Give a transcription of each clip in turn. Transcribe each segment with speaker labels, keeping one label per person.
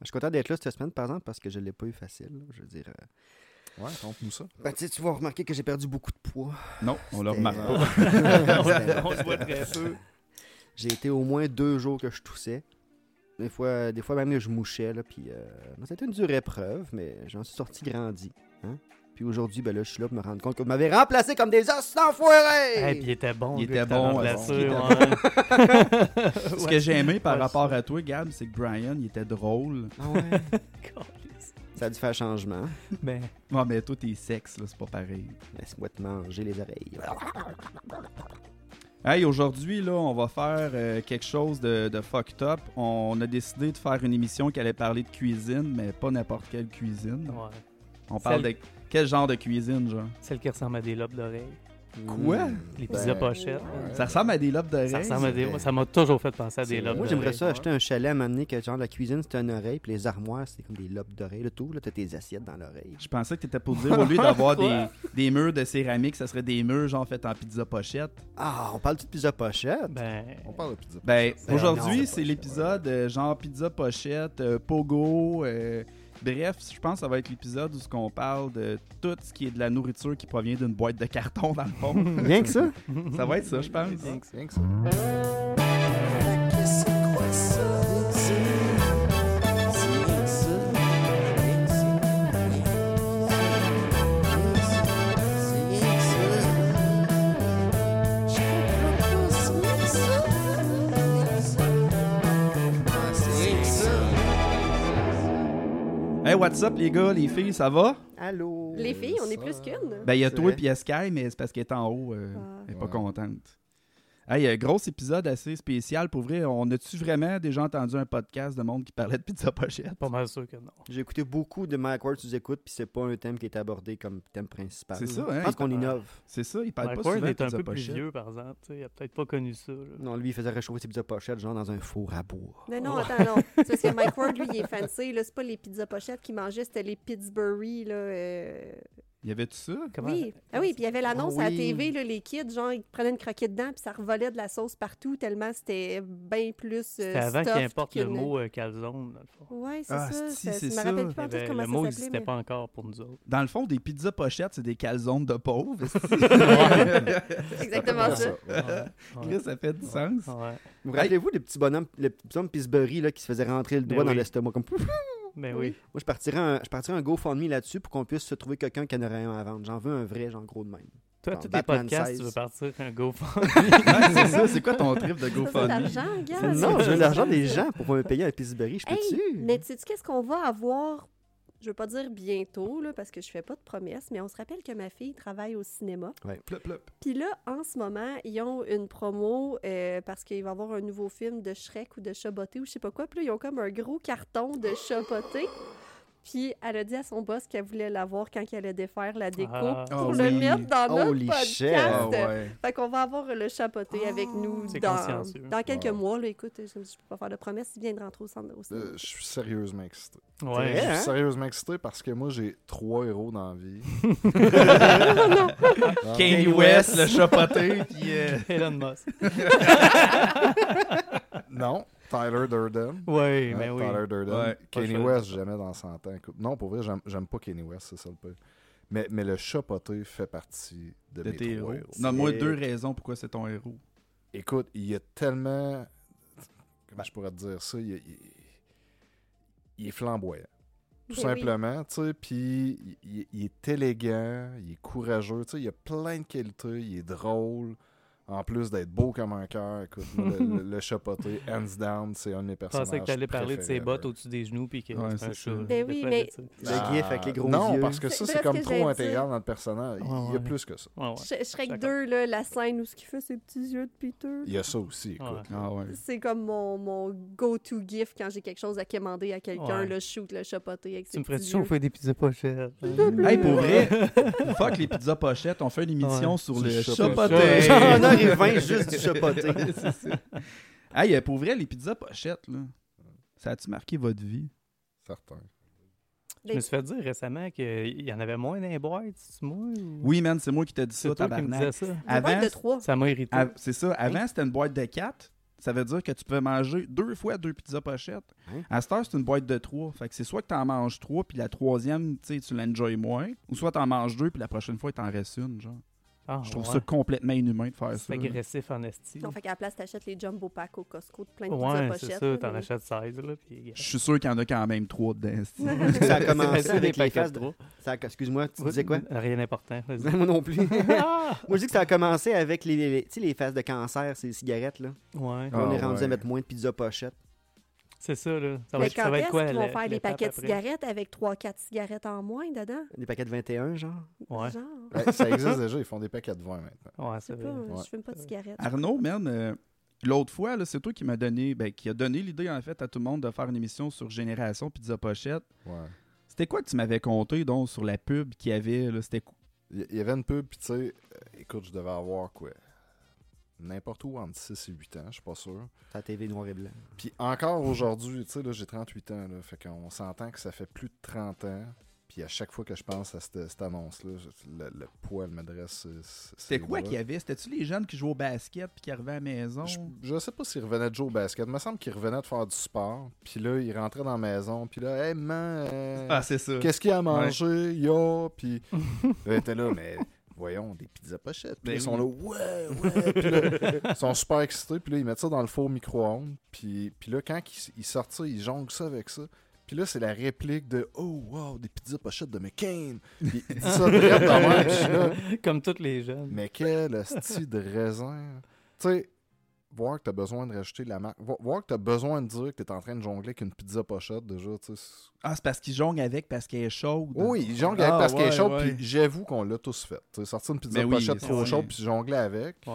Speaker 1: Je suis content d'être là cette semaine, par exemple, parce que je ne l'ai pas eu facile. là. Je veux dire. euh,
Speaker 2: Ouais, compte-nous ça.
Speaker 1: Ben, tu sais, tu vas remarquer que j'ai perdu beaucoup de poids.
Speaker 2: Non, on
Speaker 1: C'était-
Speaker 2: le
Speaker 1: euh,
Speaker 2: remarque pas.
Speaker 1: C'était-
Speaker 3: on se voit très peu.
Speaker 1: J'ai été au moins deux jours que je toussais. Des fois, des fois même que je mouchais. Là, puis, euh, non, c'était une dure épreuve, mais j'en suis sorti grandi. hein. Puis aujourd'hui, ben là, je suis là pour me rendre compte que vous m'avez remplacé comme des os d'enfoirés!
Speaker 3: Eh, puis il était bon.
Speaker 2: Il
Speaker 3: le gars
Speaker 2: était
Speaker 3: que t'as
Speaker 2: bon,
Speaker 3: remplacé,
Speaker 2: euh, bon.
Speaker 3: ouais.
Speaker 2: Ce
Speaker 3: Ouais.
Speaker 2: que j'ai aimé par
Speaker 3: Ouais,
Speaker 2: rapport à toi, Gab, c'est que Brian, il était drôle.
Speaker 1: Ah ouais?
Speaker 3: Calisse.
Speaker 1: Ça a dû faire changement. Ben,
Speaker 3: Mais
Speaker 2: Ouais, mais toi, t'es sexe, là, c'est pas pareil.
Speaker 1: Laisse-moi te manger les oreilles.
Speaker 2: Hey, aujourd'hui, là, on va faire euh, quelque chose de, de fucked up. On a décidé de faire une émission qui allait parler de cuisine, mais pas n'importe quelle cuisine.
Speaker 3: ouais.
Speaker 2: On parle
Speaker 3: Celle-
Speaker 2: de quel genre de cuisine, genre?
Speaker 3: celle qui ressemble à des lobes d'oreilles,
Speaker 2: Quoi?
Speaker 1: Hmm.
Speaker 3: les pizzas pochettes.
Speaker 2: Ça ressemble à des lobes d'oreilles.
Speaker 3: Ça ressemble à des.
Speaker 1: c'est-
Speaker 3: Ça m'a toujours fait penser à
Speaker 2: c'est-
Speaker 3: des lobes hein?
Speaker 1: Moi, j'aimerais
Speaker 3: d'oreilles.
Speaker 1: ça acheter un chalet à m'amener que genre la cuisine, c'est une oreille, puis les armoires, c'est comme des lobes d'oreille. Le tout, là, t'as tes assiettes dans l'oreille.
Speaker 2: Je pensais que t'étais pour dire, au lieu d'avoir des,
Speaker 3: Quoi?
Speaker 2: des murs de céramique, ça serait des murs, genre, faits en pizza pochette.
Speaker 1: Ah, on parle de pizza pochette?
Speaker 3: Ben.
Speaker 4: On parle de pizza.
Speaker 2: Ben,
Speaker 1: Ben, non,
Speaker 2: aujourd'hui,
Speaker 1: c'est
Speaker 2: c'est
Speaker 1: pas
Speaker 2: l'épisode euh, genre pizza pochette, euh, pogo. euh, bref, je pense que ça va être l'épisode où ce qu'on parle de tout ce qui est de la nourriture qui provient d'une boîte de carton, dans le fond.
Speaker 1: Rien que ça?
Speaker 2: ça va être ça, je pense.
Speaker 4: C'est rien que ça.
Speaker 2: Hey, what's up, les gars, les filles, ça va?
Speaker 1: Allô?
Speaker 5: Les filles, on est
Speaker 4: Euh,
Speaker 5: plus qu'une.
Speaker 2: Ben, il y a
Speaker 1: C'est
Speaker 2: toi
Speaker 1: vrai.
Speaker 2: et il y a Sky, mais c'est parce qu'elle est en haut. euh,
Speaker 5: Ah.
Speaker 2: Elle est pas
Speaker 4: Ouais.
Speaker 2: contente. Hey, euh, gros épisode assez spécial. Pour vrai, on a-tu vraiment déjà entendu un podcast de monde qui parlait de pizza pochette?
Speaker 3: Pas mal sûr que non.
Speaker 1: J'ai écouté beaucoup de Mike Ward sous écoute, puis c'est pas un thème qui est abordé comme thème principal.
Speaker 2: C'est ça, hein,
Speaker 1: Je pense
Speaker 2: il-
Speaker 1: qu'on innove.
Speaker 2: C'est ça, ils parlent
Speaker 3: Mike
Speaker 2: pas
Speaker 3: Ward
Speaker 2: souvent de
Speaker 3: est un
Speaker 2: pizza
Speaker 3: peu plus
Speaker 2: pochette.
Speaker 3: vieux, par exemple. tu sais, Il a peut-être pas connu ça. là.
Speaker 1: Non, lui, il faisait réchauffer ses pizzas pochettes, genre dans un four à bois.
Speaker 5: Mais non, attends, non. C'est parce que Mike Ward, lui, il est fancy. Là, c'est pas les pizzas pochettes qu'il mangeait, c'était les Pittsburgh. Là, euh,
Speaker 2: Il y avait tout ça?
Speaker 3: Comment-
Speaker 5: Oui. Ah oui, puis il y avait l'annonce
Speaker 1: Oui.
Speaker 5: à la TV, là, les kids, genre, ils prenaient une croquette dedans, puis ça revolait de la sauce partout, tellement c'était bien plus. euh,
Speaker 3: C'était avant qu'il
Speaker 5: stuffed
Speaker 3: importe le
Speaker 5: qu'une-
Speaker 3: mot euh, calzone, dans le fond.
Speaker 5: Ouais, c'est
Speaker 2: Ah,
Speaker 5: ça.
Speaker 2: si,
Speaker 5: ça-
Speaker 2: c'est
Speaker 5: je me
Speaker 2: ça.
Speaker 5: rappelle plus
Speaker 3: Eh
Speaker 5: en tout
Speaker 3: ben,
Speaker 5: comment
Speaker 3: le mot
Speaker 5: ça s'appelait.
Speaker 3: n'existait
Speaker 5: mais-
Speaker 3: pas encore pour nous autres.
Speaker 2: Dans le fond, des pizzas pochettes, c'est des calzones de pauvres.
Speaker 5: Exactement ça.
Speaker 2: Chris, ça fait du sens.
Speaker 3: Ouais.
Speaker 1: Vous rappelez-vous des petits bonhommes, les petits bonhommes Pittsburgh là, qui se faisaient rentrer le
Speaker 3: Ben
Speaker 1: doigt dans
Speaker 3: oui.
Speaker 1: l'estomac comme pouf?
Speaker 3: Mais oui.
Speaker 1: Moi, je partirais un, je partirais un GoFundMe là-dessus pour qu'on puisse se trouver quelqu'un qui en aurait un à vendre. J'en veux un vrai, genre gros de même.
Speaker 3: Toi,
Speaker 1: Dans
Speaker 3: tous tes
Speaker 1: Batman
Speaker 3: podcasts,
Speaker 1: 16.
Speaker 3: tu veux partir un GoFundMe.
Speaker 2: Ouais, c'est ça, c'est quoi ton trip de
Speaker 5: Ça, c'est de
Speaker 2: GoFundMe?
Speaker 5: l'argent, gars.
Speaker 1: Non,
Speaker 5: Ah, c'est
Speaker 1: je veux
Speaker 5: ça.
Speaker 1: l'argent des gens pour me payer un Pittsburgh. Je
Speaker 5: Hey,
Speaker 1: peux-tu?
Speaker 5: mais tu sais qu'est-ce qu'on va avoir? Je veux pas dire bientôt, là, parce que je fais pas de promesses, mais on se rappelle que ma fille travaille au cinéma.
Speaker 2: Plop, plop.
Speaker 5: Puis là, en ce moment, ils ont une promo euh, parce qu'il va y avoir un nouveau film de Shrek ou de Chaboté ou je sais pas quoi. Puis là, ils ont comme un gros carton de Chaboté. Puis elle a dit à son boss qu'elle voulait l'avoir quand elle allait défaire la déco
Speaker 3: Ah.
Speaker 5: pour
Speaker 2: Oh
Speaker 5: le
Speaker 2: oui.
Speaker 5: mettre dans
Speaker 1: Holy
Speaker 5: notre podcast.
Speaker 1: shit. Ah
Speaker 5: Fait qu'on va avoir le chapoté avec nous
Speaker 3: C'est
Speaker 5: dans,
Speaker 3: consciencieux.
Speaker 5: dans quelques
Speaker 4: Wow.
Speaker 5: mois. Là, écoute, je ne peux pas faire de promesses, il vient de rentrer au centre. Au
Speaker 4: Euh,
Speaker 5: centre.
Speaker 4: Je suis sérieusement excité.
Speaker 1: vrai,
Speaker 3: Ouais.
Speaker 4: Je
Speaker 1: hein?
Speaker 4: suis sérieusement excité parce que moi, j'ai trois héros dans la vie. Ah.
Speaker 2: Kanye West, le chapoté, puis... euh,
Speaker 3: Elon Musk.
Speaker 4: Non, Tyler Durden.
Speaker 3: Oui,
Speaker 4: Hein,
Speaker 3: mais oui.
Speaker 4: Tyler Durden.
Speaker 2: Ouais.
Speaker 4: Kanye
Speaker 3: Pas le choix.
Speaker 4: West, jamais dans 100 ans. Écoute, Non, pour vrai, j'aime- j'aime pas Kanye West, c'est ça le peu. Mais, mais le chapoté fait partie de,
Speaker 2: de
Speaker 4: mes
Speaker 2: tes héros.
Speaker 4: trois
Speaker 2: Donne-moi
Speaker 1: C'est-
Speaker 2: deux raisons pourquoi c'est ton héros.
Speaker 4: Écoute, il y a tellement. Comment je pourrais te dire ça? Il, il- il est flamboyant. Tout
Speaker 5: Ben oui.
Speaker 4: simplement, tu sais. Puis il, il est élégant, il est courageux, tu sais. Il a plein de qualités, il est drôle. En plus d'être beau comme un cœur, écoute, moi, le, le- le chapoté, hands down, c'est un de mes
Speaker 3: Je
Speaker 4: personnages.
Speaker 3: pensais que t'allais parler de ses
Speaker 4: préférés.
Speaker 3: bottes au-dessus des genoux puis que
Speaker 2: Ouais,
Speaker 3: c'est
Speaker 2: c'est ça.
Speaker 3: un chat.
Speaker 5: Ben oui,
Speaker 3: Ouais,
Speaker 5: mais-
Speaker 3: c'est ça.
Speaker 1: Le gif avec les gros
Speaker 4: Ah, non,
Speaker 1: yeux.
Speaker 4: parce que ça,
Speaker 5: C'est
Speaker 4: c'est
Speaker 5: presque
Speaker 4: comme
Speaker 5: ce que j'allais
Speaker 4: trop
Speaker 5: dire.
Speaker 4: intégral dans le personnage. Il
Speaker 3: Ouais,
Speaker 4: y a
Speaker 3: ouais.
Speaker 4: plus que ça.
Speaker 3: Ouais, ouais.
Speaker 5: Sh- Shrek
Speaker 3: d'accord.
Speaker 5: 2, là, la scène où ce qu'il fait ses petits yeux de Peter.
Speaker 4: Il y a ça aussi, écoute.
Speaker 3: Ouais.
Speaker 2: Ah ouais.
Speaker 5: C'est comme mon, mon go-to gif quand j'ai quelque chose à commander à quelqu'un,
Speaker 3: Ouais.
Speaker 5: le shoot, le chapoté avec
Speaker 3: Tu
Speaker 5: ses
Speaker 3: me ferais-tu
Speaker 5: petits yeux.
Speaker 3: chauffer des pizzas pochettes? Euh,
Speaker 2: Hey, pour vrai, fuck les pizzas pochettes, on fait une émission
Speaker 3: Ouais.
Speaker 2: sur
Speaker 4: Du
Speaker 2: le
Speaker 4: chapoté.
Speaker 2: chapoté.
Speaker 1: Genre, on arrive 20 juste du chapoté.
Speaker 2: Ouais, c'est ça. Hey, euh, pour vrai, les pizzas pochettes, là, ça a-tu marqué votre vie?
Speaker 4: Certain.
Speaker 3: Je me suis fait dire récemment qu'il y en avait moins dans les boîtes, c'est moi? ou-
Speaker 2: Oui, man, c'est moi qui t'ai dit ça,
Speaker 3: c'est toi qui me
Speaker 2: tabarnak.
Speaker 3: disais ça.
Speaker 5: Avant...
Speaker 2: Avant,
Speaker 5: de trois.
Speaker 3: Ça m'a irrité.
Speaker 2: av- c'est ça, avant, c'était une boîte de 4. ça veut dire que tu peux manger deux fois deux pizzas pochettes.
Speaker 1: Hein?
Speaker 2: À cette heure, c'est une boîte de trois. Fait que c'est soit que tu en manges trois, puis la troisième, tu sais, tu l'enjoy moins, ou soit tu en manges deux, puis la prochaine fois, il t'en reste une. Genre.
Speaker 3: Ah,
Speaker 2: Je trouve
Speaker 3: ouais.
Speaker 2: ça complètement inhumain de faire
Speaker 3: C'est
Speaker 2: ça. là.
Speaker 3: agressif en esti.
Speaker 5: Non, fait qu'à la place, t'achètes les jumbo packs au Costco de plein de petites
Speaker 3: Ouais,
Speaker 5: pochettes.
Speaker 3: c'est ça,
Speaker 5: là,
Speaker 3: t'en
Speaker 5: mais-
Speaker 3: achètes 16, là, puis...
Speaker 2: Je suis sûr qu'il y en a quand même trois dedans. c'est-
Speaker 1: Ça a commencé
Speaker 3: C'est facile,
Speaker 1: avec
Speaker 3: les
Speaker 1: les
Speaker 3: paquets
Speaker 1: faces.
Speaker 3: de trois.
Speaker 1: Ça a- Excuse-moi, tu disais quoi? Hein?
Speaker 3: Rien d'important. vas-y.
Speaker 1: Moi non plus. Moi,
Speaker 3: Ah!
Speaker 1: je dis que ça a commencé avec les, les- tu sais, les faces de cancer, ces cigarettes, là.
Speaker 3: Ouais,
Speaker 4: Ah,
Speaker 1: on est rendu
Speaker 4: ouais.
Speaker 1: à mettre moins de pizza pochette.
Speaker 3: c'est ça, là. Ça va,
Speaker 5: Mais
Speaker 3: être- ça
Speaker 5: quand
Speaker 3: va
Speaker 5: est-ce
Speaker 3: être quoi,
Speaker 5: qu'ils vont
Speaker 3: la-
Speaker 5: faire des
Speaker 3: l'étape
Speaker 5: paquets de
Speaker 3: après?
Speaker 5: cigarettes avec 3-4 cigarettes en moins dedans?
Speaker 1: Des paquets de 21, genre.
Speaker 3: Ouais,
Speaker 5: Genre,
Speaker 4: Ouais, ça existe déjà, ils font des paquets de vin maintenant.
Speaker 3: ouais,
Speaker 5: je sais
Speaker 3: c'est
Speaker 5: pas,
Speaker 3: vrai.
Speaker 5: je
Speaker 4: Ouais.
Speaker 5: fume pas de cigarettes.
Speaker 2: Arnaud, man, euh, l'autre fois, là, c'est toi qui m'as donné, ben, qui a donné l'idée en fait à tout le monde de faire une émission sur Génération Pizza Pochette.
Speaker 4: Ouais.
Speaker 2: C'était quoi que tu m'avais compté donc sur la pub qu'il y avait là, C'était cou-
Speaker 4: Il il y avait une pub, puis tu sais, euh, écoute, je devais avoir quoi N'importe où entre 6 et 8 ans, je suis pas sûr.
Speaker 1: Ta TV noir et blanc.
Speaker 4: Puis encore aujourd'hui, tu sais, là, j'ai 38 ans, là, fait qu'on s'entend que ça fait plus de 30 ans. Puis à chaque fois que je pense à cette, cette annonce-là, je- le, le poil me dresse. euh, c-
Speaker 2: C'était
Speaker 4: ses
Speaker 2: quoi
Speaker 4: bras.
Speaker 2: qu'il y avait C'était-tu les jeunes qui jouaient au basket puis qui arrivaient à la maison Euh,
Speaker 4: Je, je sais pas s'il revenait de jouer au basket. Il me semble qu'il revenait de faire du sport. Puis là, il rentrait dans la maison. Puis là, hey, man, euh,
Speaker 2: Ah, c'est ça.
Speaker 4: qu'est-ce qu'il y a à manger? Yo! Puis là, il était là, mais voyons, des pizzas pochettes. Puis
Speaker 2: Ben
Speaker 4: ils sont
Speaker 2: oui.
Speaker 4: là, ouais, ouais. Puis là, ils sont super excités. Puis là, ils mettent ça dans le faux micro-ondes. Puis, puis là, quand ils, ils sortent ça, ils jonglent ça avec ça. Puis là, c'est la réplique de Oh, wow, des pizzas pochettes de McCain. Puis il dit ça direct de même. Puis je suis là,
Speaker 3: Comme tous les jeunes.
Speaker 4: mais quel style de raisin. Tu sais, voir que t'as besoin de rajouter la marque. vo- Voir que t'as besoin de dire que t'es en train de jongler avec une pizza pochette déjà. tu sais, c'est-
Speaker 2: Ah, c'est parce qu'ils jonglent avec parce qu'elle est chaude.
Speaker 4: Oui, il jongle
Speaker 2: Ah,
Speaker 4: avec parce qu'elle
Speaker 2: ouais,
Speaker 4: est chaude,
Speaker 2: ouais.
Speaker 4: puis j'avoue qu'on l'a tous fait. Tu sais, sortir une pizza
Speaker 2: Mais oui,
Speaker 4: pochette
Speaker 2: ça,
Speaker 4: trop
Speaker 2: oui.
Speaker 4: chaude, puis jongler avec.
Speaker 3: Ouais.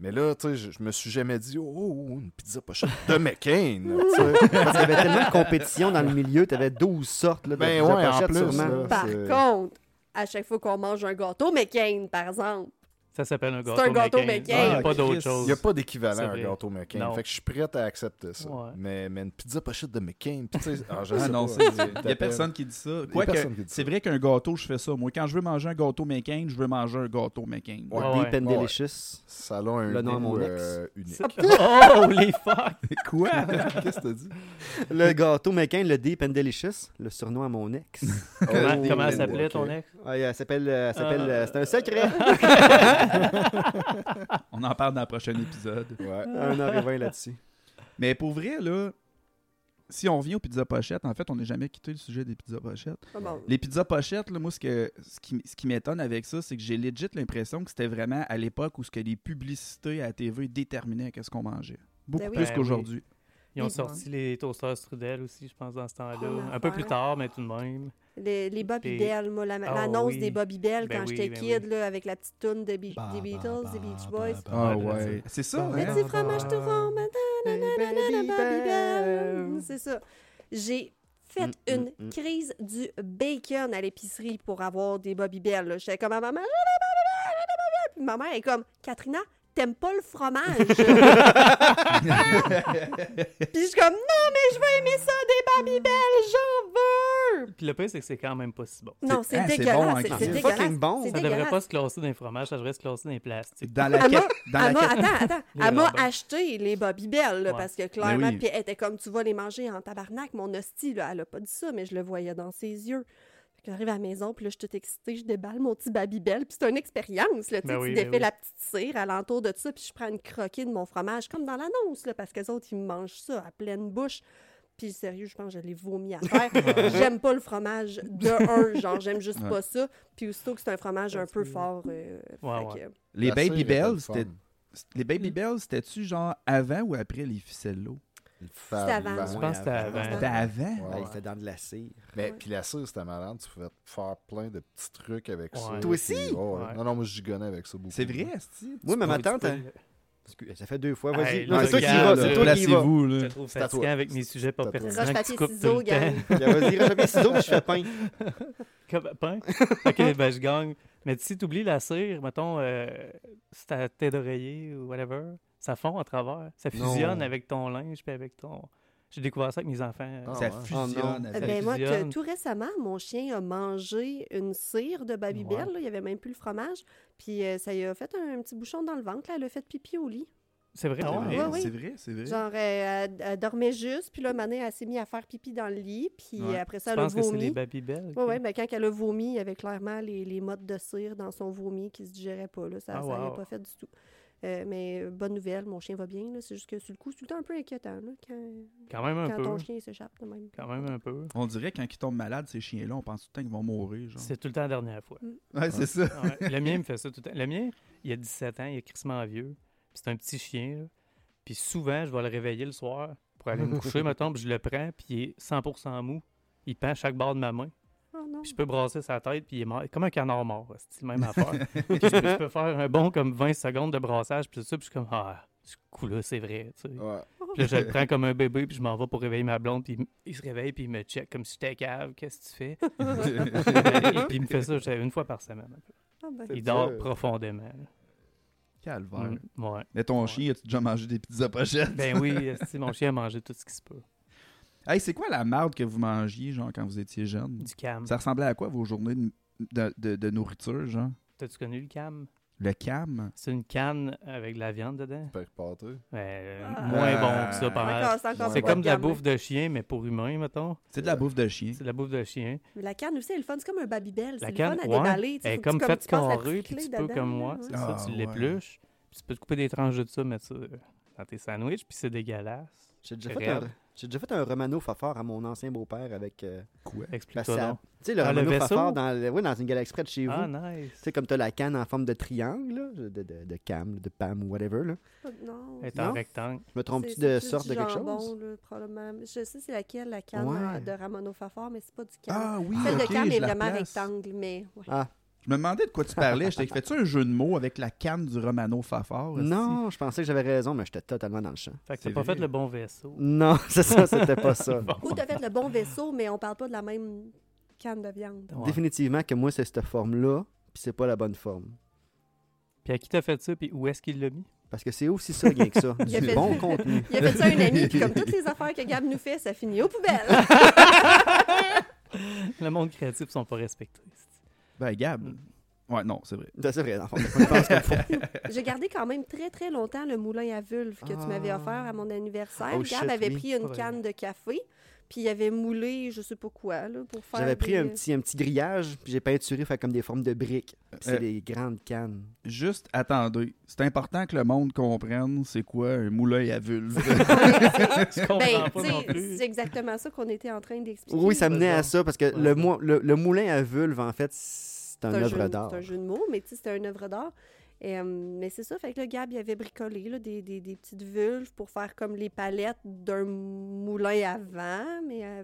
Speaker 4: Mais là, tu sais, je je me suis jamais dit, oh, oh, oh, une pizza pochette de McCain. tu sais.
Speaker 1: Parce qu'il y avait tellement de compétition dans le milieu, t'avais 12 sortes là, de
Speaker 4: Ben
Speaker 1: pizza
Speaker 4: ouais, en
Speaker 1: pochette,
Speaker 4: plus,
Speaker 1: sûrement.
Speaker 4: là.
Speaker 5: Par
Speaker 4: c'est-
Speaker 5: contre, à chaque fois qu'on mange un gâteau McCain, par exemple,
Speaker 3: Ça s'appelle un
Speaker 5: C'est
Speaker 3: gâteau
Speaker 5: un gâteau
Speaker 3: Il
Speaker 5: McCain.
Speaker 3: n'y
Speaker 2: Ah,
Speaker 3: a pas d'autre
Speaker 2: Chris.
Speaker 4: Il
Speaker 3: chose.
Speaker 4: n'y a pas d'équivalent
Speaker 3: C'est
Speaker 4: à un
Speaker 3: vrai.
Speaker 4: gâteau McCain.
Speaker 3: Non.
Speaker 4: Fait que je suis prêt à accepter ça.
Speaker 3: Ouais.
Speaker 4: Mais, mais une pizza pochette de McCain, puis tu sais, ah, je
Speaker 2: Ah
Speaker 4: sais
Speaker 2: non,
Speaker 4: pas,
Speaker 2: c'est
Speaker 4: tu sais,
Speaker 2: Il n'y a personne qui dit ça. Quoi que-
Speaker 4: personne qui dit ça.
Speaker 2: c'est vrai qu'un gâteau, je fais ça. Moi, quand je veux manger un gâteau McCain, je veux manger un gâteau McCain.
Speaker 4: Ouais.
Speaker 3: Ah ouais.
Speaker 1: Deep and
Speaker 4: Ouais.
Speaker 1: Delicious.
Speaker 4: Ça a un
Speaker 1: Le nom à
Speaker 4: goût,
Speaker 1: mon ex.
Speaker 4: euh, unique.
Speaker 3: C'est- Oh, les fuck!
Speaker 2: Quoi
Speaker 4: Qu'est-ce que t'as dit?
Speaker 1: Le gâteau McCain, le Deep and Delicious, le surnom à mon ex.
Speaker 3: Comment, comment elle
Speaker 4: oh,
Speaker 3: s'appelait
Speaker 4: ok.
Speaker 3: ton ex?
Speaker 1: Ouais, elle s'appelle. euh, elle s'appelle,
Speaker 3: Ah.
Speaker 1: euh, c'est un secret.
Speaker 2: On en parle dans le prochain épisode.
Speaker 4: Ouais.
Speaker 1: Un heure et vingt là-dessus.
Speaker 2: Mais pour vrai, là, si on revient aux pizzas pochettes, en fait, on n'est jamais quitté le sujet des pizzas pochettes.
Speaker 5: ah bon,
Speaker 2: Les pizzas pochettes, là, moi, ce, que, ce qui, ce qui m'étonne avec ça, c'est que j'ai legit l'impression que c'était vraiment à l'époque où ce que les publicités à la TV déterminaient qu'est-ce qu'on mangeait. Beaucoup
Speaker 5: Ben oui.
Speaker 2: plus
Speaker 3: Ben oui.
Speaker 2: qu'aujourd'hui.
Speaker 3: Ils ont
Speaker 5: Les
Speaker 3: sorti les toasters Strudel aussi, je pense, dans ce
Speaker 5: Oh,
Speaker 3: temps-là. Un peu
Speaker 5: l'affaire.
Speaker 3: plus tard, mais tout de même.
Speaker 5: les, les Bobby
Speaker 3: les-
Speaker 5: Bell, moi, la-
Speaker 3: Ah
Speaker 5: l'annonce
Speaker 3: oui.
Speaker 5: des Bobby Bell
Speaker 3: Ben
Speaker 5: quand
Speaker 3: oui,
Speaker 5: j'étais
Speaker 3: ben
Speaker 5: kid,
Speaker 3: oui.
Speaker 5: là, avec la petite toune de Be-
Speaker 2: Bah,
Speaker 5: des
Speaker 2: bah,
Speaker 5: Beatles, des Beach Boys.
Speaker 2: Ah
Speaker 3: ouais.
Speaker 2: ouais. C'est ça,
Speaker 5: Le
Speaker 2: hein?
Speaker 5: petit fromage tout rond, madame,
Speaker 1: Baby
Speaker 5: Bobby Bell.
Speaker 1: Bell.
Speaker 5: C'est ça. J'ai fait
Speaker 1: Mm,
Speaker 5: une
Speaker 1: mm, mm.
Speaker 5: crise du bacon à l'épicerie pour avoir des Bobby Bell. là. J'étais comme à maman, j'ai des Bobby Bell, j'ai des Bobby Bell. Puis ma mère est comme, Katrina, t'aimes pas le fromage? Puis je suis comme, non, mais je vais aimer ça, des Bobby Bell, j'en veux!
Speaker 3: Puis le pire, c'est que c'est quand même pas si bon.
Speaker 5: Non, c'est
Speaker 2: Ah, c'est
Speaker 5: dégueulasse.
Speaker 2: bon, hein,
Speaker 5: c'est-
Speaker 2: Chris.
Speaker 5: c'est
Speaker 1: C'est
Speaker 5: dégueulasse.
Speaker 1: fucking bon.
Speaker 5: C'est
Speaker 1: Ça
Speaker 3: Ça devrait pas
Speaker 5: dégueulasse.
Speaker 3: se classer dans les fromages, ça devrait se classer dans les plastiques.
Speaker 2: Dans la
Speaker 5: Ah,
Speaker 2: quête. Dans
Speaker 5: Elle
Speaker 2: la
Speaker 5: m'a,
Speaker 2: quête.
Speaker 5: attends, attends.
Speaker 3: Les
Speaker 5: Elle m'a
Speaker 3: robes.
Speaker 5: acheté les Bobby Bell, là,
Speaker 3: ben. Ouais.
Speaker 5: parce que clairement,
Speaker 2: oui.
Speaker 5: puis elle était comme, tu vas les manger en tabarnak, mon hostie, là. Elle a pas dit ça, mais je le voyais dans ses yeux. Fait que j'arrive à la maison, puis là, je suis toute excitée, je déballe mon petit Bobby Bell, puis c'est une expérience, là. Tu sais,
Speaker 3: Ben
Speaker 5: tu
Speaker 3: oui, ben
Speaker 5: défais
Speaker 3: oui.
Speaker 5: la petite cire alentour de ça, puis je prends une croquée de mon fromage, comme dans l'annonce, là, parce que les autres, ils mangent ça à pleine bouche. Puis sérieux, je pense que je l'ai vomi à terre. j'aime pas le fromage de un, genre, j'aime juste
Speaker 2: Ouais.
Speaker 5: pas ça. Puis aussitôt que c'est un fromage un peu fort. euh,
Speaker 3: Ouais,
Speaker 5: fait
Speaker 3: ouais.
Speaker 5: que-
Speaker 2: Les
Speaker 4: La cire
Speaker 2: Baby
Speaker 4: était
Speaker 2: Bells,
Speaker 4: le fun.
Speaker 2: c'était. Les Baby Bells, c'était-tu genre avant ou après les ficellos?
Speaker 4: C'était
Speaker 5: avant.
Speaker 3: Je
Speaker 5: Ouais,
Speaker 3: pense que c'était avant.
Speaker 2: C'était avant?
Speaker 4: Ouais,
Speaker 1: Hey,
Speaker 4: ouais.
Speaker 1: C'était dans de la cire.
Speaker 4: Mais puis la cire, c'était malade. Tu pouvais faire plein de petits trucs avec ça.
Speaker 3: Ouais.
Speaker 1: Toi aussi?
Speaker 4: Puis, oh, ouais.
Speaker 3: Ouais.
Speaker 4: Non, non, moi, je gigonnais avec ça beaucoup.
Speaker 2: C'est vrai, c'est
Speaker 1: Moi, mais ma
Speaker 3: Tu peux-
Speaker 1: tante. hein. elle- Excuse- Ça fait deux fois, vas-y.
Speaker 3: Hey,
Speaker 1: Non,
Speaker 3: là,
Speaker 1: C'est toi qui y
Speaker 3: regarde,
Speaker 1: vas, c'est
Speaker 3: là,
Speaker 1: toi qui y vas.
Speaker 2: Placez-vous,
Speaker 3: Je
Speaker 2: là.
Speaker 3: te trouve
Speaker 4: C'est à toi.
Speaker 3: fatiguant avec mes sujets pas
Speaker 4: C'est à toi.
Speaker 5: Roche,
Speaker 3: pertinents que
Speaker 5: papier,
Speaker 3: tu coupes tout
Speaker 5: ciseaux,
Speaker 3: le temps.
Speaker 5: gang.
Speaker 1: Vas-y, rejette ciseaux, je fais pain.
Speaker 3: Comme- pain? OK, ben je gagne. Mais si tu oublies la cire, mettons, euh, si ta tête d'oreiller ou whatever, ça fond à travers. Ça
Speaker 4: Non.
Speaker 3: fusionne avec ton linge puis avec ton... J'ai découvert ça avec mes enfants. euh,
Speaker 4: Ah,
Speaker 2: Ça
Speaker 4: ouais.
Speaker 2: fusionne
Speaker 1: Oh,
Speaker 5: Euh,
Speaker 2: avec.
Speaker 5: Ben moi, que
Speaker 3: fusionne.
Speaker 5: tout récemment, mon chien a mangé une cire de Baby
Speaker 3: Ouais.
Speaker 5: Bell. là, il n'y avait même plus le fromage. Puis euh, ça lui a fait un, petit bouchon dans le ventre. Là. Elle a fait pipi au lit.
Speaker 3: C'est vrai,
Speaker 2: C'est
Speaker 3: ah ouais.
Speaker 2: vrai,
Speaker 5: ouais, ouais.
Speaker 2: c'est vrai, c'est vrai.
Speaker 5: Genre, euh, elle, elle dormait juste, puis là, Mané, elle s'est mise à faire pipi dans le lit, puis
Speaker 2: Ouais.
Speaker 5: après
Speaker 3: Tu
Speaker 5: ça, elle a
Speaker 3: penses que c'est des
Speaker 5: vomi.
Speaker 3: babybelles?
Speaker 5: Oui, oui, mais quand elle a vomi, il y avait clairement les, les mottes de cire dans son vomi qui se digéraient pas. Là. Ça
Speaker 3: Ah,
Speaker 5: n'avait
Speaker 3: wow.
Speaker 5: pas fait du tout. Euh, mais euh, bonne nouvelle, mon chien va bien. là. C'est juste que sur le coup, c'est tout le temps un peu inquiétant là, quand,
Speaker 3: Quand même un
Speaker 5: quand
Speaker 3: peu.
Speaker 5: ton chien s'échappe de même.
Speaker 3: Quand même un peu.
Speaker 2: On dirait quand ils tombent malades, ces chiens-là, on pense tout le temps qu'ils vont mourir. Genre.
Speaker 3: C'est tout le temps la dernière fois.
Speaker 2: Ouais, c'est ça.
Speaker 3: Ouais, Le mien me fait ça tout le temps. Le mien, il a 17 ans, il est crissement vieux. Puis c'est un petit chien. là. Puis souvent, je vais le réveiller le soir pour aller me coucher, mettons, puis je le prends, puis il est 100% mou. Il pend chaque barre de ma main.
Speaker 5: Oh non.
Speaker 3: Puis je peux brasser sa tête, puis il est mort. Comme un canard mort, c'est la même affaire. Puis je, peux, je peux faire un bon comme 20 secondes de brassage, puis tout ça, puis je suis comme, ah, ce coup-là, c'est vrai. tu sais.
Speaker 4: Ouais.
Speaker 5: Oh,
Speaker 3: Puis là, je le prends comme un bébé, puis je m'en vais pour réveiller ma blonde, puis il, m- il se réveille, puis il me check comme si j'étais cave, qu'est-ce que tu fais? Et puis il me fait ça je sais, une fois par semaine.
Speaker 5: Ah ben.
Speaker 3: Il
Speaker 4: C'est
Speaker 3: dort
Speaker 4: dur.
Speaker 3: profondément. là.
Speaker 2: Calvaire.
Speaker 3: Mm, ouais.
Speaker 2: Mais ton
Speaker 3: Ouais.
Speaker 2: chien, as-tu déjà mangé des pizzas pochettes?
Speaker 3: Ben oui, esti, mon chien a mangé tout ce qui se peut.
Speaker 2: Hey, c'est quoi la marde que vous mangiez, genre, quand vous étiez jeune?
Speaker 3: Du cam.
Speaker 2: Ça ressemblait à quoi vos journées de, de- de- de nourriture, genre?
Speaker 3: T'as-tu connu le cam?
Speaker 2: Le cam?
Speaker 3: C'est une canne avec de la viande dedans.
Speaker 4: Père Pâté.
Speaker 3: Ben, euh,
Speaker 5: Ah.
Speaker 3: moins bon que ça, pas mal.
Speaker 5: Encore, c'est encore
Speaker 4: Ouais.
Speaker 3: C'est
Speaker 5: pas
Speaker 3: comme de la
Speaker 5: gamme, là.
Speaker 3: bouffe de chien, mais pour humain, mettons.
Speaker 2: C'est de la bouffe de chien.
Speaker 3: C'est de la bouffe de chien.
Speaker 5: Mais la canne aussi, elle est le fun. C'est comme un Babybel. C'est
Speaker 3: La
Speaker 5: le fun à
Speaker 3: canne, ouais,
Speaker 5: déballer. tu sais,
Speaker 3: Elle est
Speaker 5: faut que
Speaker 3: comme
Speaker 5: tu-
Speaker 3: faite
Speaker 5: tu passes la
Speaker 3: carrée, puis
Speaker 5: triclée
Speaker 3: tu peux
Speaker 5: dedans,
Speaker 3: comme
Speaker 5: là,
Speaker 3: moi,
Speaker 5: ouais.
Speaker 3: c'est
Speaker 2: Ah,
Speaker 3: ça, tu
Speaker 2: ouais.
Speaker 3: l'épluches. Puis tu peux te couper des tranches de ça, mettre ça euh, dans tes sandwichs, puis c'est dégueulasse.
Speaker 1: J'ai déjà, fait un-
Speaker 3: Raide.
Speaker 1: j'ai déjà fait un Romano Fafard à mon ancien beau-père avec. euh,
Speaker 2: Quoi?
Speaker 1: la
Speaker 3: Explique-toi
Speaker 1: sable.
Speaker 3: donc.
Speaker 1: Tu sais, le
Speaker 3: Ah, le
Speaker 1: Romano
Speaker 3: vaisseau?
Speaker 1: Fafard dans, le- oui, dans une galaxie près de chez
Speaker 3: Ah,
Speaker 1: vous.
Speaker 3: nice.
Speaker 1: Tu sais, comme t'as la canne en forme de triangle, là, de, de, de cam, de pam ou whatever. Là.
Speaker 5: Non.
Speaker 3: Elle est en
Speaker 1: Non?
Speaker 3: rectangle.
Speaker 1: Je me trompe-tu
Speaker 5: C'est-
Speaker 1: de
Speaker 5: c'est juste
Speaker 1: sorte
Speaker 5: du
Speaker 1: de quelque
Speaker 5: jambon,
Speaker 1: chose?
Speaker 5: là, probablement. Je sais c'est laquelle, la canne
Speaker 1: Ouais.
Speaker 5: euh, de Ramon Fafard, mais c'est pas du canne.
Speaker 2: Ah oui,
Speaker 5: Celle
Speaker 2: ok,
Speaker 5: de canne
Speaker 2: je
Speaker 5: est
Speaker 2: la
Speaker 5: vraiment
Speaker 2: place.
Speaker 5: rectangle, mais... ouais.
Speaker 1: Ah,
Speaker 2: Je me demandais de quoi tu parlais. J'étais, fais-tu un jeu de mots avec la canne du Romano
Speaker 3: Oh,
Speaker 2: Fafard? esti?
Speaker 1: non, je pensais que j'avais raison, mais j'étais totalement dans le champ.
Speaker 3: Fait que
Speaker 2: C'est
Speaker 3: t'as pas
Speaker 2: vrai.
Speaker 3: fait le bon vaisseau.
Speaker 1: Non, c'est ça, c'était pas ça.
Speaker 5: Ou t'as fait le bon vaisseau, mais on parle pas de la même canne de viande.
Speaker 3: Ouais.
Speaker 1: Définitivement que moi, c'est cette forme-là, puis c'est pas la bonne forme.
Speaker 3: Puis à qui t'as fait ça, puis où est-ce qu'il l'a mis?
Speaker 1: Parce que c'est aussi ça, rien que ça.
Speaker 5: Il a
Speaker 1: du
Speaker 5: fait-
Speaker 1: bon contenu.
Speaker 5: Il a fait ça à un ami, puis comme toutes les affaires que Gab nous fait, ça finit aux poubelles.
Speaker 3: Le monde créatif sont pas respectés.
Speaker 2: Ben,
Speaker 5: Mm.
Speaker 2: Gab. Ouais, non, c'est vrai.
Speaker 1: C'est vrai, dans le fond, on pense comme faut.
Speaker 5: J'ai gardé quand même très, très longtemps le moulin à vulve que tu m'avais
Speaker 1: Ah.
Speaker 5: offert à mon anniversaire.
Speaker 1: Oh,
Speaker 5: Gab
Speaker 1: shit,
Speaker 5: avait
Speaker 1: oui.
Speaker 5: pris une
Speaker 3: Faudrait-
Speaker 5: canne de café, puis il avait moulé je sais pas quoi, là, pour faire
Speaker 1: J'avais pris
Speaker 5: des-
Speaker 1: un petit, un petit grillage, puis j'ai peinturé, fait comme des formes de briques. Puis c'est
Speaker 2: Euh.
Speaker 1: des grandes cannes.
Speaker 2: Juste attendez. C'est important que le monde comprenne c'est quoi un moulin à vulve.
Speaker 3: Je comprends
Speaker 5: Ben,
Speaker 3: pas
Speaker 5: tu
Speaker 3: non
Speaker 5: sais,
Speaker 3: plus.
Speaker 5: c'est exactement ça qu'on était en train d'expliquer.
Speaker 1: Oui, ça menait à
Speaker 3: donc.
Speaker 1: ça, parce que le, mo- le, le moulin à vulve, en fait, c'est un
Speaker 5: C'est jeu-
Speaker 1: œuvre d'art.
Speaker 5: C'est un jeu de mots, mais tu sais, c'était une œuvre d'art. Et, euh, mais c'est ça, fait que le Gab, il avait bricolé là, des, des- des petites vulves pour faire comme les palettes d'un moulin à vent. Mais, euh,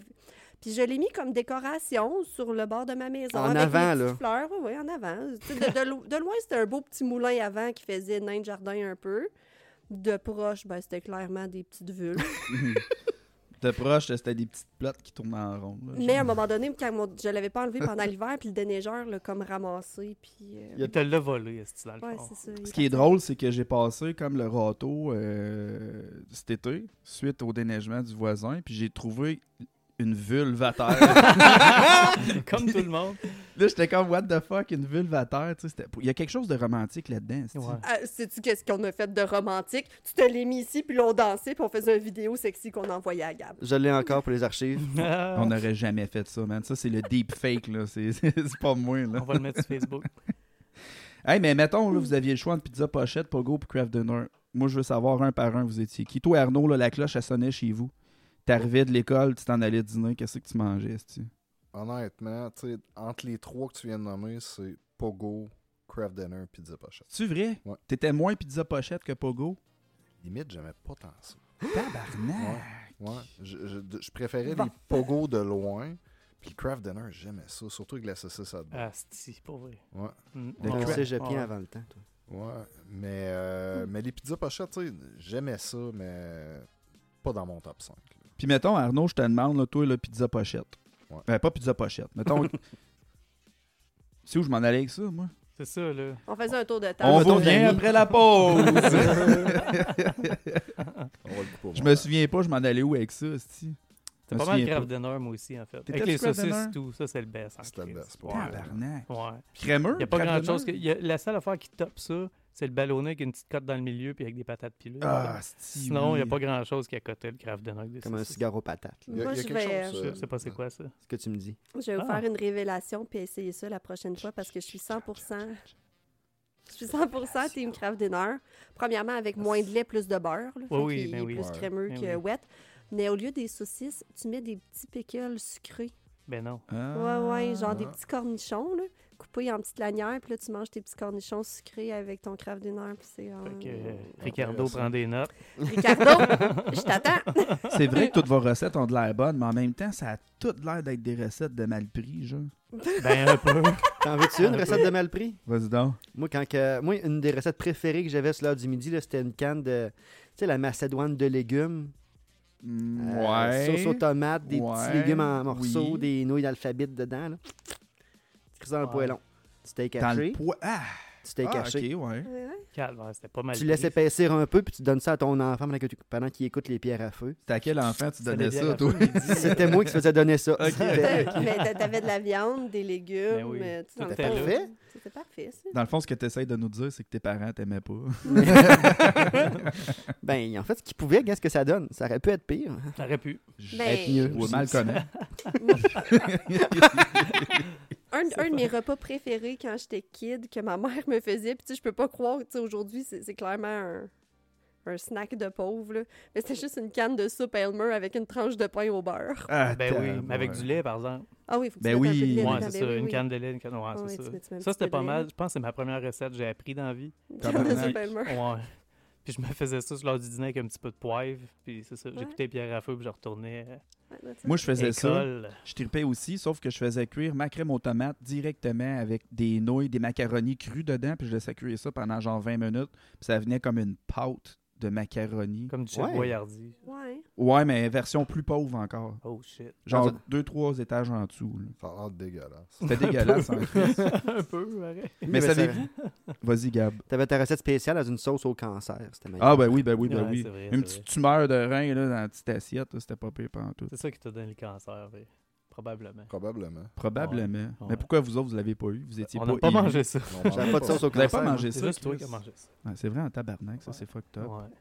Speaker 5: Puis je l'ai mis comme décoration sur le bord de ma maison.
Speaker 1: En
Speaker 5: avec
Speaker 1: avant,
Speaker 5: les
Speaker 1: là.
Speaker 5: petites fleurs, oui, oui, en avant. Tu sais, De, de lo- de loin, c'était un beau petit moulin à vent qui faisait nain de jardin un peu. De proche, ben, c'était clairement des petites vulves.
Speaker 2: De proche, c'était des petites plottes qui tournent en rond. là, genre.
Speaker 5: Mais à un moment donné, quand mon- je l'avais pas enlevé pendant l'hiver, puis le déneigeur l'a comme ramassé, puis... euh,
Speaker 3: Il te l'a volé, est dans le
Speaker 5: ouais,
Speaker 3: fond?
Speaker 5: c'est ça. il
Speaker 2: Ce qui est drôle, c'est que j'ai passé comme le râteau euh, cet été, suite au déneigement du voisin, puis j'ai trouvé une vulve à terre.
Speaker 3: Comme tout le monde.
Speaker 2: là, j'étais comme, what the fuck, une vulve à terre. tu sais, c'était- Il y a quelque chose de romantique là-dedans. c'est-tu.
Speaker 3: Ouais.
Speaker 5: Ah, Sais-tu qu'est-ce qu'on a fait de romantique? Tu te l'es mis ici, puis l'on dansait, puis on faisait une vidéo sexy qu'on envoyait à Gab.
Speaker 1: Je l'ai encore pour les archives.
Speaker 2: On n'aurait jamais fait ça, man. Ça, c'est le deep fake, là. C'est c'est- c'est pas moi, là.
Speaker 3: On va le mettre sur Facebook.
Speaker 2: Hey, mais mettons, là, vous aviez le choix entre pizza pochette, pogo puis craft dinner. Moi, je veux savoir un par un, vous étiez qui. Toi, Arnaud, là, la cloche, elle sonnait chez vous. T'arrivais de l'école, tu t'en allais dîner, qu'est-ce que tu mangeais, esti?
Speaker 4: Honnêtement, tu sais, entre les trois que tu viens de nommer, c'est Pogo, Craft Dinner, Pizza Pochette.
Speaker 2: C'est vrai?
Speaker 4: Ouais.
Speaker 2: T'étais moins pizza pochette que pogo?
Speaker 4: Limite, j'aimais pas tant ça.
Speaker 2: Tabarnak!
Speaker 4: Ouais, je, je- je préférais
Speaker 5: Bon.
Speaker 4: les Pogo de loin, puis le Craft Dinner, j'aimais ça, surtout avec la saucisse à dedans.
Speaker 3: Asti, Ah, pour vrai.
Speaker 4: Ouais.
Speaker 3: Mm.
Speaker 1: Le
Speaker 3: Ouais.
Speaker 1: conseil, je
Speaker 3: Ouais.
Speaker 1: bien avant le temps. toi.
Speaker 4: Ouais, mais, euh,
Speaker 5: Hmm.
Speaker 4: mais les pizzas pochettes, tu sais, j'aimais ça, mais pas dans mon top 5. là.
Speaker 2: Puis mettons, Arnaud, je te demande, là, toi, là, pizza pochette.
Speaker 4: Ouais.
Speaker 2: Ben, pas pizza pochette. Mettons. C'est où je m'en allais avec ça, moi?
Speaker 3: C'est ça, là.
Speaker 5: On faisait un tour de table.
Speaker 2: On
Speaker 1: mettons,
Speaker 2: revient
Speaker 1: Dani.
Speaker 2: après la pause!
Speaker 4: On va le couper au
Speaker 2: je me
Speaker 4: montage.
Speaker 2: souviens pas, je m'en allais où avec ça, esti. Je
Speaker 3: T'as
Speaker 2: me
Speaker 3: pas mal
Speaker 2: souviens
Speaker 3: grave d'honneur, moi aussi, en fait.
Speaker 2: T'étais
Speaker 3: Avec les
Speaker 2: du Kraft
Speaker 3: saucisses
Speaker 2: Dinner?
Speaker 3: et tout, ça, c'est le best. en
Speaker 4: C'était le
Speaker 3: crise.
Speaker 4: best, pour
Speaker 3: Ouais.
Speaker 4: vrai.
Speaker 2: Tabarnak!
Speaker 3: Ouais.
Speaker 2: Crémeux?
Speaker 3: Il n'y a pas
Speaker 2: Kraft
Speaker 3: grand
Speaker 2: Dinner?
Speaker 3: chose. Que... y a- La seule affaire qui top ça, C'est le ballonné avec une petite cote dans le milieu puis avec des patates pilées.
Speaker 2: Ah, c'est-tu,
Speaker 3: Sinon, il n'y a
Speaker 2: oui.
Speaker 3: pas grand-chose qui a coté le Kraft Dinner.
Speaker 1: Comme un cigare aux patates. là,
Speaker 4: Il y a,
Speaker 5: Moi,
Speaker 4: il y a
Speaker 5: je
Speaker 4: quelque
Speaker 5: vais-
Speaker 4: chose.
Speaker 3: Je
Speaker 4: euh,
Speaker 3: sais pas c'est quoi ça.
Speaker 1: ce que tu me dis.
Speaker 5: Je vais vous
Speaker 3: Ah.
Speaker 5: faire une révélation puis essayer ça la prochaine fois parce que je suis 100%. Je suis 100% Team Kraft Dinner. Premièrement, avec moins de lait, plus de beurre. là, fait
Speaker 3: Oui, oui,
Speaker 5: qu'il
Speaker 3: ben
Speaker 5: est
Speaker 3: oui.
Speaker 5: plus
Speaker 4: Ouais.
Speaker 5: crémeux
Speaker 3: Ben
Speaker 5: que
Speaker 3: oui.
Speaker 5: wet. Mais au lieu des saucisses, tu mets des petits pickles sucrés.
Speaker 3: Ben non.
Speaker 2: Ah.
Speaker 5: Ouais, ouais, genre des
Speaker 4: Ah.
Speaker 5: petits cornichons, là, coupés en petites lanières. Puis là, tu manges tes petits cornichons sucrés avec ton Kraft Dinner. Puis c'est... euh,
Speaker 3: Fait que euh, Ricardo
Speaker 4: intéressant.
Speaker 3: prend des notes.
Speaker 5: Ricardo, je t'attends!
Speaker 2: C'est vrai que toutes vos recettes ont de l'air bonnes, mais en même temps, ça a tout l'air d'être des recettes de mal prix, genre.
Speaker 3: Ben un peu.
Speaker 1: T'en veux-tu
Speaker 5: Ah,
Speaker 1: une recette de mal pris?
Speaker 2: Vas-y donc.
Speaker 1: Moi, quand que- moi, une des recettes préférées que j'avais sur l'heure du midi, là, c'était une canne de, tu sais, la macédoine de légumes.
Speaker 2: Mm,
Speaker 1: Euh,
Speaker 2: ouais.
Speaker 1: Sauce aux tomates, des
Speaker 2: Ouais.
Speaker 1: petits légumes en morceaux,
Speaker 2: Oui.
Speaker 1: des nouilles d'alphabète dedans. Là. Tu crisses dans le
Speaker 3: Ouais.
Speaker 1: poêlon. Tu t'es
Speaker 2: Dans le
Speaker 1: caché.
Speaker 2: poids. Ah,
Speaker 1: Tu t'es
Speaker 2: ah,
Speaker 1: caché.
Speaker 2: ok, ouais.
Speaker 5: Ouais, ouais.
Speaker 3: Calme, ouais, c'était pas mal.
Speaker 1: Tu laisses
Speaker 3: pris.
Speaker 1: épaissir un peu, puis tu donnes ça à ton enfant pendant que tu- pendant qu'il écoute les pierres à feu.
Speaker 2: C'était à quel enfant tu
Speaker 3: Ça
Speaker 2: donnais
Speaker 3: devient
Speaker 2: ça,
Speaker 3: la
Speaker 2: toi?
Speaker 3: fin du midi.
Speaker 1: C'était moi qui se faisais donner ça.
Speaker 2: Ben,
Speaker 1: C'était-
Speaker 5: Mais t'a- t'avais de la viande, des légumes.
Speaker 3: Ben oui.
Speaker 5: euh, tu sais, dans
Speaker 3: Tout
Speaker 5: le
Speaker 3: était
Speaker 5: fond,
Speaker 3: là.
Speaker 1: Parfait.
Speaker 5: C'était parfait, ça.
Speaker 2: Dans le fond, ce que tu essayes de nous dire, c'est que tes parents t'aimaient pas.
Speaker 1: Ben, en fait, ce qu'il pouvait, qu'est-ce que ça donne? Ça aurait pu être pire.
Speaker 3: T'aurais pu.
Speaker 5: Mais-
Speaker 1: Être mieux.
Speaker 2: Ou mal connaître.
Speaker 5: un, un de mes repas préférés quand j'étais kid que ma mère me faisait. Puis tu sais, je peux pas croire, tu sais, aujourd'hui, c'est c'est clairement un, un snack de pauvre, là. Mais c'était juste une canne de soupe Elmer avec une tranche de pain au beurre.
Speaker 2: Ah,
Speaker 3: Ben oui,
Speaker 2: tabarnak.
Speaker 3: mais avec du lait, par exemple.
Speaker 5: Ah oui, faut que
Speaker 2: Ben
Speaker 5: tu
Speaker 2: oui.
Speaker 5: mettes un peu de lait
Speaker 2: Ouais,
Speaker 3: Ouais,
Speaker 5: dedans.
Speaker 3: c'est
Speaker 5: Ben
Speaker 3: ça.
Speaker 5: oui,
Speaker 3: Une
Speaker 5: oui.
Speaker 3: canne de lait, une canne. Ouais,
Speaker 5: Ah oui,
Speaker 3: c'est
Speaker 5: tu
Speaker 3: ça.
Speaker 5: mets- tu mets
Speaker 3: Ça,
Speaker 5: un petit peu
Speaker 3: c'était
Speaker 5: de
Speaker 3: pas
Speaker 5: lait,
Speaker 3: mal.
Speaker 5: là.
Speaker 3: Je pense que c'est ma première recette que j'ai appris dans la vie.
Speaker 5: Une canne de
Speaker 2: Tabarnak.
Speaker 5: soupe Elmer.
Speaker 3: Ouais. Puis je me faisais ça sur l'heure du dîner avec un petit peu de poivre. Puis c'est ça.
Speaker 5: Ouais.
Speaker 3: J'écoutais Pierre à feu, puis je retournais euh,
Speaker 5: Ouais, that's it.
Speaker 2: Moi, je faisais ça.
Speaker 3: école.
Speaker 2: Je tripais aussi, sauf que je faisais cuire ma crème aux tomates directement avec des nouilles, des macaronis crus dedans, puis je laissais cuire ça pendant genre 20 minutes, puis ça venait comme une pâte de macaroni.
Speaker 3: Comme du chef
Speaker 1: Ouais.
Speaker 3: Boyardi.
Speaker 5: Ouais.
Speaker 2: Ouais, mais version plus pauvre encore.
Speaker 3: Oh shit.
Speaker 2: Genre
Speaker 1: Dans un-
Speaker 2: deux, trois étages en dessous. là.
Speaker 4: Ça a l'air dégueulasse.
Speaker 2: C'était dégueulasse. en Christ.
Speaker 3: un peu, pareil.
Speaker 2: Mais
Speaker 1: ça-
Speaker 2: savez-vous- Vas-y, Gab.
Speaker 1: T'avais ta recette spéciale dans une sauce au cancer. C'était meilleur.
Speaker 2: Ah, ben oui, ben oui, ben
Speaker 3: Ouais,
Speaker 2: oui.
Speaker 3: c'est vrai,
Speaker 2: Une
Speaker 3: c'est
Speaker 2: petite tumeur de rein là, dans la petite assiette, là, c'était pas pire pendant tout.
Speaker 3: C'est ça qui t'a donné le cancer, oui. probablement.
Speaker 4: Probablement.
Speaker 2: Probablement.
Speaker 3: Ouais.
Speaker 2: Mais pourquoi vous autres, vous l'avez pas eu Vous étiez
Speaker 3: On
Speaker 2: pas,
Speaker 3: n'a pas
Speaker 2: élus.
Speaker 3: mangé ça.
Speaker 4: On mange
Speaker 1: J'avais pas de sauce au
Speaker 2: Vous avez
Speaker 1: cancer.
Speaker 2: pas mangé
Speaker 3: C'est
Speaker 2: ça
Speaker 3: juste toi
Speaker 2: Chris?
Speaker 3: qui as mangé ça.
Speaker 2: Ouais, hein? Ah, C'est vrai, en tabarnak, ça,
Speaker 3: Ouais.
Speaker 2: c'est fucked up.
Speaker 3: Ouais.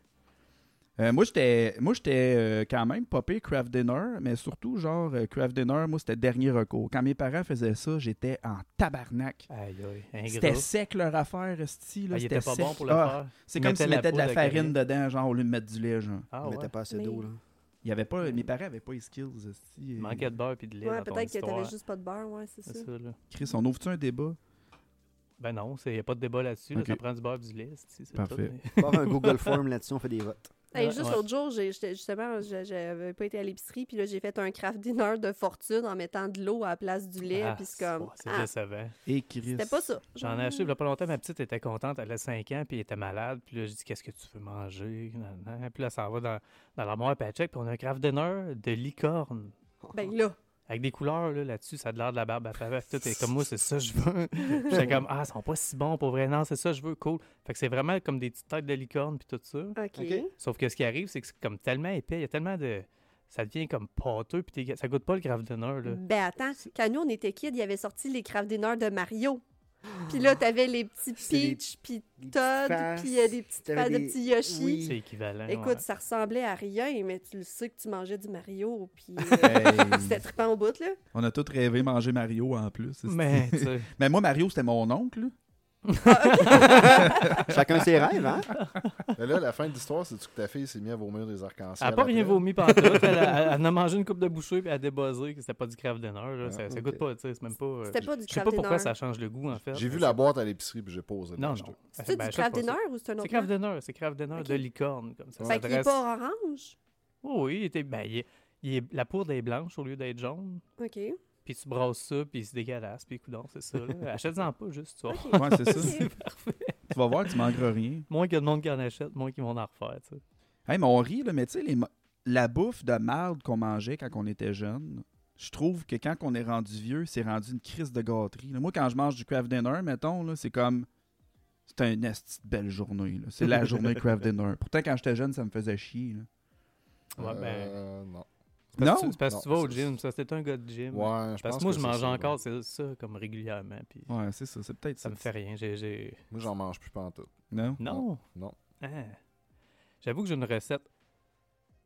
Speaker 2: Euh, moi, j'étais moi, j'étais euh, quand même popé craft dinner, mais surtout, genre, euh, craft dinner, moi, c'était dernier recours. Quand mes parents faisaient ça, j'étais en tabarnak.
Speaker 3: Aïe, aïe. Ingrat.
Speaker 2: C'était sec leur affaire, esti, là,
Speaker 3: Ah, il
Speaker 2: c'était
Speaker 3: était pas
Speaker 2: sec.
Speaker 3: bon pour le
Speaker 2: Ah,
Speaker 3: faire.
Speaker 2: C'est
Speaker 3: Il
Speaker 2: comme
Speaker 3: mettait
Speaker 2: s'ils
Speaker 3: la
Speaker 2: mettaient de
Speaker 3: peau
Speaker 2: la
Speaker 3: de la
Speaker 2: farine
Speaker 3: carotte.
Speaker 2: dedans, genre, au lieu de mettre du lait, genre.
Speaker 3: Ah
Speaker 1: Mais
Speaker 3: ouais.
Speaker 1: t'as pas assez
Speaker 5: Mais-
Speaker 1: d'eau, là.
Speaker 2: Il y avait pas, mes parents avaient pas les skills, esti.
Speaker 3: Il manquait de beurre puis de lait.
Speaker 5: Ouais,
Speaker 3: dans ton
Speaker 5: peut-être que
Speaker 3: histoire.
Speaker 5: t'avais juste pas de beurre, ouais, c'est ça.
Speaker 3: C'est ça, là.
Speaker 2: Chris, on ouvre-tu un débat?
Speaker 3: Ben non, il n'y a pas de débat là-dessus. là.
Speaker 2: Ok.
Speaker 3: Ça prend du beurre et du lait. c'est- c'est
Speaker 2: Parfait.
Speaker 3: tout, mais-
Speaker 1: On va faire un Google Form là-dessus, on fait des votes.
Speaker 5: Hey,
Speaker 3: Ouais,
Speaker 5: juste
Speaker 3: ouais.
Speaker 5: l'autre jour, j'ai- j'étais- justement, je- j'avais pas été à l'épicerie, puis là, j'ai fait un craft dinner de fortune en mettant de l'eau à la place du lait,
Speaker 3: Ah,
Speaker 5: puis c'est comme.
Speaker 3: ouais, C'est
Speaker 5: ah, mm-hmm.
Speaker 3: décevant.
Speaker 2: Et Chris.
Speaker 5: c'était pas ça.
Speaker 3: J'en ai acheté il y a pas longtemps. Ma petite était contente. Elle a 5 ans, puis elle était malade. Puis là, j'ai dit Qu'est-ce que tu veux manger Nan, nan. Puis là, ça va dans, dans l'armoire puis elle check. Puis on a un craft dinner de licorne.
Speaker 5: Ben là.
Speaker 3: Avec des couleurs là, là-dessus, ça a de l'air de la barbe à travers. puis Tout est comme moi, c'est ça que je veux. Puis J'étais comme Ah, ils sont pas si bons pour vrai. Non, c'est ça que je veux. Cool. Fait que c'est vraiment comme des petites têtes de licorne, puis tout ça.
Speaker 5: OK.
Speaker 1: Ok.
Speaker 3: Sauf que ce qui arrive, c'est que c'est comme tellement épais, il y a tellement de. Ça devient comme pâteux, puis t'es- ça goûte pas le grave d'honneur, là.
Speaker 5: Ben attends, quand nous, on était kids, il y avait sorti les craft dinner de Mario. Puis là, t'avais les petits
Speaker 1: C'est des-
Speaker 5: Peach, puis Todd, puis euh, des petites
Speaker 1: t'avais
Speaker 5: pattes de
Speaker 1: des-
Speaker 5: petits Yoshi.
Speaker 1: oui.
Speaker 3: C'est équivalent. ouais.
Speaker 5: Écoute, ça ressemblait à rien, mais tu le sais que tu mangeais du Mario, puis euh,
Speaker 2: Hey.
Speaker 5: c'était trippant au bout, là.
Speaker 2: On a tous rêvé manger Mario en plus. esti.
Speaker 3: Mais, tu sais,
Speaker 2: Mais moi, Mario, c'était mon oncle. là.
Speaker 1: Chacun ses rêves, hein?
Speaker 4: Mais là, la fin de l'histoire, c'est que ta fille s'est mise à vomir des arcs-en-ciel.
Speaker 3: elle a pas
Speaker 4: après.
Speaker 3: rien vomi pendant tout. Elle, a- elle en a mangé une coupe de bouchée, puis elle a débuzzé que c'était pas du grave d'honneur, là. Ça,
Speaker 4: Ah,
Speaker 3: ça
Speaker 4: ok.
Speaker 3: goûte pas, tu sais, c'est même pas. euh,
Speaker 5: C'était pas du
Speaker 3: Je sais
Speaker 5: craft
Speaker 3: pas
Speaker 5: dinner.
Speaker 3: pourquoi ça change le goût, en fait.
Speaker 4: J'ai vu la boîte à l'épicerie puis j'ai posé.
Speaker 3: Non, non.
Speaker 5: C'est
Speaker 3: Ben,
Speaker 5: du
Speaker 3: je sais pas
Speaker 5: craft
Speaker 3: ça.
Speaker 5: dinner ou c'est un
Speaker 3: C'est
Speaker 5: autre?
Speaker 3: grave
Speaker 5: nom?
Speaker 3: d'honneur, c'est grave d'honneur
Speaker 5: Ok.
Speaker 3: de licorne, comme ça.
Speaker 5: Fait qu'il est
Speaker 3: s'adresse-
Speaker 5: pas orange?
Speaker 3: Oh, oui, il était. Ben, il est- il est- la poudre est blanche au lieu d'être jaune.
Speaker 5: OK.
Speaker 3: Puis tu brasses ça, puis c'est dégueulasse, puis coudon, c'est ça. là. Achète-en pas, juste, tu vois.
Speaker 5: OK.
Speaker 2: Ouais, c'est ça.
Speaker 5: Ok.
Speaker 2: tu vas voir, tu manqueras rien.
Speaker 3: Moins qu'il y a de monde qui en achète, moins qu'ils vont en refaire, tu sais.
Speaker 2: Hey, mais on rit, là, mais tu sais, les mo- la bouffe de marde qu'on mangeait quand on était jeune, je trouve que quand on est rendu vieux, c'est rendu une crise de gâterie. là. Moi, quand je mange du craft dinner, mettons, là, c'est comme. C'est une esti de belle journée. là. C'est la journée craft dinner. Pourtant, quand j'étais jeune, ça me faisait chier. là.
Speaker 3: Ouais, ben,
Speaker 4: Euh, non.
Speaker 3: Parce que
Speaker 2: Non?
Speaker 3: tu- Parce que tu
Speaker 4: Non,
Speaker 3: vas au
Speaker 4: ça,
Speaker 3: gym, ça c'est un gars de gym.
Speaker 4: Ouais, je
Speaker 3: Parce
Speaker 4: pense
Speaker 3: que moi,
Speaker 4: que
Speaker 3: je
Speaker 4: c'est
Speaker 3: mange
Speaker 4: ça,
Speaker 3: encore
Speaker 4: ouais.
Speaker 3: c'est ça comme régulièrement. Puis
Speaker 2: Ouais, c'est ça. C'est peut-être ça.
Speaker 3: ça me fait rien. J'ai- j'ai-
Speaker 4: Moi, j'en mange plus pantoute.
Speaker 2: Non?
Speaker 3: Non.
Speaker 4: Non.
Speaker 3: Ah. J'avoue que j'ai une recette,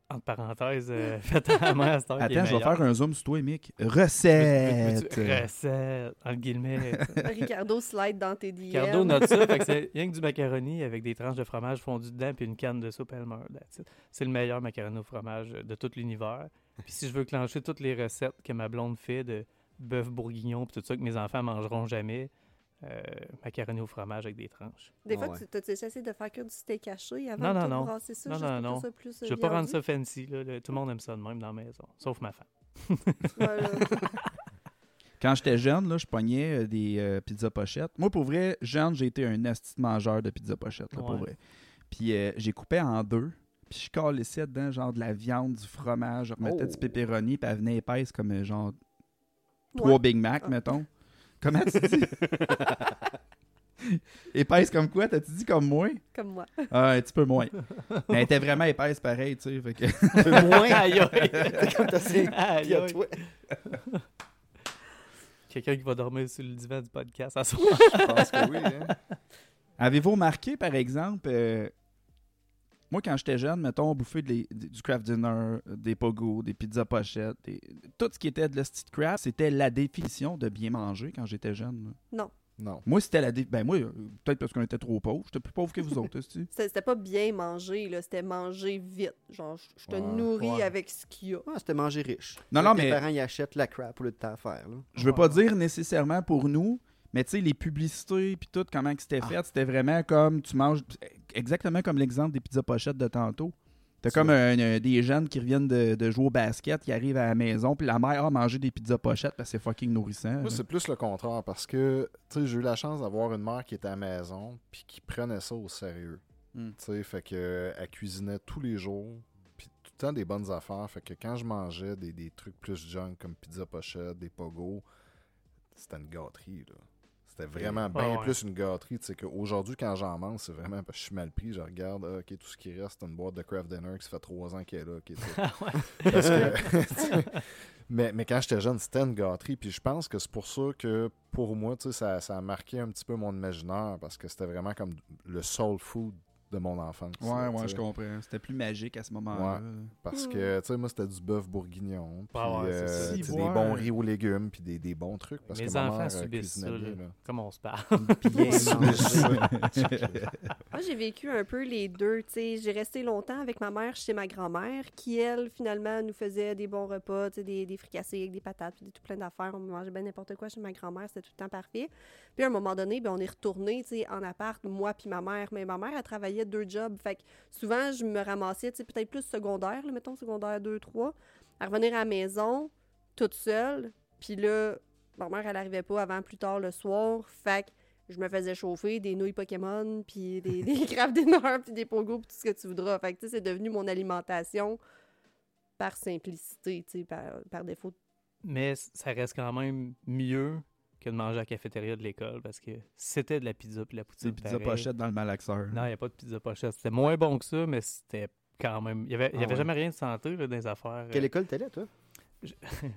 Speaker 3: entre parenthèses, euh, faite à la main à cette heure qui est
Speaker 2: Attends, je vais
Speaker 3: meilleure.
Speaker 2: faire un zoom sur toi, Mick.
Speaker 3: Veux- veux-
Speaker 2: Recette!
Speaker 3: veux- veux- Recette, entre guillemets.
Speaker 5: Ricardo slide dans tes DM.
Speaker 3: Ricardo note ça, fait que c'est rien que du macaroni avec des tranches de fromage fondu dedans puis une canne de soupe Elmer. that's it. C'est le meilleur macaroni au fromage de tout l'univers. Puis si je veux clencher toutes les recettes que ma blonde fait de bœuf bourguignon puis tout ça que mes enfants mangeront jamais, euh, macaroni au fromage avec des tranches.
Speaker 5: Des
Speaker 1: Ah
Speaker 5: fois,
Speaker 1: ouais.
Speaker 5: tu t'as-tu essayé de faire que du steak haché
Speaker 3: Non,
Speaker 5: avant
Speaker 3: non,
Speaker 5: de tout
Speaker 3: non.
Speaker 5: brasser ça?
Speaker 3: Non,
Speaker 5: juste
Speaker 3: non,
Speaker 5: pour que
Speaker 3: non.
Speaker 5: ça plus, euh,
Speaker 3: Je veux pas rendre
Speaker 5: viandu?
Speaker 3: ça fancy. là, le- tout le monde aime ça de même dans la maison, sauf ma femme.
Speaker 5: Voilà.
Speaker 2: Quand j'étais jeune, là, je pognais euh, des euh, pizzas pochettes. Moi, pour vrai, jeune, j'ai été un asti de mangeur de pizza pochette, là, pour
Speaker 3: Ouais.
Speaker 2: vrai. Puis euh, j'ai coupé en deux, puis je calissais dedans, genre, de la viande, du fromage, je remettais du
Speaker 1: Oh.
Speaker 2: pepperoni, puis elle venait épaisse comme, euh, genre,
Speaker 5: Ouais.
Speaker 2: trois Big Mac,
Speaker 5: Ah.
Speaker 2: mettons. Comment tu dis? épaisse comme quoi? T'as-tu dit comme moi?
Speaker 5: Comme moi.
Speaker 2: Ah, un petit peu moins. Mais elle était vraiment épaisse pareil, tu sais. fait que-
Speaker 1: Un peu moins.
Speaker 3: Aïe, aïe.
Speaker 1: comme t'as ses
Speaker 3: Aïe,
Speaker 1: pieds à
Speaker 3: aïe.
Speaker 1: toi. Ah,
Speaker 3: Quelqu'un qui va dormir sur le divan du podcast à soir.
Speaker 4: Je pense que oui, hein.
Speaker 2: Avez-vous remarqué, par exemple, euh, moi, quand j'étais jeune, mettons, on bouffait de les- de- du craft dinner, des pogos, des pizzas pochettes, des- tout ce qui était de l'hostie de craft, c'était la définition de bien manger quand j'étais jeune. là.
Speaker 4: Non.
Speaker 2: Moi, c'était la dé- Ben, moi, euh, peut-être parce qu'on était trop pauvres. J'étais plus pauvre que vous autres, hostie.
Speaker 5: C'était c'était pas bien manger, là. C'était manger vite. Genre, je je te
Speaker 4: Ouais,
Speaker 5: nourris
Speaker 3: ouais.
Speaker 5: avec ce qu'il y a.
Speaker 1: Ah, c'était manger riche.
Speaker 2: Non, non,
Speaker 1: Tes
Speaker 2: mais
Speaker 1: parents, ils achètent la crap au lieu de ta affaire. Là.
Speaker 2: je veux pas dire nécessairement pour nous, mais tu sais, les publicités puis tout, comment que c'était fait, c'était vraiment comme tu manges. Exactement comme l'exemple des pizzas pochettes de tantôt. T'as
Speaker 1: C'est
Speaker 2: comme un- un- des jeunes qui reviennent de, de jouer au basket, qui arrivent à la maison, puis la mère a mangé des pizzas pochettes parce que c'est fucking nourrissant.
Speaker 4: Moi,
Speaker 2: là.
Speaker 4: c'est plus le contraire parce que tu sais, j'ai eu la chance d'avoir une mère qui était à la maison puis qui prenait ça au sérieux.
Speaker 2: Mm.
Speaker 4: Tu sais, fait que euh, elle cuisinait tous les jours puis tout le temps des bonnes affaires. Fait que quand je mangeais des, des trucs plus junk comme pizza pochette, des pogos, c'était une gâterie là. C'était vraiment
Speaker 3: Ouais,
Speaker 4: bien
Speaker 3: ouais.
Speaker 4: plus une gâterie. Tu sais qu'aujourd'hui, quand j'en mange, c'est vraiment parce que je suis mal pris. Je regarde, ah, ok, tout ce qui reste, c'est une boîte de craft dinner qui ça fait trois ans qu'elle est là. ok, tu sais. Parce que- Euh, mais, mais quand j'étais jeune, c'était une gâterie. Puis je pense que c'est pour ça que pour moi, tu sais, ça, ça a marqué un petit peu mon imaginaire parce que c'était vraiment comme le soul food de mon enfance.
Speaker 2: Ouais,
Speaker 4: là,
Speaker 2: ouais,
Speaker 4: tu
Speaker 2: je
Speaker 4: sais.
Speaker 2: comprends. C'était plus magique à ce moment-là.
Speaker 4: Ouais. Parce que, tu sais, moi, c'était du bœuf bourguignon. Puis,
Speaker 3: Ah ouais, c'est
Speaker 4: euh,
Speaker 3: ça.
Speaker 4: tu sais,
Speaker 2: Si,
Speaker 4: des
Speaker 2: ouais.
Speaker 4: bons riz aux légumes, puis des, des bons trucs. Parce
Speaker 3: Mes
Speaker 4: que ma
Speaker 3: enfants
Speaker 4: mère, euh,
Speaker 3: subissent ça,
Speaker 4: cuisinait
Speaker 3: là.
Speaker 4: bien, là.
Speaker 3: Comment on se parle?
Speaker 1: Bien manger.
Speaker 5: Moi, j'ai vécu un peu les deux. tu sais. J'ai resté longtemps avec ma mère chez ma grand-mère, qui, elle, finalement, nous faisait des bons repas, tu sais, des, des fricassés avec des patates, puis des- tout plein d'affaires. On mangeait bien n'importe quoi chez ma grand-mère, c'était tout le temps parfait. Puis à un moment donné, ben, on est retourné en appart, moi puis ma mère. Mais ma mère, elle travaillait deux jobs. Fait que souvent, je me ramassais, tu sais, peut-être plus secondaire, là, mettons secondaire 2, 3, à revenir à la maison toute seule. Puis là, ma mère, elle arrivait pas avant plus tard le soir. Fait que je me faisais chauffer des nouilles Pokémon, puis des, des crabes dinner, puis des pogos, puis tout ce que tu voudras. Fait que, tu sais, c'est devenu mon alimentation par simplicité, tu sais, par, par défaut.
Speaker 3: Mais c- ça reste quand même mieux que de manger à la cafétéria de l'école parce que c'était de la pizza puis de la poutine.
Speaker 2: Des pizzas
Speaker 3: pareil.
Speaker 2: pochettes dans le malaxeur.
Speaker 3: Non, il n'y a pas de pizza pochette. C'était moins bon que ça, mais c'était quand même. Il n'y avait, il y
Speaker 2: Ah
Speaker 3: avait
Speaker 2: ouais.
Speaker 3: jamais rien de santé là, dans les affaires. euh,
Speaker 1: Quelle école t'allais, toi?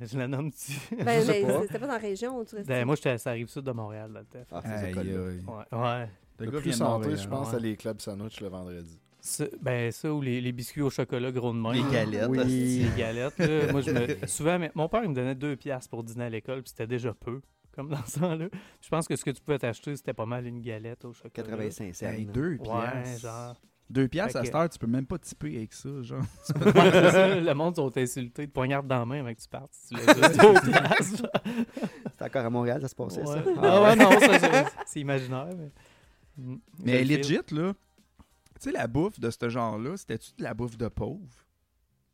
Speaker 3: Je la nomme-tu?
Speaker 5: Ben,
Speaker 1: Je sais
Speaker 5: mais
Speaker 1: pas.
Speaker 5: c'était pas dans la région, tu restes.
Speaker 3: Ben, moi, j'étais à la rive sud de Montréal dans le temps.
Speaker 1: Ah, ces
Speaker 2: Aïe,
Speaker 1: écoles-là.
Speaker 2: aïe.
Speaker 3: Ouais. ouais.
Speaker 2: Le
Speaker 4: Le
Speaker 2: gars
Speaker 4: plus
Speaker 2: vient de hein,
Speaker 4: santé,
Speaker 2: Montréal.
Speaker 4: je pense,
Speaker 3: ouais.
Speaker 4: à les clubs sandwich le vendredi.
Speaker 3: Ça- ben, ça ou les, les biscuits au chocolat gros de main.
Speaker 2: Les galettes.
Speaker 1: Oui.
Speaker 2: hostie.
Speaker 3: Les galettes, là. Moi, je me... Souvent, mais- mon père, il me donnait deux piastres pour dîner à l'école, puis c'était déjà peu, comme dans ce temps-là. Je pense que ce que tu pouvais t'acheter, c'était pas mal une galette au chocolat.
Speaker 1: 85 cents.
Speaker 2: Hey, deux
Speaker 3: Ouais,
Speaker 2: piastres.
Speaker 3: genre.
Speaker 2: Deux piastres
Speaker 3: Fait
Speaker 2: à
Speaker 3: que-
Speaker 2: cette heure, tu peux même pas typer avec ça, genre.
Speaker 3: Ouais, c'est ça, le monde sont insultés, te poignarde dans la main avant que tu partes. Si tu l'as juste deux piastres, genre.
Speaker 1: C'était encore à Montréal, ça se passait, ça?
Speaker 3: Ouais.
Speaker 1: Ah
Speaker 3: Ah ouais,
Speaker 1: ouais.
Speaker 3: non, ça, c'est- c'est imaginaire. Mais, Mm. Je
Speaker 2: Mais
Speaker 3: le file.
Speaker 2: legit, là, tu sais, la bouffe de ce genre-là, c'était-tu de la bouffe de pauvre?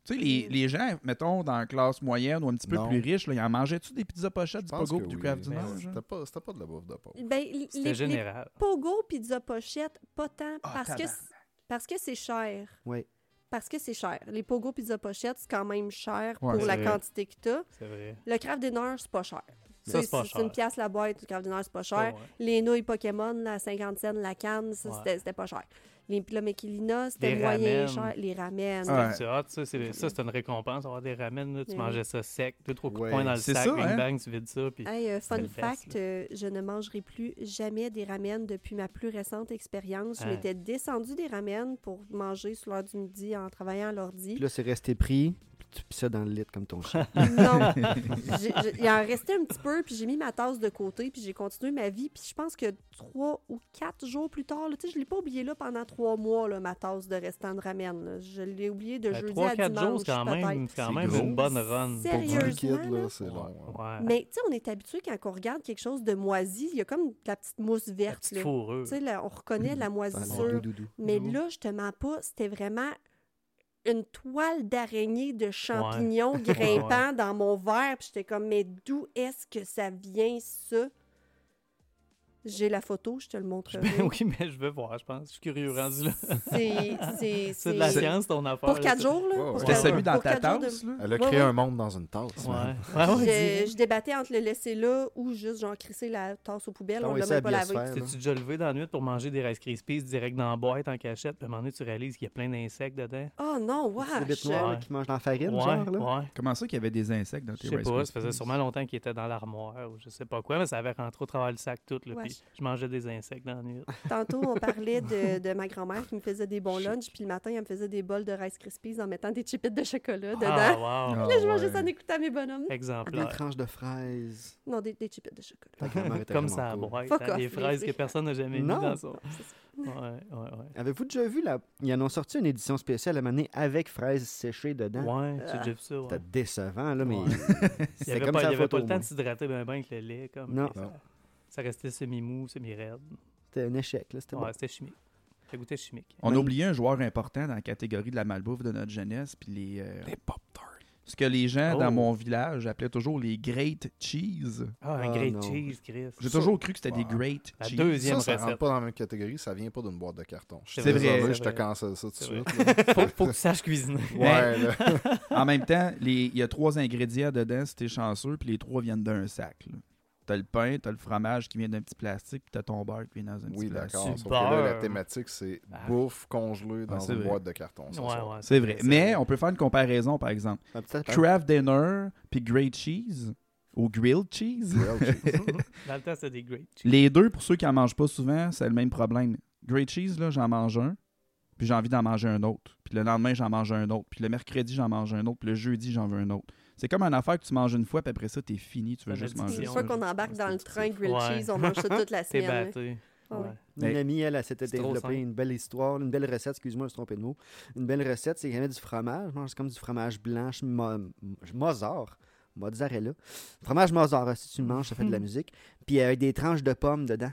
Speaker 2: Tu sais, les, les gens, mettons, dans la classe moyenne ou un petit peu
Speaker 4: Non.
Speaker 2: plus riche, là, ils en mangeaient-tu des pizzas pochettes,
Speaker 4: Je
Speaker 2: du
Speaker 4: pense
Speaker 2: pogo
Speaker 4: que
Speaker 2: pis du hein?
Speaker 4: oui,
Speaker 2: craft
Speaker 4: mais
Speaker 2: dinner?
Speaker 3: ouais.
Speaker 2: genre?
Speaker 4: C'était pas, c'était pas de la bouffe de pauvre.
Speaker 5: Ben, les,
Speaker 3: C'était
Speaker 5: les- les
Speaker 3: général.
Speaker 5: pogos, pizza pochette, pas tant,
Speaker 2: Ah,
Speaker 5: parce, que,
Speaker 2: tabarnak.
Speaker 5: c'est- parce que c'est cher.
Speaker 1: Ouais.
Speaker 5: Parce que c'est cher. Les pogos, pizza pochette, c'est quand même cher
Speaker 2: Ouais,
Speaker 5: pour
Speaker 3: c'est
Speaker 5: la
Speaker 3: vrai.
Speaker 5: cantité que t'as.
Speaker 3: C'est vrai.
Speaker 5: Le craft dinner, c'est pas cher. Tu
Speaker 3: Ça,
Speaker 5: sais,
Speaker 3: c'est pas
Speaker 5: C'est c'est une
Speaker 3: cher.
Speaker 5: pièce la boîte, quand d'une heure, c'est pas cher.
Speaker 3: Ouais.
Speaker 5: Les nouilles Pokémon, la cinquantaine, la canne, ça,
Speaker 3: Ouais.
Speaker 5: c'était- c'était pas cher. Les le Mekilina, c'était
Speaker 3: Les
Speaker 5: moyen
Speaker 3: ramen.
Speaker 5: cher. Les ramen.
Speaker 2: Ouais.
Speaker 3: C'est hot, ça, c'est ça, c'est une récompense. Avoir des ramen, là, tu
Speaker 5: Mais
Speaker 3: mangeais ça sec, deux, trois coups
Speaker 4: Ouais.
Speaker 3: de poing dans le
Speaker 2: C'est
Speaker 3: sac,
Speaker 2: ça,
Speaker 3: bang,
Speaker 2: hein?
Speaker 3: bang, tu vides ça. Puis...
Speaker 5: Hey, euh, fun
Speaker 3: Belle fesse,
Speaker 5: fact, euh, je ne mangerai plus jamais des ramen depuis ma plus récente expérience. Je
Speaker 3: Hein.
Speaker 5: m'étais descendu des ramen pour manger sur l'heure du midi en travaillant à l'ordi.
Speaker 1: Puis là, c'est resté pris, puis tu pis ça dans le lit comme ton chien.
Speaker 5: Non, J'ai- j'ai- il en restait un petit peu, puis j'ai mis ma tasse de côté, puis j'ai continué ma vie. Puis je pense que trois ou quatre jours plus tard, là, tu sais, je l'ai pas oublié là pendant trois mois, là, ma tasse de restant de ramen. là. Je l'ai oublié de jeudi à
Speaker 3: 3-4
Speaker 5: dimanche,
Speaker 3: Ben, jours, c'est quand même,
Speaker 5: peut-être.
Speaker 3: c'est quand
Speaker 4: C'est
Speaker 3: même
Speaker 4: gros.
Speaker 3: une bonne run.
Speaker 5: C'est-
Speaker 4: Pour du
Speaker 5: Sérieusement,
Speaker 4: liquide,
Speaker 5: là?
Speaker 4: là, c'est
Speaker 3: Ouais.
Speaker 4: long. hein.
Speaker 3: Ouais.
Speaker 5: Mais tu sais, on est habitué quand on regarde quelque chose de moisi, il y a comme de la petite mousse
Speaker 3: La
Speaker 5: verte.
Speaker 3: petite
Speaker 5: là.
Speaker 3: fourrure.
Speaker 5: Tu sais, là, on reconnaît la
Speaker 1: Dans
Speaker 5: moisissure.
Speaker 1: hein, le doudou.
Speaker 5: Mais
Speaker 3: Nous.
Speaker 5: là, je te mens pas, c'était vraiment une toile d'araignée de champignons grimpants dans mon verre. Puis j'étais comme, mais d'où est-ce que ça vient, ça? J'ai la photo, je te le montrerai.
Speaker 3: Ben oui, mais je veux voir, je pense. Je suis curieux rendu là.
Speaker 5: C'est- c'est-
Speaker 3: C'est de la
Speaker 5: c'est-
Speaker 3: science, ton affaire.
Speaker 5: Pour
Speaker 3: là,
Speaker 5: quatre
Speaker 3: ça.
Speaker 5: jours,
Speaker 4: Ouais,
Speaker 5: là. pour
Speaker 4: ouais.
Speaker 2: C'était
Speaker 5: quatre-
Speaker 2: celui dans
Speaker 5: pour
Speaker 2: ta
Speaker 5: quatre jours de-
Speaker 2: tasse, là?
Speaker 4: Elle a
Speaker 5: Ouais,
Speaker 4: créé
Speaker 5: ouais.
Speaker 4: un monde dans une tasse. man.
Speaker 3: Ouais. Ouais, ouais,
Speaker 5: Je, je débattais entre le laisser là ou juste genre crisser la tasse aux poubelles.
Speaker 1: Ah
Speaker 5: on
Speaker 1: oui,
Speaker 5: l'a
Speaker 1: ça,
Speaker 5: même pas
Speaker 1: bien
Speaker 5: lavé.
Speaker 1: se faire.
Speaker 3: T'es-tu déjà levé dans la nuit pour manger des Rice Krispies direct dans la boîte en cachette? Puis à un moment donné, tu réalises qu'il y a plein d'insectes dedans.
Speaker 5: Oh non,
Speaker 1: C'est bête
Speaker 5: wesh!
Speaker 1: noire
Speaker 3: Ouais.
Speaker 1: qui mange dans la farine,
Speaker 3: Ah, ouais,
Speaker 1: genre, là.
Speaker 3: ouais.
Speaker 2: Comment ça qu'il y avait des insectes dans
Speaker 3: Je
Speaker 2: tes
Speaker 3: sais
Speaker 2: Rice
Speaker 3: pas, ça faisait
Speaker 2: Krispies?
Speaker 3: sûrement longtemps qu'il était dans l'armoire ou je sais pas quoi, mais ça avait rentré au travers le sac tout. Là,
Speaker 5: Ouais.
Speaker 3: puis je mangeais des insectes dans la nuit.
Speaker 5: Tantôt, on parlait de, de ma grand-mère qui me faisait des bons lunchs, puis le matin, elle me faisait des bols de Rice Krispies en mettant des chipettes de chocolat dedans.
Speaker 3: Ah, wow!
Speaker 2: Ah
Speaker 5: Là, je mangeais
Speaker 2: ouais.
Speaker 5: ça en écoutant mes bonhommes.
Speaker 1: Des
Speaker 3: Exemplaire.
Speaker 1: tranches de fraises.
Speaker 5: Non, des, des chipettes de chocolat.
Speaker 1: Ta grand-mère était
Speaker 3: Comme
Speaker 1: vraiment
Speaker 3: ça, à
Speaker 1: cool.
Speaker 3: boîte,
Speaker 5: Fuck
Speaker 3: hein,
Speaker 5: off,
Speaker 3: des
Speaker 5: les
Speaker 3: fraises que
Speaker 5: filles.
Speaker 3: personne n'a jamais mis
Speaker 1: Non.
Speaker 3: dans son.
Speaker 5: Non, Oh, c'est ça.
Speaker 3: Ouais, ouais, ouais.
Speaker 1: Avez-vous déjà vu, la... ils en ont sorti une édition spéciale à maner avec fraises séchées dedans.
Speaker 3: Ouais,
Speaker 5: Ah.
Speaker 3: c'est déjà vu ça. ouais.
Speaker 1: C'était décevant, là, mais
Speaker 3: Ouais. Il n'y
Speaker 1: c'était
Speaker 3: avait,
Speaker 1: comme
Speaker 3: pas,
Speaker 1: ça la
Speaker 3: il y avait
Speaker 1: photo.
Speaker 3: pas le
Speaker 1: au
Speaker 3: temps
Speaker 1: moins.
Speaker 3: de s'hydrater bien ben avec le lait. Comme,
Speaker 1: Non.
Speaker 3: et Ça, ça restait semi-mou, semi-raide.
Speaker 1: C'était un échec, là, c'était
Speaker 3: Ouais,
Speaker 1: bon.
Speaker 3: c'était chimique. Ça goûtait chimique.
Speaker 2: On a
Speaker 1: Même-
Speaker 2: oublié un joueur important dans la catégorie de la malbouffe de notre jeunesse, puis les, euh,
Speaker 4: Les Pop-Tarts.
Speaker 2: ce que les gens
Speaker 3: Oh.
Speaker 2: dans mon village appelaient toujours les great cheese.
Speaker 3: Ah, un
Speaker 1: Ah,
Speaker 3: great
Speaker 1: non.
Speaker 3: cheese, Chris.
Speaker 2: J'ai
Speaker 4: Ça,
Speaker 2: toujours cru que c'était des
Speaker 4: ouais.
Speaker 2: great
Speaker 3: La
Speaker 2: cheese.
Speaker 3: deuxième
Speaker 4: ça, ça rentre
Speaker 3: recette.
Speaker 4: pas dans la même catégorie, ça vient pas d'une boîte de carton. Je suis
Speaker 3: C'est
Speaker 2: vrai,
Speaker 4: désolé,
Speaker 3: c'est
Speaker 4: je te
Speaker 3: vrai.
Speaker 4: cancelle ça tout de suite.
Speaker 3: faut, faut que tu saches cuisiner.
Speaker 4: Ouais, là.
Speaker 2: En même temps, les- il y a trois ingrédients dedans si t'es chanceux, puis les trois viennent d'un sac. là. T'as le pain, t'as le fromage qui vient d'un petit plastique, puis t'as ton beurre qui vient dans un petit
Speaker 4: Oui,
Speaker 2: plastique.
Speaker 4: d'accord.
Speaker 3: Du
Speaker 4: Sauf que là, la
Speaker 3: beurre.
Speaker 4: thématique, c'est
Speaker 3: Ah.
Speaker 4: bouffe congelée dans
Speaker 2: Ouais, c'est
Speaker 4: une
Speaker 2: vrai.
Speaker 4: boîte de carton. ça,
Speaker 3: Ouais,
Speaker 4: ça.
Speaker 3: ouais,
Speaker 2: C'est vrai. Mais
Speaker 3: c'est-
Speaker 2: on peut faire une comparaison, par exemple.
Speaker 1: Un petit appareil.
Speaker 2: Craft Dinner, puis Great Cheese, ou Grilled Cheese.
Speaker 4: Grilled cheese.
Speaker 3: Dans le temps, c'était des great cheese.
Speaker 2: Les deux, pour ceux qui en mangent pas souvent, c'est le même problème. Great cheese, là, j'en mange un, puis j'ai envie d'en manger un autre. Puis le lendemain, j'en mange un autre. Puis le mercredi, j'en mange un autre. Puis le jeudi, j'en veux un autre. C'est comme une affaire que tu manges une fois, puis après ça, t'es fini, tu veux
Speaker 3: Ça
Speaker 2: juste
Speaker 3: me dit
Speaker 2: manger
Speaker 5: Une
Speaker 3: bien.
Speaker 2: ça.
Speaker 5: fois qu'on embarque dans le train grilled
Speaker 3: Ouais.
Speaker 5: cheese, on mange ça toute la
Speaker 3: T'es
Speaker 5: semaine.
Speaker 3: batté.
Speaker 5: Ah
Speaker 3: Ouais.
Speaker 5: oui.
Speaker 1: Une
Speaker 2: Mais-
Speaker 1: amie, elle, elle s'était
Speaker 3: C'est trop simple.
Speaker 1: développée une belle histoire, une belle recette, excuse-moi, je me suis trompé de mot. Une belle recette, c'est qu'il y avait du fromage, non, c'est comme du fromage blanc, mo- Mozart, mozzarella. Fromage Mozart, hein, si tu le manges, ça fait de la musique. Puis avec des tranches de pommes dedans.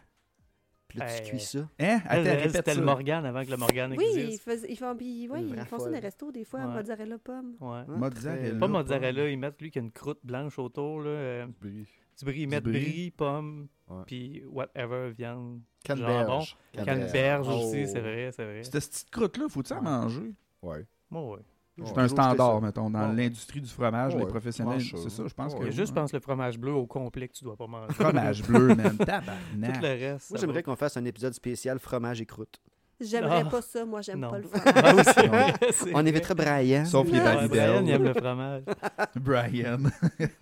Speaker 1: Puis là, tu
Speaker 3: Hey.
Speaker 1: cuis ça.
Speaker 2: Hein?
Speaker 3: Elle,
Speaker 2: Attends,
Speaker 3: elle,
Speaker 2: répète
Speaker 3: c'était
Speaker 2: ça.
Speaker 3: le Morgan avant que le Morgan
Speaker 5: Oui, ils
Speaker 3: existe.
Speaker 5: fais- ils font, puis, ouais,
Speaker 1: Une
Speaker 5: ils
Speaker 1: vraie
Speaker 5: font ça
Speaker 1: folle.
Speaker 5: dans les restos des fois,
Speaker 3: Ouais. Ah.
Speaker 5: mozzarella pomme.
Speaker 3: Ouais.
Speaker 1: Hein,
Speaker 2: Mozzarella.
Speaker 1: très-
Speaker 3: Pas
Speaker 2: Là,
Speaker 3: mozzarella, ils mettent lui qu'il y a une croûte blanche autour. Là, euh,
Speaker 4: Brie.
Speaker 3: du brie, ils mettent
Speaker 2: brie.
Speaker 3: brie, pomme,
Speaker 4: Ouais.
Speaker 3: puis whatever, viande.
Speaker 4: Canneberge.
Speaker 3: Canneberge aussi,
Speaker 4: Oh.
Speaker 3: c'est vrai, c'est vrai.
Speaker 2: Cette petite croûte-là, faut-tu en
Speaker 3: Ouais.
Speaker 2: manger?
Speaker 4: Ouais.
Speaker 3: Moi, ouais.
Speaker 1: Moi,
Speaker 2: C'est
Speaker 1: j'ai
Speaker 2: un
Speaker 1: toujours fait
Speaker 2: standard,
Speaker 1: ça.
Speaker 2: mettons, dans
Speaker 3: Ouais.
Speaker 2: l'industrie du fromage,
Speaker 4: Ouais,
Speaker 2: les professionnels.
Speaker 4: mange ça.
Speaker 2: C'est ça, je pense
Speaker 4: Ouais.
Speaker 2: que.
Speaker 3: Il y a juste, je
Speaker 2: ouais.
Speaker 3: pense, le fromage bleu au complet que tu dois pas manger.
Speaker 2: Fromage bleu, man.
Speaker 3: Tout le
Speaker 2: Tabarnak.
Speaker 3: reste. ça
Speaker 1: Moi, j'aimerais
Speaker 3: va.
Speaker 1: qu'on fasse un épisode spécial fromage et croûte.
Speaker 5: J'aimerais
Speaker 3: Non.
Speaker 5: pas ça, moi, j'aime
Speaker 3: Non.
Speaker 5: pas le fromage.
Speaker 3: Ah oui, c'est vrai, c'est
Speaker 1: On
Speaker 3: vrai.
Speaker 1: éviterait Brian.
Speaker 2: Sauf les
Speaker 5: Ouais,
Speaker 3: Ouais, Brian, il
Speaker 2: validelles.
Speaker 3: aime le fromage.
Speaker 2: Brian.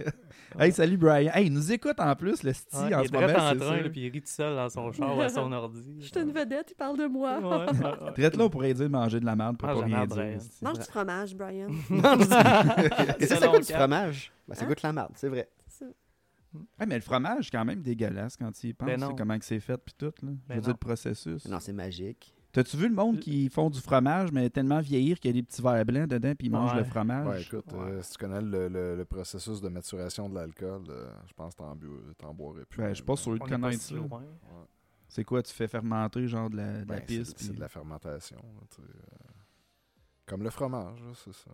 Speaker 2: hey, salut Brian. Hey, il nous écoute en plus, le sti
Speaker 3: Ouais,
Speaker 2: en
Speaker 3: il
Speaker 2: ce
Speaker 3: est direct
Speaker 2: moment.
Speaker 3: en
Speaker 2: c'est
Speaker 3: train,
Speaker 2: sûr.
Speaker 3: là, puis il rit tout seul dans son char ou à son ordi.
Speaker 5: Je suis une vedette, ils parlent de moi.
Speaker 3: Ouais, ouais, ouais.
Speaker 2: Traite là, on pourrait dire de manger de la merde pour
Speaker 3: Ah,
Speaker 2: pas
Speaker 3: j'en
Speaker 2: rien
Speaker 3: ai
Speaker 2: dire.
Speaker 3: Brian.
Speaker 2: esti.
Speaker 5: Mange du fromage, Brian.
Speaker 1: C'est ça, ça
Speaker 3: Selon
Speaker 1: goûte du
Speaker 3: Cap.
Speaker 1: fromage. Ben, ça
Speaker 5: Hein?
Speaker 1: goûte la merde, c'est vrai.
Speaker 5: C'est ça.
Speaker 2: Hey, mais le fromage, quand même dégueulasse quand tu y penses.
Speaker 3: Ben non. Ben
Speaker 2: c'est comment que c'est fait, puis tout. Là. Je veux
Speaker 3: non.
Speaker 2: dire, le processus.
Speaker 1: Non, c'est magique.
Speaker 2: T'as-tu vu le monde qui font du fromage, mais tellement vieillir qu'il y a des petits verres blancs dedans, puis ils mangent
Speaker 3: Ouais.
Speaker 2: le
Speaker 4: Ouais,
Speaker 2: fromage?
Speaker 4: écoute, euh, si tu connais le, le- le processus de maturation de l'alcool, euh, je pense que t'en, bu- t'en boirais plus.
Speaker 2: Ben, je suis pas sûr de
Speaker 3: On est pas
Speaker 2: connaître
Speaker 3: si
Speaker 2: ça.
Speaker 3: loin.
Speaker 2: C'est quoi, tu fais fermenter, genre, de la, de la
Speaker 4: Ben, c'est,
Speaker 2: pisse?
Speaker 4: c'est
Speaker 2: puis-
Speaker 4: de la fermentation. là, tu sais, euh, Comme le fromage, là, c'est ça.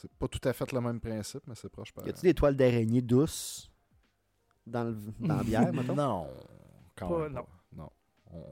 Speaker 4: C'est pas tout à fait le même principe, mais c'est proche par
Speaker 1: Y a-tu des toiles d'araignée douces dans, le, dans la bière, mettons?
Speaker 4: Non,
Speaker 2: Ah
Speaker 4: quand
Speaker 3: Pas-
Speaker 4: même
Speaker 3: non.
Speaker 4: pas. Non. On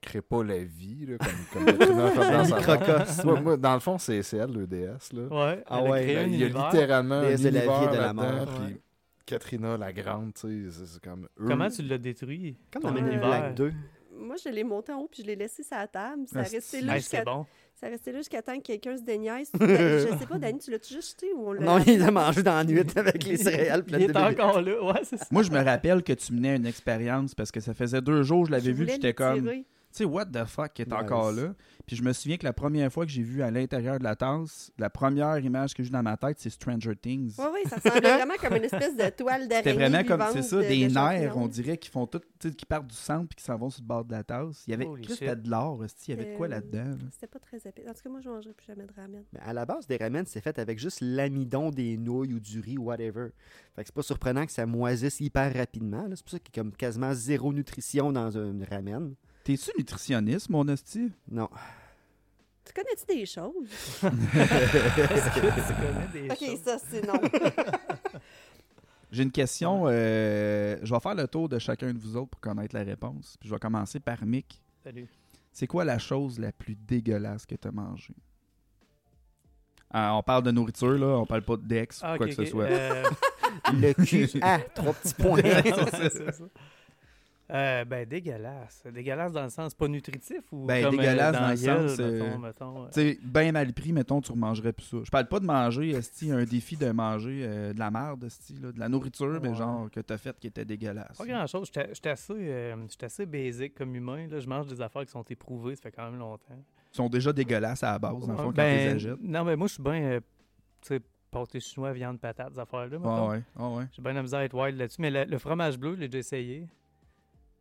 Speaker 4: crée pas la vie, là, comme, comme le Tuna
Speaker 1: Dans
Speaker 4: Fernandez
Speaker 1: les
Speaker 4: avant.
Speaker 1: crocos.
Speaker 4: Moi- moi, dans le fond, c'est, c'est elle, le DS. Là.
Speaker 3: Ouais,
Speaker 1: Ah
Speaker 3: elle a
Speaker 1: ouais,
Speaker 3: créé un
Speaker 4: il y a
Speaker 3: univers.
Speaker 4: littéralement un
Speaker 1: DS de la vie et
Speaker 4: univers
Speaker 1: de la mort.
Speaker 4: là-dedans, puis
Speaker 3: Ouais.
Speaker 4: Katrina la Grande, tu sais, c'est- c'est comme eux.
Speaker 3: Comment tu l'as détruit?
Speaker 1: Comme
Speaker 3: Ton
Speaker 1: dans Men in
Speaker 3: univers.
Speaker 1: Black 2.
Speaker 5: Moi, je l'ai monté en haut puis je l'ai laissé sur la table. Ça
Speaker 2: Ah,
Speaker 5: restait
Speaker 2: c'est-
Speaker 5: là
Speaker 3: Hey, c'est
Speaker 5: jusqu'à
Speaker 3: bon.
Speaker 5: ça restait là jusqu'à temps que quelqu'un se déniaise. je sais pas, Dani, tu l'as-tu juste jeté ou on l'a.
Speaker 1: Non, il les a mangés dans la nuit avec les céréales
Speaker 3: Il
Speaker 1: pleines de
Speaker 3: est
Speaker 1: bébés.
Speaker 3: encore là. Ouais, c'est ça.
Speaker 2: Moi, je me rappelle que tu menais une expérience parce que ça faisait deux jours, je l'avais
Speaker 5: Je
Speaker 2: vu,
Speaker 5: voulais
Speaker 2: j'étais
Speaker 5: le
Speaker 2: comme, tu
Speaker 5: tirer.
Speaker 2: sais, what the fuck, qui est
Speaker 1: Nice.
Speaker 2: encore là. Puis je me souviens que la première fois que j'ai vu à l'intérieur de la tasse, la première image que j'ai dans ma tête, c'est Stranger Things.
Speaker 5: Ouais, ouais, ça ressemblait vraiment comme une espèce de toile d'araignée.
Speaker 2: C'était vraiment comme,
Speaker 5: vivante
Speaker 2: c'est ça,
Speaker 5: de-
Speaker 2: des
Speaker 5: de
Speaker 2: nerfs,
Speaker 5: champignons.
Speaker 2: on dirait, qui font tout, tu sais, qui partent du centre puis qui s'en vont sur le bord de la tasse. Il y avait,
Speaker 3: Holy
Speaker 2: Christ,
Speaker 3: shit.
Speaker 2: c'était de l'or, hostie, il y avait de quoi
Speaker 5: Euh,
Speaker 2: là-dedans? là?
Speaker 5: C'était pas très épais. En tout cas, moi, je mangerai plus jamais de ramen.
Speaker 1: Mais à la base, des ramen, c'est fait avec juste l'amidon des nouilles ou du riz, whatever. Fait que c'est pas surprenant que ça moisisse hyper rapidement. là. C'est pour ça qu'il y a comme quasiment zéro nutrition dans un ramen.
Speaker 2: T'es-tu nutritionniste, mon hostie?
Speaker 1: Non.
Speaker 5: Tu connais-tu des choses?
Speaker 3: Est-ce que tu connais des
Speaker 5: Ok,
Speaker 3: choses?
Speaker 5: ça, c'est non.
Speaker 2: J'ai une question. euh, je vais faire le tour de chacun de vous autres pour connaître la réponse. Puis je vais commencer par Mick.
Speaker 3: Salut.
Speaker 2: C'est quoi la chose la plus dégueulasse que tu as mangée? Ah, on parle de nourriture, là. On parle pas de Dex
Speaker 3: Ah,
Speaker 2: ou quoi
Speaker 3: ok,
Speaker 2: que
Speaker 3: ok,
Speaker 2: ce soit.
Speaker 3: euh,
Speaker 1: Le cul à trois petits points.
Speaker 3: Ouais, c'est ça. Euh, ben, dégueulasse. Dégueulasse dans le sens pas nutritif ou
Speaker 2: Ben,
Speaker 3: comme, euh,
Speaker 2: dégueulasse
Speaker 3: dans,
Speaker 2: dans le
Speaker 3: gueule,
Speaker 2: sens, euh,
Speaker 3: mettons, mettons, euh,
Speaker 2: Tu sais, bien mal pris, mettons, tu remangerais plus ça. Je parle pas de manger, esti, un défi de manger euh, de la merde, esti, là, de la nourriture, mais
Speaker 3: Ouais.
Speaker 2: genre que t'as faite qui était dégueulasse.
Speaker 3: Pas grand-chose. J'étais j'étais assez, euh, j'étais assez basique comme humain. Là, je mange des affaires qui sont éprouvées, ça fait quand même longtemps.
Speaker 2: Ils sont déjà dégueulasses à la base, Ah, dans le fond, quand
Speaker 3: Ben,
Speaker 2: ils les achètent.
Speaker 3: non, mais moi, je suis bien, euh, tu sais, pâté chinois, viande, patate, ces affaires-là,
Speaker 2: Ah
Speaker 3: mettons.
Speaker 2: ouais, ah ouais.
Speaker 3: J'ai bien la misère à être wild là-dessus. Mais le, le fromage bleu, je l'ai déjà essayé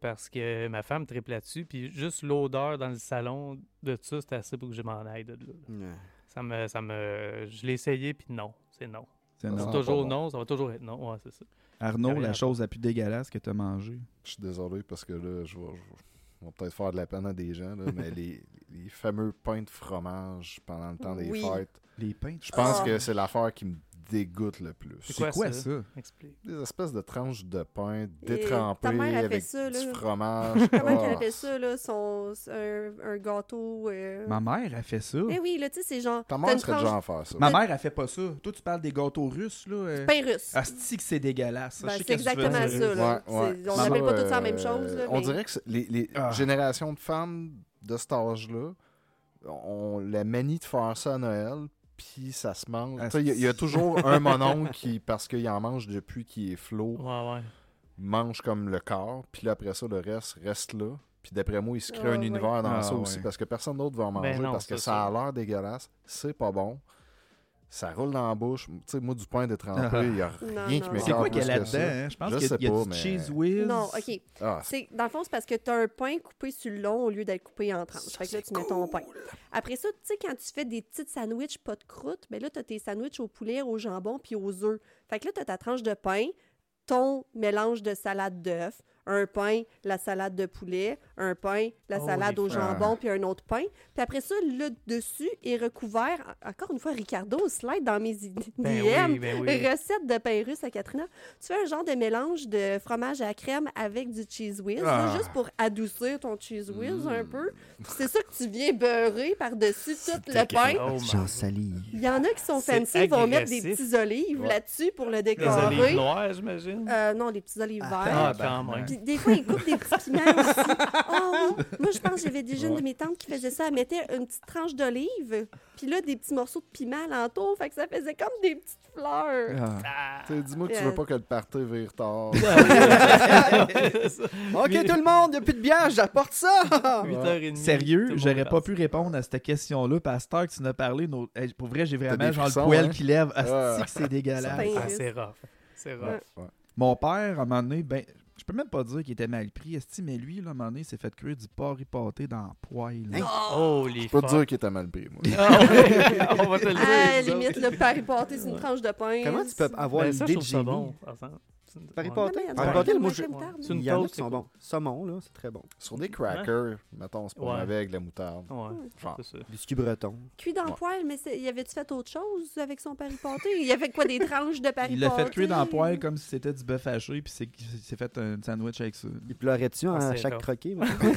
Speaker 3: parce que ma femme triple là-dessus. Puis juste l'odeur dans le salon de ça, c'était assez pour que je m'en aille de là.
Speaker 1: Ouais.
Speaker 3: Ça me, ça me... Je l'ai essayé, puis non, c'est non.
Speaker 2: C'est
Speaker 4: Ah,
Speaker 3: C'est
Speaker 2: énorme.
Speaker 4: pas
Speaker 3: toujours
Speaker 4: bon.
Speaker 3: non, ça va toujours être non. Ouais, c'est ça.
Speaker 2: Arnaud,
Speaker 3: Rien à
Speaker 2: la chose la plus dégueulasse que t'as mangée.
Speaker 4: Je suis désolé parce que là, je vais, je vais- je vais peut-être faire de la peine à des gens, là, mais les, les fameux pains de fromage pendant le temps des
Speaker 5: Oui.
Speaker 4: fêtes,
Speaker 2: Les pains.
Speaker 4: je pense
Speaker 5: Ah.
Speaker 4: que c'est l'affaire qui me dégoûte le plus.
Speaker 3: C'est
Speaker 2: C'est
Speaker 3: quoi
Speaker 2: quoi
Speaker 3: ça?
Speaker 2: ça?
Speaker 3: Explique.
Speaker 4: Des espèces de tranches de pain
Speaker 5: ta
Speaker 4: détrempées
Speaker 5: mère, elle fait
Speaker 4: avec
Speaker 5: ça,
Speaker 4: du
Speaker 5: là.
Speaker 4: fromage.
Speaker 5: Comment
Speaker 2: Oh.
Speaker 4: Ah.
Speaker 5: qu'elle appelle ça, là, son, un, un gâteau? euh,
Speaker 2: Ma mère, a fait ça.
Speaker 5: Eh oui, là, tu sais, c'est genre.
Speaker 4: Ta
Speaker 5: t'as
Speaker 4: mère
Speaker 5: une
Speaker 4: serait
Speaker 5: tranche
Speaker 4: déjà en faire ça.
Speaker 2: Ma mère, a fait pas ça. Toi, tu parles des gâteaux russes, là.
Speaker 5: de
Speaker 2: euh,
Speaker 5: pain russe.
Speaker 2: Asti que c'est dégueulasse. ça.
Speaker 5: Ben,
Speaker 2: Je sais
Speaker 5: c'est
Speaker 2: qu'est-ce que tu veux
Speaker 5: exactement
Speaker 2: dire.
Speaker 5: ça, là.
Speaker 4: Ouais, ouais.
Speaker 5: C'est- On
Speaker 4: Ça,
Speaker 5: n'appelle pas
Speaker 4: euh,
Speaker 5: toutes la même chose, là,
Speaker 4: On
Speaker 5: mais-
Speaker 4: dirait que c'est- les, les
Speaker 2: Ah.
Speaker 4: générations de femmes de cet âge-là, on la manie de faire ça à Noël, puis ça se mange. Tu sais, Il y, a- il y a toujours un monon qui, parce qu'il en mange depuis qu'il est flot,
Speaker 3: Ouais, ouais.
Speaker 4: mange comme le corps, puis là, après ça, le reste reste là. Puis d'après moi, il se crée
Speaker 5: Ah,
Speaker 4: un
Speaker 5: ouais.
Speaker 4: univers dans
Speaker 2: Ah,
Speaker 4: ça aussi,
Speaker 2: ouais.
Speaker 4: parce que personne d'autre va en manger,
Speaker 3: Ben non,
Speaker 4: parce que
Speaker 3: c'est
Speaker 4: ça a l'air dégueulasse, c'est pas bon. Ça roule dans la bouche. Tu sais, moi, du pain détrempé,
Speaker 2: Ah.
Speaker 4: il n'y a
Speaker 5: Non,
Speaker 4: rien qui
Speaker 5: non,
Speaker 4: m'écarte.
Speaker 2: C'est quoi
Speaker 4: plus
Speaker 2: qu'il y a
Speaker 4: que ça.
Speaker 2: là-dedans? hein? Je pense
Speaker 4: Je
Speaker 2: qu'il y a-
Speaker 4: sais
Speaker 2: il y a
Speaker 4: pas,
Speaker 2: du
Speaker 4: mais-
Speaker 2: cheese
Speaker 4: euh,
Speaker 2: whiz.
Speaker 5: Non, OK.
Speaker 4: Ah,
Speaker 5: C'est, dans le fond, c'est parce que tu as un pain coupé sur le long au lieu d'être coupé en tranches. Fait que là, tu mets ton pain. Après ça, tu sais, quand tu fais des petites sandwichs pas de croûte, mais là, tu as tes sandwichs au poulet, au jambon puis aux œufs. Fait que là, tu as ta tranche de pain, ton mélange de salade d'œuf, un pain, la salade de poulet, un pain, la
Speaker 3: Holy
Speaker 5: salade au
Speaker 3: fuck.
Speaker 5: jambon puis un autre pain. Puis après ça, le dessus est recouvert. en- Encore une fois, Ricardo slide dans mes idées.
Speaker 3: Ben oui, ben oui.
Speaker 5: Recette de pain russe à Katrina. Tu fais un genre de mélange de fromage à la crème avec du cheese whiz, là,
Speaker 2: Ah.
Speaker 5: juste pour adoucir ton cheese whiz un
Speaker 3: Mm.
Speaker 5: peu. Puis C'est ça que tu viens beurrer par-dessus tout le pain.
Speaker 3: Oh,
Speaker 1: J'en salive.
Speaker 5: Il y en a qui sont
Speaker 3: C'est
Speaker 5: fancy, ils vont mettre des
Speaker 3: agressif.
Speaker 5: petits olives
Speaker 4: Ouais.
Speaker 5: là-dessus pour le
Speaker 3: Les
Speaker 5: décorer.
Speaker 3: olives noires, j'imagine.
Speaker 5: Euh, non, des petits olives
Speaker 3: Ah,
Speaker 5: verts.
Speaker 3: quand même.
Speaker 5: Puis des fois, ils coupent des petits piments aussi. Oh, oui. Moi, je pense que j'avais déjà une de mes tantes qui faisait ça. Elle mettait une petite tranche d'olive, puis là, des petits morceaux de piment alentour. Fait que ça faisait comme des petites fleurs.
Speaker 2: Ah.
Speaker 3: Ah.
Speaker 4: Tu sais, Dis-moi que tu
Speaker 5: Euh.
Speaker 4: veux pas que le party vire tard.
Speaker 1: Ok, tout le monde, y a plus de bière, j'apporte ça!
Speaker 3: 8h30.
Speaker 2: Sérieux, j'aurais pas pu répondre à cette question-là. Pasteur, que tu nous as parlé, nos- hey, pour vrai, j'ai vraiment
Speaker 4: des
Speaker 2: genre
Speaker 4: frissons,
Speaker 2: le poil
Speaker 4: hein?
Speaker 2: qui lève. Asti
Speaker 4: Ah.
Speaker 2: que c'est dégueulasse.
Speaker 5: C'est
Speaker 3: Ah, c'est rough. C'est rough.
Speaker 4: Ouais, ouais.
Speaker 2: Mon père, à un moment donné, ben, je peux même pas dire qu'il était mal pris, esti, mais lui, là, à un moment donné, il s'est fait cuire du porc hypaté dans le poil. là.
Speaker 3: Oh, les
Speaker 4: Je peux te dire qu'il était mal pris, moi.
Speaker 3: Ah, ouais, on va te le dire. nous autres.
Speaker 5: À la Ah, limite, le Paris pâté, c'est une tranche de pain.
Speaker 1: Comment tu peux avoir
Speaker 3: Ben,
Speaker 1: une
Speaker 3: ça, je
Speaker 1: idée de
Speaker 3: trouve ça
Speaker 1: génie?
Speaker 3: bon. par exemple. C'est une-
Speaker 1: Paris
Speaker 3: ouais.
Speaker 1: pâté.
Speaker 5: Non, mais il y en a
Speaker 1: Paris
Speaker 5: qui
Speaker 1: pâté,
Speaker 5: aiment
Speaker 1: moi,
Speaker 5: la
Speaker 1: je-
Speaker 5: crème tarte,
Speaker 3: C'est
Speaker 5: mais-
Speaker 3: une
Speaker 1: Il y en a
Speaker 3: toast,
Speaker 1: qui
Speaker 3: c'est
Speaker 1: sont
Speaker 3: cool.
Speaker 1: bons. Saumon, là, c'est très bon.
Speaker 4: Sur des crackers, mettons, c'est pas
Speaker 3: Ouais.
Speaker 4: avec de la moutarde.
Speaker 3: Ouais,
Speaker 4: Genre.
Speaker 3: c'est ça.
Speaker 1: Biscuit breton.
Speaker 5: Cuit dans le
Speaker 4: Ouais.
Speaker 5: poil, mais c'est- y avait-tu fait autre chose avec son Paris pâté? Il y avait quoi, des tranches de Paris
Speaker 2: Il l'a
Speaker 5: pâté?
Speaker 2: fait cuire dans le poil comme si c'était du bœuf haché, puis c'est- il s'est fait un sandwich avec ça.
Speaker 5: Ben
Speaker 1: Il pleurait-tu
Speaker 3: Ah,
Speaker 1: à
Speaker 3: c'est
Speaker 1: chaque
Speaker 3: bon.
Speaker 1: croquet?
Speaker 4: Ah, oui,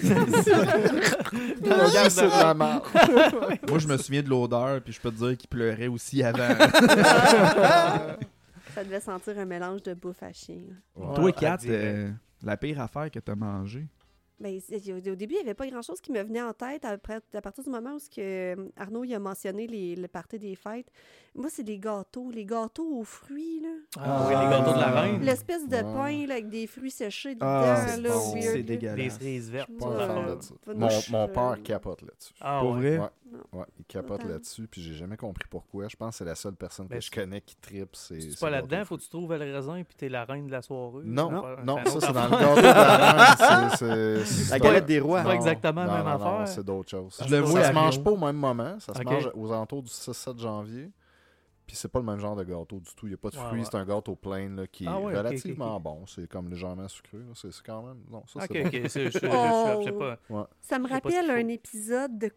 Speaker 4: c'est de la merde.
Speaker 2: Moi, je me souviens de l'odeur, puis je peux te dire qu'il pleurait aussi avant.
Speaker 5: Ah. Ça devait sentir un mélange de bouffe à chien. là.
Speaker 4: Ouais.
Speaker 2: Toi,
Speaker 3: Ouais,
Speaker 2: Kat,
Speaker 3: à dire.
Speaker 2: euh, la pire affaire que t'as mangée.
Speaker 5: Ben, c'est- au au début, il n'y avait pas grand-chose qui me venait en tête après, à partir du moment où ce que euh, Arnaud il a mentionné les, le party des fêtes. Moi, c'est des gâteaux, les gâteaux aux fruits. là.
Speaker 3: Ah oui, les gâteaux de la reine.
Speaker 5: L'espèce de
Speaker 4: Ouais.
Speaker 5: pain là, avec des fruits séchés dedans.
Speaker 2: Mmh. Ah,
Speaker 5: là,
Speaker 2: c'est
Speaker 4: bon.
Speaker 5: weird, là.
Speaker 2: c'est
Speaker 3: Des
Speaker 2: dégueulasse.
Speaker 3: cerises vertes. Euh,
Speaker 5: Ouais.
Speaker 4: Pas un fan
Speaker 5: Ouais.
Speaker 4: de ça.
Speaker 5: Pas de
Speaker 4: Mon,
Speaker 5: mouche,
Speaker 4: mon
Speaker 5: euh,
Speaker 4: père capote là-dessus.
Speaker 3: Ah
Speaker 2: Pour
Speaker 3: ouais.
Speaker 2: vrai?
Speaker 4: Ouais.
Speaker 5: Non.
Speaker 4: Ouais, il capote
Speaker 5: Autant.
Speaker 4: là-dessus, puis j'ai jamais compris pourquoi. Je pense que c'est la seule personne que
Speaker 3: Ben,
Speaker 4: je
Speaker 3: c'est-
Speaker 4: connais qui tripe. C'est
Speaker 3: Si tu es
Speaker 4: c'est
Speaker 3: pas
Speaker 4: le
Speaker 3: là-dedans,
Speaker 4: gâteau.
Speaker 3: faut que tu trouves le raisin puis t'es la reine de la soirée.
Speaker 4: Non,
Speaker 3: C'est
Speaker 4: non,
Speaker 3: pas-
Speaker 4: non,
Speaker 3: un
Speaker 4: ça
Speaker 3: autre
Speaker 4: c'est dans le
Speaker 3: affaire.
Speaker 4: gâteau de la reine. c'est- c'est- c'est-
Speaker 1: La
Speaker 4: c'est-
Speaker 1: galette des rois.
Speaker 3: C'est pas exactement
Speaker 4: Non,
Speaker 3: la même
Speaker 4: non, non,
Speaker 3: affaire.
Speaker 4: C'est d'autres choses.
Speaker 2: Je le vois
Speaker 4: ça
Speaker 2: à
Speaker 4: se mange
Speaker 2: Rio.
Speaker 4: pas au même moment. Ça se
Speaker 3: Ok.
Speaker 4: mange aux alentours du 6-7 janvier. Puis c'est pas le même genre de gâteau du tout. Il n'y a pas de
Speaker 3: Ouais,
Speaker 4: fruits.
Speaker 3: ouais.
Speaker 4: C'est un gâteau plein là, qui
Speaker 3: Ah
Speaker 4: est
Speaker 3: ouais, ok, ok,
Speaker 4: relativement
Speaker 3: ok.
Speaker 4: bon. C'est comme légèrement sucré. là. C'est c'est quand même. Non, ça
Speaker 3: Ok,
Speaker 4: c'est bon.
Speaker 3: ok, c'est- je- je- je-
Speaker 5: Oh.
Speaker 3: je sais pas.
Speaker 5: Ça me
Speaker 3: Je sais pas ce qu'il
Speaker 5: rappelle un
Speaker 3: faut.
Speaker 5: épisode de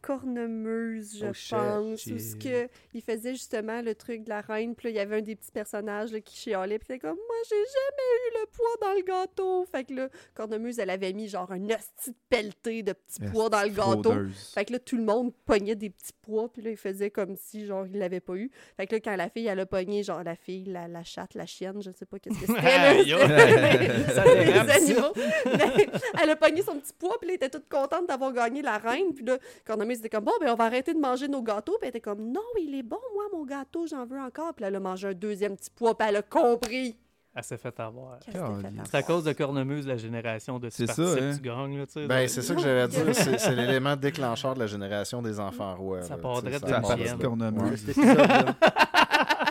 Speaker 5: Cornemuse, je
Speaker 1: Oh, shit,
Speaker 5: pense, où
Speaker 1: j'ai-
Speaker 5: ce que il faisait justement le truc de la reine, puis là, il y avait un des petits personnages là, qui chialait, puis c'était comme moi j'ai jamais eu le poids dans le gâteau. Fait que là, Cornemuse elle avait mis genre un hostie de pelleté de petits pois dans le gâteau.
Speaker 2: Fraudeuse.
Speaker 5: Fait que là, tout le monde pognait des petits pois, puis là, il faisait comme si, genre, il l'avait pas eu. Fait que là, quand la fille, elle a pogné, genre, la fille, la, la chatte, la chienne, je sais pas qu'est-ce que c'était, là.
Speaker 3: Aïe,
Speaker 5: c'était-
Speaker 3: Ça
Speaker 5: les
Speaker 3: dérape, ça.
Speaker 5: animaux. Mais elle a pogné son petit pois, puis là, elle était toute contente d'avoir gagné la reine. Puis là, Cornemus était comme, bon, ben, on va arrêter de manger nos gâteaux. Puis elle était comme, non, il est bon, moi, mon gâteau, j'en veux encore. Puis là, elle a mangé un deuxième petit pois, puis elle a compris.
Speaker 3: Elle s'est fait avoir.
Speaker 5: qu'elle s'était fait
Speaker 2: Caroline.
Speaker 5: avoir.
Speaker 3: C'est à cause de Cornemuse, la génération de
Speaker 2: C'est
Speaker 3: tu
Speaker 2: ça,
Speaker 3: participes,
Speaker 2: hein.
Speaker 3: tu gagnes. Là, tu sais,
Speaker 4: Ben,
Speaker 3: donc-
Speaker 4: c'est ça que j'allais dire. C'est c'est l'élément déclencheur de la génération des enfants rois.
Speaker 3: Ça
Speaker 4: là.
Speaker 3: part
Speaker 4: Tu sais,
Speaker 3: direct
Speaker 4: ça
Speaker 3: de
Speaker 2: Ça
Speaker 3: la
Speaker 4: part
Speaker 2: part
Speaker 4: de
Speaker 2: du
Speaker 3: chienne.
Speaker 4: là.
Speaker 2: cornemuse.
Speaker 1: Ouais, cet épisode-là.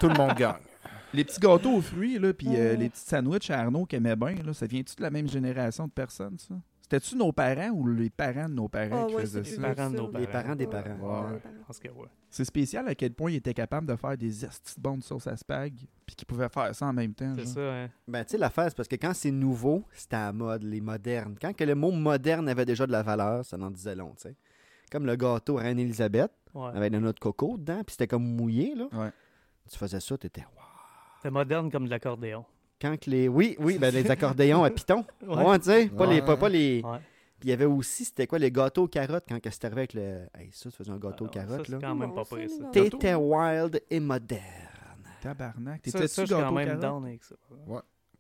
Speaker 4: Tout le monde gagne.
Speaker 2: Les petits gâteaux aux fruits, là, puis euh, les petits sandwichs à Arnaud qui aimait bien, là, ça vient-tu de la même génération de personnes, ça? C'était-tu nos parents ou les parents de nos parents
Speaker 5: Ah
Speaker 2: qui
Speaker 5: ouais,
Speaker 2: faisaient
Speaker 5: c'est
Speaker 2: ça?
Speaker 5: les
Speaker 3: parents de nos
Speaker 1: Les parents des
Speaker 5: Ouais.
Speaker 3: Ben,
Speaker 1: parents.
Speaker 4: Ouais.
Speaker 3: Je pense que ouais.
Speaker 2: C'est spécial à quel point ils étaient capables de faire des estis de bonnes sauces à spag, puis qu'ils pouvaient faire ça en même temps.
Speaker 3: C'est
Speaker 2: genre.
Speaker 3: ça, hein.
Speaker 1: Ben, tu sais, l'affaire, c'est parce que quand c'est nouveau, c'était à la mode, les modernes. Quand que le mot moderne avait déjà de la valeur, ça en disait long, tu sais. Comme le gâteau Reine-Élisabeth,
Speaker 3: Ouais.
Speaker 1: avec de notre coco dedans, puis c'était comme mouillé, là.
Speaker 2: Ouais.
Speaker 1: Tu faisais ça, t'étais wow.
Speaker 3: C'était moderne comme de l'accordéon.
Speaker 1: Quand que les. Oui, oui, ben, les accordéons à piton. Ouais,
Speaker 3: Ouais.
Speaker 1: tu sais. Pas
Speaker 4: Ouais.
Speaker 1: les. Pas, pas les...
Speaker 3: Ouais.
Speaker 1: Puis il y avait aussi, c'était quoi, les gâteaux aux carottes, quand que c'était arrivé avec le. Hey, ça, tu faisais un gâteau aux
Speaker 3: Alors, Ah, ça,
Speaker 1: carottes,
Speaker 3: C'est
Speaker 1: là.
Speaker 3: quand même hein.
Speaker 5: Bon,
Speaker 3: pas
Speaker 5: ça,
Speaker 3: pire,
Speaker 5: les
Speaker 3: ça.
Speaker 5: gâteaux.
Speaker 1: T'étais wild et moderne.
Speaker 2: Tabarnak.
Speaker 3: Ça,
Speaker 2: T'étais-tu
Speaker 3: ça, je suis
Speaker 2: gâteau
Speaker 3: quand même
Speaker 2: carotte?
Speaker 3: down avec ça.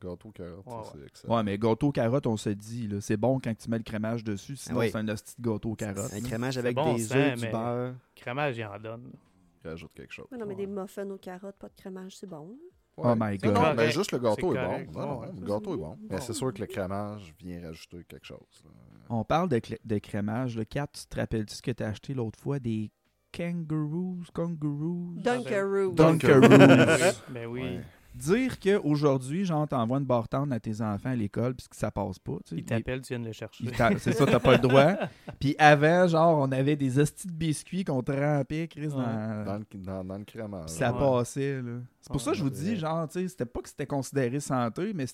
Speaker 4: Gâteau carotte,
Speaker 3: Ouais,
Speaker 4: ça, c'est excellent.
Speaker 2: Ouais, mais gâteau carotte, on se dit, là, c'est bon quand tu mets le crémage dessus,
Speaker 1: Ah
Speaker 2: sinon
Speaker 1: oui.
Speaker 2: c'est un hostie de gâteau carotte.
Speaker 1: Un crémage avec
Speaker 3: bon
Speaker 1: des
Speaker 3: sang,
Speaker 1: œufs, du
Speaker 3: mais-
Speaker 1: beurre.
Speaker 3: Cramage, il en donne.
Speaker 4: Rajoute quelque chose.
Speaker 5: Ouais, non, mais
Speaker 3: Ouais.
Speaker 5: des muffins aux carottes, pas de crémage, c'est bon.
Speaker 2: Oh my
Speaker 4: Ça,
Speaker 2: God.
Speaker 4: non,
Speaker 3: Correct.
Speaker 4: ben, juste le gâteau est,
Speaker 3: C'est
Speaker 4: bon.
Speaker 3: correct.
Speaker 4: Non, non,
Speaker 3: Ouais,
Speaker 4: le
Speaker 5: ça,
Speaker 4: gâteau
Speaker 5: c'est
Speaker 4: est bon. Mais
Speaker 5: bon.
Speaker 4: c'est sûr que le crémage vient rajouter quelque chose. là.
Speaker 2: On parle de, clé- de crémage. Le 4, tu te rappelles-tu ce que t'as acheté l'autre fois? Des kangaroos? Kangaroos?
Speaker 5: Dunkaroo.
Speaker 2: Dunkaroos.
Speaker 3: Ben oui.
Speaker 4: Ouais.
Speaker 2: Dire qu'aujourd'hui, genre, t'envoies une barre tendre à tes enfants à l'école puis que ça passe pas. tu sais,
Speaker 3: Il t'appelle, tu viens de le chercher.
Speaker 2: il t'a- C'est ça, t'as pas le droit. Puis avant, genre, on avait des hosties de biscuits qu'on te rampait, Chris, dans...
Speaker 4: Dans, le, dans, dans le crémage.
Speaker 2: Puis ça
Speaker 3: Ouais. Ah,
Speaker 2: passait, là. C'est pour
Speaker 3: Ouais,
Speaker 2: ça que je vous
Speaker 4: c'est
Speaker 2: dis,
Speaker 4: vrai.
Speaker 2: genre, tu sais, c'était pas que c'était considéré santé, mais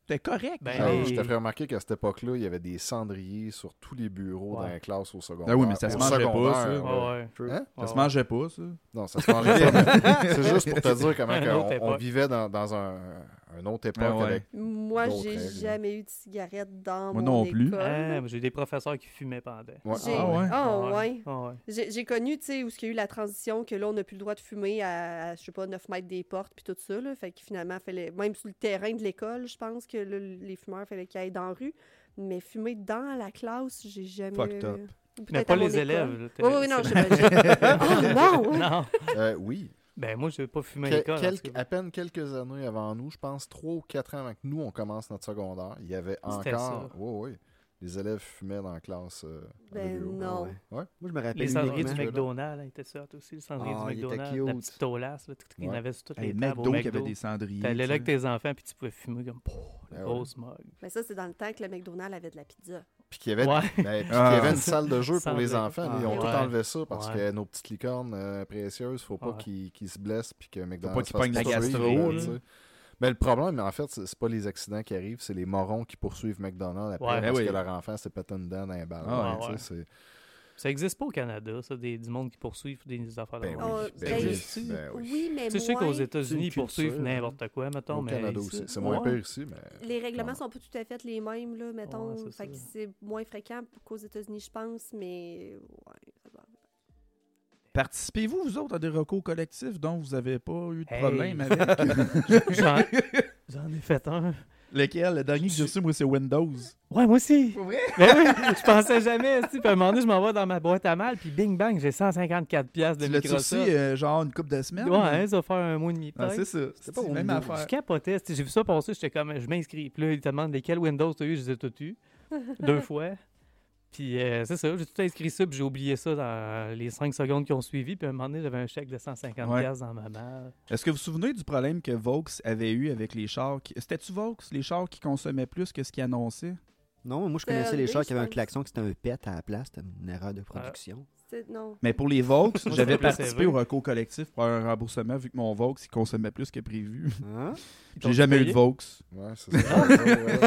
Speaker 2: c'était correct.
Speaker 3: Ben,
Speaker 2: genre.
Speaker 4: Ah oui,
Speaker 3: Et-
Speaker 4: Je t'ai fait remarquer qu'à cette époque-là, il y avait des cendriers sur tous les bureaux dans
Speaker 3: Ouais.
Speaker 4: les classes au secondaire.
Speaker 2: Ah oui, mais ça se
Speaker 4: Au
Speaker 2: mangeait pas, ça.
Speaker 4: secondaire,
Speaker 3: Ouais,
Speaker 4: là.
Speaker 3: Ah ouais. Ah
Speaker 4: Hein?
Speaker 2: Ça se
Speaker 3: Ouais, ouais.
Speaker 2: mangeait pas, ça.
Speaker 3: oh.
Speaker 4: Non, ça se mangeait pas. mais C'est juste pour te dire comment
Speaker 3: Une
Speaker 4: que
Speaker 3: autre
Speaker 4: on, on
Speaker 3: époque.
Speaker 4: vivait dans, dans un, un autre époque
Speaker 2: Ah ouais.
Speaker 4: avec.
Speaker 5: Moi,
Speaker 4: D'autres
Speaker 5: j'ai
Speaker 4: règles.
Speaker 5: jamais eu de cigarette dans
Speaker 2: Moi
Speaker 5: mon
Speaker 2: non plus.
Speaker 5: école.
Speaker 3: Ah, mais J'ai des professeurs qui fumaient pendant.
Speaker 4: Ouais.
Speaker 5: J'ai-
Speaker 2: Ah ouais.
Speaker 5: Ah ouais.
Speaker 3: Ah ouais.
Speaker 5: J'ai j'ai connu, tu sais, où il y a eu la transition, que là, on n'a plus le droit de fumer à, à, je sais pas, 9 mètres des portes, puis tout ça, là. Fait que finalement, fallait, même sur le terrain de l'école, je pense que là, les fumeurs, fallait qu'ils aillent dans la rue. Mais fumer dans la classe, j'ai jamais...
Speaker 1: Fucked up.
Speaker 5: Peut-être
Speaker 3: Mais
Speaker 5: à
Speaker 3: pas
Speaker 5: mon
Speaker 3: les
Speaker 5: école.
Speaker 3: élèves. là, t'es-
Speaker 5: Oui, oui, non,
Speaker 3: c'est-
Speaker 5: j'imagine. oh non! ouais.
Speaker 3: Non.
Speaker 4: Euh, oui.
Speaker 3: Ben moi, je n'ai pas fumé à
Speaker 4: Que-
Speaker 3: l'école. en
Speaker 4: quelques-
Speaker 3: tout cas.
Speaker 4: à peine quelques années avant nous, je pense trois ou quatre ans avant que nous, on commence notre secondaire, il y avait
Speaker 3: C'était
Speaker 4: encore.
Speaker 3: ça.
Speaker 4: Oui, oui. Les élèves fumaient dans la classe. euh, de
Speaker 5: Ben
Speaker 4: bio.
Speaker 5: non.
Speaker 1: Ouais.
Speaker 4: Ouais.
Speaker 1: Moi, je me rappelle.
Speaker 3: Les cendriers du
Speaker 1: uniquement-
Speaker 4: mec.
Speaker 3: McDonald's hein, étaient sortis aussi. Les cendriers
Speaker 1: Ah,
Speaker 3: du
Speaker 1: il était
Speaker 3: McDonald's. La
Speaker 1: cute.
Speaker 3: petite tolasse. là, tout- Il y en
Speaker 4: Ouais.
Speaker 3: avait sur toutes
Speaker 2: Hey,
Speaker 3: les tables au
Speaker 2: McDo qui avait
Speaker 3: McDo.
Speaker 2: des cendriers.
Speaker 3: T'allais
Speaker 2: tu sais.
Speaker 3: là avec tes enfants puis tu pouvais fumer comme Pouf, le
Speaker 4: Ben ouais.
Speaker 3: gros smog.
Speaker 5: Mais ça, c'est dans le temps que le McDonald's avait de la pizza.
Speaker 4: Puis qu'il y avait,
Speaker 3: Ouais.
Speaker 4: ben, puis qu'il y
Speaker 2: Ah.
Speaker 4: avait une salle de jeu pour
Speaker 3: Salle
Speaker 4: les
Speaker 3: de-
Speaker 4: enfants. là, ils ont
Speaker 3: Ah,
Speaker 4: tout
Speaker 3: ouais.
Speaker 4: enlevé ça parce
Speaker 3: Ouais.
Speaker 4: que nos petites licornes euh, précieuses, faut pas
Speaker 3: Ouais.
Speaker 4: qu'ils qu'ils se blessent puis que McDonald's
Speaker 2: pas qu'ils
Speaker 4: fasse
Speaker 2: pognent la
Speaker 4: poursuivre,
Speaker 2: gastro,
Speaker 4: tu
Speaker 3: là.
Speaker 4: sais. Mais le problème, en fait, c'est c'est pas les accidents qui arrivent, c'est les morons qui poursuivent McDonald's après
Speaker 3: Ouais.
Speaker 4: parce
Speaker 2: Eh oui.
Speaker 4: que leur enfant s'est pété une dent dans les balles.
Speaker 2: Ah,
Speaker 4: tu
Speaker 3: ouais.
Speaker 4: sais, c'est-
Speaker 3: Ça n'existe pas au Canada, ça, des, du monde qui poursuivent des, des affaires de
Speaker 4: Ben
Speaker 3: même.
Speaker 5: Oh,
Speaker 4: oui, ben
Speaker 5: ben,
Speaker 4: oui,
Speaker 3: c'est-
Speaker 4: ben oui.
Speaker 5: Oui, mais
Speaker 3: Tu sais, je sais
Speaker 5: moins-
Speaker 3: qu'aux États-Unis, ils
Speaker 1: culture,
Speaker 3: poursuivent
Speaker 1: hein.
Speaker 3: n'importe quoi, mettons.
Speaker 4: Au
Speaker 3: mais
Speaker 4: Canada
Speaker 3: ici-
Speaker 4: aussi. C'est moins
Speaker 3: Ouais.
Speaker 4: pire ici, mais.
Speaker 5: Les règlements
Speaker 4: Ouais.
Speaker 5: sont pas tout à fait les mêmes, là, mettons.
Speaker 3: c'est
Speaker 5: fait que
Speaker 3: ça.
Speaker 5: c'est moins fréquent qu'aux États-Unis, je pense, mais ouais, ça va.
Speaker 2: Participez-vous, vous autres, à des recours collectifs dont vous n'avez pas eu de
Speaker 3: Hey.
Speaker 2: problème avec?
Speaker 3: J'en j'en ai fait un.
Speaker 2: Lequel? Le dernier que j'ai reçu, moi, c'est Windows.
Speaker 3: Ouais, moi aussi.
Speaker 2: Pour vrai?
Speaker 3: Mais oui, je pensais jamais. Tu sais, puis à un moment donné, je m'en vais dans ma boîte à mal, puis bing bang, j'ai 154 pièces de
Speaker 2: Tu l'as-tu reçu,
Speaker 3: Microsoft.
Speaker 2: euh, genre, une couple de semaines?
Speaker 3: ouais, hein, ça va faire un mois et demi.
Speaker 2: Ah, c'est
Speaker 3: peut-être.
Speaker 2: ça.
Speaker 1: C'est
Speaker 2: C'est
Speaker 1: pas
Speaker 2: pas
Speaker 1: Windows.
Speaker 2: même
Speaker 3: Je
Speaker 2: affaire.
Speaker 3: capotais. tu sais, J'ai vu ça passer, j'étais comme, je m'inscris. Puis là, ils te demandent lesquels Windows t'as eu, je les ai tous eus. Deux fois. Puis euh, c'est ça, j'ai tout inscrit ça, puis j'ai oublié ça dans les cinq secondes qui ont suivi. Puis à un moment donné, j'avais un chèque de 150
Speaker 2: Ouais.
Speaker 3: pièces dans ma main.
Speaker 2: Est-ce que vous vous souvenez du problème que Vaux avait eu avec les chars? qui- C'était-tu Vaux, les chars qui consommaient plus que ce qu'ils annonçaient?
Speaker 1: Non, moi, je
Speaker 5: C'était
Speaker 1: connaissais les
Speaker 5: Hyundai,
Speaker 1: chars qui avaient un
Speaker 5: je pense.
Speaker 1: klaxon, qui c'était un pet à la place. C'était une erreur de production.
Speaker 5: C'est- Non.
Speaker 2: Mais pour les Vaux,
Speaker 3: Moi,
Speaker 2: j'avais
Speaker 3: c'est plus
Speaker 2: participé
Speaker 3: sévère.
Speaker 2: au recours collectif pour un remboursement vu que mon Vaux, il consommait plus que prévu.
Speaker 3: Ah.
Speaker 1: Hein?
Speaker 3: Ils t'ont
Speaker 2: J'ai jamais eu
Speaker 3: payé?
Speaker 2: de Vaux.
Speaker 4: Ouais, c'est ça. ouais, ouais,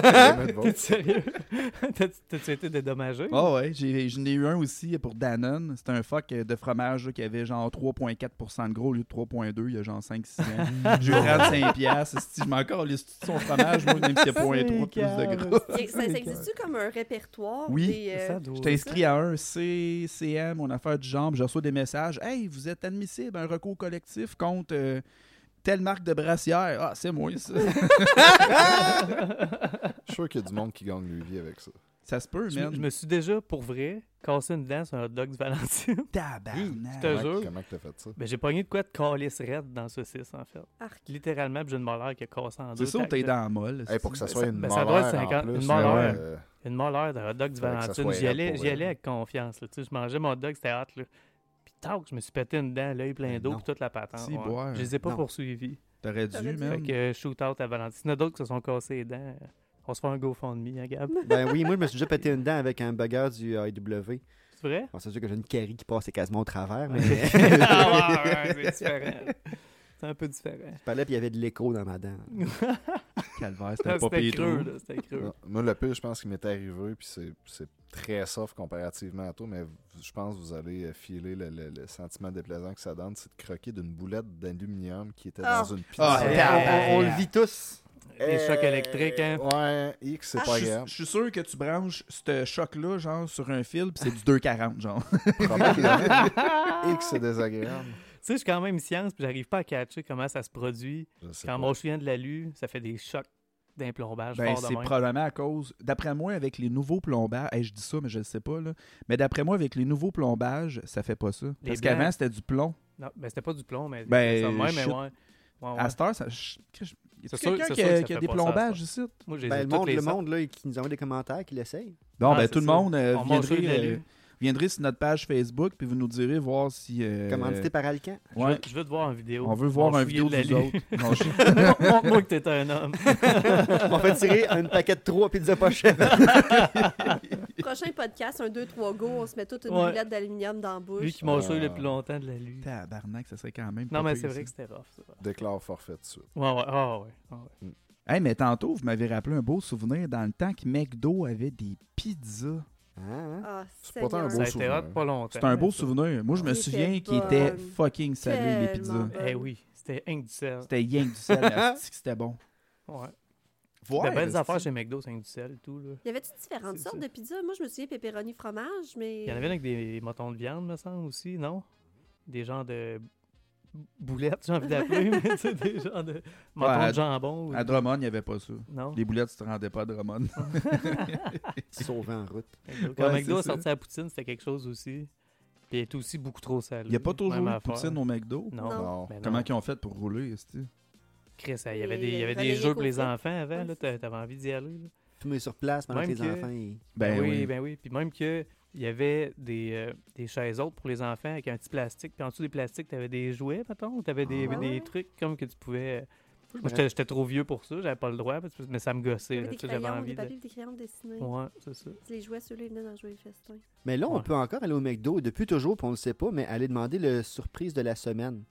Speaker 4: jamais de
Speaker 2: Oh.
Speaker 4: bon.
Speaker 3: T'es sérieux? T'as- T'as-tu été dédommagé?
Speaker 2: Ah ouais, j'ai- j'en ai, eu un aussi pour Danone. C'était un fuck de fromage là, qui avait genre 3,4% de gros au lieu de 3,2 il y a genre 5-6 ans. J'ai eu 35 piastres. Si je m'en calisse tout son fromage, moi, même s'il y a 0,3 plus de gras.
Speaker 5: Ça, ça existe-tu comme un répertoire
Speaker 2: Oui,
Speaker 5: des. euh,
Speaker 3: Ça doit-
Speaker 2: Je t'inscris à un CCM, mon affaire du genre, puis je reçois des messages. Hey, vous êtes admissible à un recours collectif contre euh, telle marque de brassière. Ah, c'est moi, ça.
Speaker 4: Je suis sûr qu'il y a du monde qui gagne leur vie avec ça.
Speaker 2: ça se peut,
Speaker 3: Je me- je
Speaker 2: man.
Speaker 3: me suis déjà, pour vrai, cassé une dent sur un hot dog du Valentine.
Speaker 2: Tabarnak.
Speaker 3: Je te
Speaker 4: Comment-
Speaker 3: jure.
Speaker 4: Comment que t'as fait ça?
Speaker 3: Ben, j'ai pogné de quoi de calice raide dans ce 6, en fait.
Speaker 5: arc.
Speaker 3: Littéralement, puis j'ai une molaire qui a cassé en deux.
Speaker 2: C'est ça ou
Speaker 3: tac,
Speaker 2: t'es
Speaker 3: tac.
Speaker 2: dans la molle?
Speaker 4: Hey, pour que ça
Speaker 3: Ben,
Speaker 4: soit
Speaker 3: ça-
Speaker 4: une
Speaker 3: ben,
Speaker 4: molaire
Speaker 3: ça doit être
Speaker 4: en
Speaker 3: 50
Speaker 4: plus,
Speaker 3: une
Speaker 4: là,
Speaker 3: molaire.
Speaker 4: euh,
Speaker 3: Une molaire d'un hot dog du
Speaker 4: Fallait que ça
Speaker 3: Valentine.
Speaker 4: soit raide
Speaker 3: J'y allais,
Speaker 4: pour
Speaker 3: j'y
Speaker 4: vrai.
Speaker 3: allais avec confiance. là. Tu sais, Je mangeais mon hot dog, c'était hot. Là. Puis tac, je me suis pété une dent, l'œil plein
Speaker 1: Mais
Speaker 3: d'eau,
Speaker 1: non.
Speaker 3: puis toute la patente.
Speaker 2: Si,
Speaker 3: ouais.
Speaker 2: boire.
Speaker 3: Je les ai pas
Speaker 1: Non.
Speaker 3: poursuivis.
Speaker 2: T'aurais
Speaker 5: T'aurais
Speaker 2: dû,
Speaker 5: dû.
Speaker 2: man.
Speaker 3: Fait que shoot out à Valentine. Il y en a d'autres qui se sont cassés les dents. On se fait un GoFundMe, hein, Gab.
Speaker 1: Ben oui, moi, je me suis déjà pété une dent avec un bugger du IW.
Speaker 3: C'est vrai?
Speaker 1: Bon, c'est sûr que j'ai une carie qui passe quasiment au travers, mais
Speaker 3: ah, ouais, ouais, c'est différent. C'est un peu différent.
Speaker 1: je parlais puis il y avait de l'écho dans ma dent.
Speaker 2: Calvaire,
Speaker 3: Ah,
Speaker 2: c'était pas
Speaker 3: C'était
Speaker 2: pire
Speaker 3: creux,
Speaker 2: trop.
Speaker 3: là, c'était creux.
Speaker 4: non, Moi, le pire, je pense qu'il m'est arrivé, puis c'est- c'est très soft comparativement à toi, mais vous- je pense que vous allez euh, filer le, le- le sentiment déplaisant que ça donne, c'est de croquer d'une boulette d'aluminium qui était
Speaker 5: Ah.
Speaker 4: dans une
Speaker 2: Ah,
Speaker 4: pizza.
Speaker 1: On-
Speaker 3: tabarnak.
Speaker 1: on, on le vit tous.
Speaker 3: Les chocs électriques, hein.
Speaker 4: Ouais, X, c'est
Speaker 5: Ah,
Speaker 2: Je
Speaker 4: pas
Speaker 2: suis-
Speaker 4: grave.
Speaker 2: je suis sûr que tu branches ce choc-là, genre, sur un fil, puis c'est du 2,40, genre.
Speaker 4: Probablement. X, c'est désagréable.
Speaker 3: Tu sais, je suis quand même science, puis j'arrive pas à catcher comment ça se produit.
Speaker 4: Je sais
Speaker 3: Quand
Speaker 4: pas.
Speaker 3: mon chien de l'alu, ça fait des chocs d'un plombage
Speaker 2: Ben,
Speaker 3: fort de
Speaker 2: c'est
Speaker 3: même.
Speaker 2: probablement à cause, d'après moi, avec les nouveaux plombages, hey, je dis ça, mais je ne sais pas, là. mais d'après moi, avec les nouveaux plombages, ça fait pas ça.
Speaker 3: Les
Speaker 2: Parce
Speaker 3: blancs.
Speaker 2: qu'avant, c'était du plomb.
Speaker 3: Non, ben, c'était pas du plomb, mais
Speaker 2: Ben, Ah,
Speaker 3: ça de même, mais
Speaker 2: shit.
Speaker 3: ouais. Ouais, ouais.
Speaker 2: À cette heure, ça... je- que je- Y a-tu
Speaker 3: C'est sûr-
Speaker 2: quelqu'un
Speaker 3: c'est
Speaker 2: qui
Speaker 3: sûr que
Speaker 2: a,
Speaker 3: ça
Speaker 2: qui a
Speaker 3: fait
Speaker 2: des
Speaker 3: pas ça,
Speaker 2: plombages ici?
Speaker 3: Moi, j'ai
Speaker 1: Ben, le monde, le
Speaker 3: les
Speaker 1: monde là, qui nous envoie des commentaires, qui l'essaye.
Speaker 2: Non,
Speaker 3: Ah,
Speaker 2: ben
Speaker 3: c'est
Speaker 2: tout le
Speaker 3: ça.
Speaker 2: monde, euh,
Speaker 3: On mange
Speaker 2: viendrez,
Speaker 3: de la
Speaker 2: euh,
Speaker 3: lune.
Speaker 2: viendrez sur notre page Facebook, puis vous nous direz voir si... euh,
Speaker 1: Commandité par Alcan.
Speaker 2: ouais,
Speaker 3: Je veux te voir en vidéo.
Speaker 2: on veut voir
Speaker 3: Mon
Speaker 2: un
Speaker 3: chouillé
Speaker 2: vidéo de vous
Speaker 3: l'alu.
Speaker 2: autres. Mon chou-
Speaker 3: Montre-moi que t'es un homme.
Speaker 1: on fait tirer un paquet de trois pizzas pochettes.
Speaker 5: Prochain podcast, un 2-3 go, on se met toute une
Speaker 3: Ouais.
Speaker 5: roulette d'aluminium dans la bouche.
Speaker 3: Lui qui m'a
Speaker 4: Ah.
Speaker 3: joué le plus longtemps de l'alu.
Speaker 2: Tabarnak, ça serait quand même...
Speaker 3: Non,
Speaker 2: pas
Speaker 3: mais
Speaker 2: pire,
Speaker 3: c'est
Speaker 2: ça.
Speaker 3: vrai que c'était rough. ça.
Speaker 4: Déclare forfait tout de suite.
Speaker 3: Ouais, ouais, ah ouais. ah ouais.
Speaker 2: Hey, mais tantôt, vous m'avez rappelé un beau souvenir dans le temps que McDo avait des pizzas.
Speaker 1: Hein, hein?
Speaker 5: Ah,
Speaker 4: C'est pas tant un Beau
Speaker 5: Seigneur.
Speaker 3: Ça a été
Speaker 4: souvenir.
Speaker 3: hot pas longtemps.
Speaker 2: C'est un beau souvenir. Moi, je me
Speaker 5: C'était
Speaker 2: souviens qu'il
Speaker 5: bonne.
Speaker 2: était fucking salé, les pizzas.
Speaker 5: Tellement.
Speaker 3: Eh oui, c'était Saint-Du-Sel.
Speaker 2: C'était yank du sel, mais asti que c'était bon.
Speaker 3: Ouais.
Speaker 2: Voir,
Speaker 3: de belles
Speaker 2: asti.
Speaker 3: affaires chez McDo, Saint-Du-Sel et tout. Là.
Speaker 5: Y avait-tu différentes
Speaker 3: C'est
Speaker 5: sortes
Speaker 3: ça.
Speaker 5: de pizzas? Moi, je me souviens pepperoni fromage, mais.
Speaker 3: Il y en avait avec des montons de viande, me semble, aussi, non? Des genres de bou- boulettes, j'ai envie d'appeler, mais tu sais, des genres de montons
Speaker 2: à-
Speaker 3: de jambon. ou-
Speaker 2: À Drummond, il n'y avait pas ça.
Speaker 3: Non?
Speaker 2: Les boulettes, tu te rendais pas à Drummond.
Speaker 1: Sauvé en route.
Speaker 3: McDo. Quand
Speaker 2: Ouais,
Speaker 3: McDo
Speaker 2: c'est
Speaker 3: a
Speaker 2: ça.
Speaker 3: sorti la poutine, c'était quelque chose aussi. Puis elle était aussi beaucoup trop salée.
Speaker 2: Il n'y a pas toujours
Speaker 3: Même
Speaker 2: eu de
Speaker 3: affaire.
Speaker 2: poutine au MCDo.
Speaker 3: Non.
Speaker 5: Non.
Speaker 4: Non.
Speaker 3: Ben non.
Speaker 2: Comment ils ont fait pour rouler, esti?
Speaker 3: Chris, il y avait
Speaker 5: Et
Speaker 3: des, il y avait des
Speaker 5: relayer
Speaker 3: jeux pour les
Speaker 5: complet.
Speaker 3: enfants avant,
Speaker 5: Ouais,
Speaker 3: là, t'a- t'avais envie d'y aller. là.
Speaker 1: Fumé sur place pendant que
Speaker 3: Même
Speaker 1: les
Speaker 3: que-
Speaker 1: enfants. ils-
Speaker 2: Ben oui.
Speaker 3: ben oui. Puis même que il y avait des, euh, des chaises hautes pour les enfants avec un petit plastique. Puis en dessous des plastiques, t'avais des jouets, mettons. T'avais des,
Speaker 1: Ah
Speaker 5: ouais.
Speaker 3: des trucs comme que tu pouvais. euh,
Speaker 1: Moi,
Speaker 3: Moi, j'étais j'étais trop vieux pour ça, j'avais pas le droit, parce que- mais ça me
Speaker 5: Il y
Speaker 3: gossait.
Speaker 5: avait
Speaker 3: là,
Speaker 5: des
Speaker 3: tu sais, J'avais
Speaker 5: crayons,
Speaker 3: envie
Speaker 5: des
Speaker 3: de.
Speaker 5: papiers, des crayons dessinés.
Speaker 3: Ouais, c'est ça.
Speaker 1: Hein?
Speaker 5: Les jouets, ceux-là, ils venaient d'en jouer le festin.
Speaker 1: Mais là, on
Speaker 3: Ouais.
Speaker 1: peut encore aller au McDo depuis toujours, puis on le sait pas, mais aller demander le surprise de la semaine.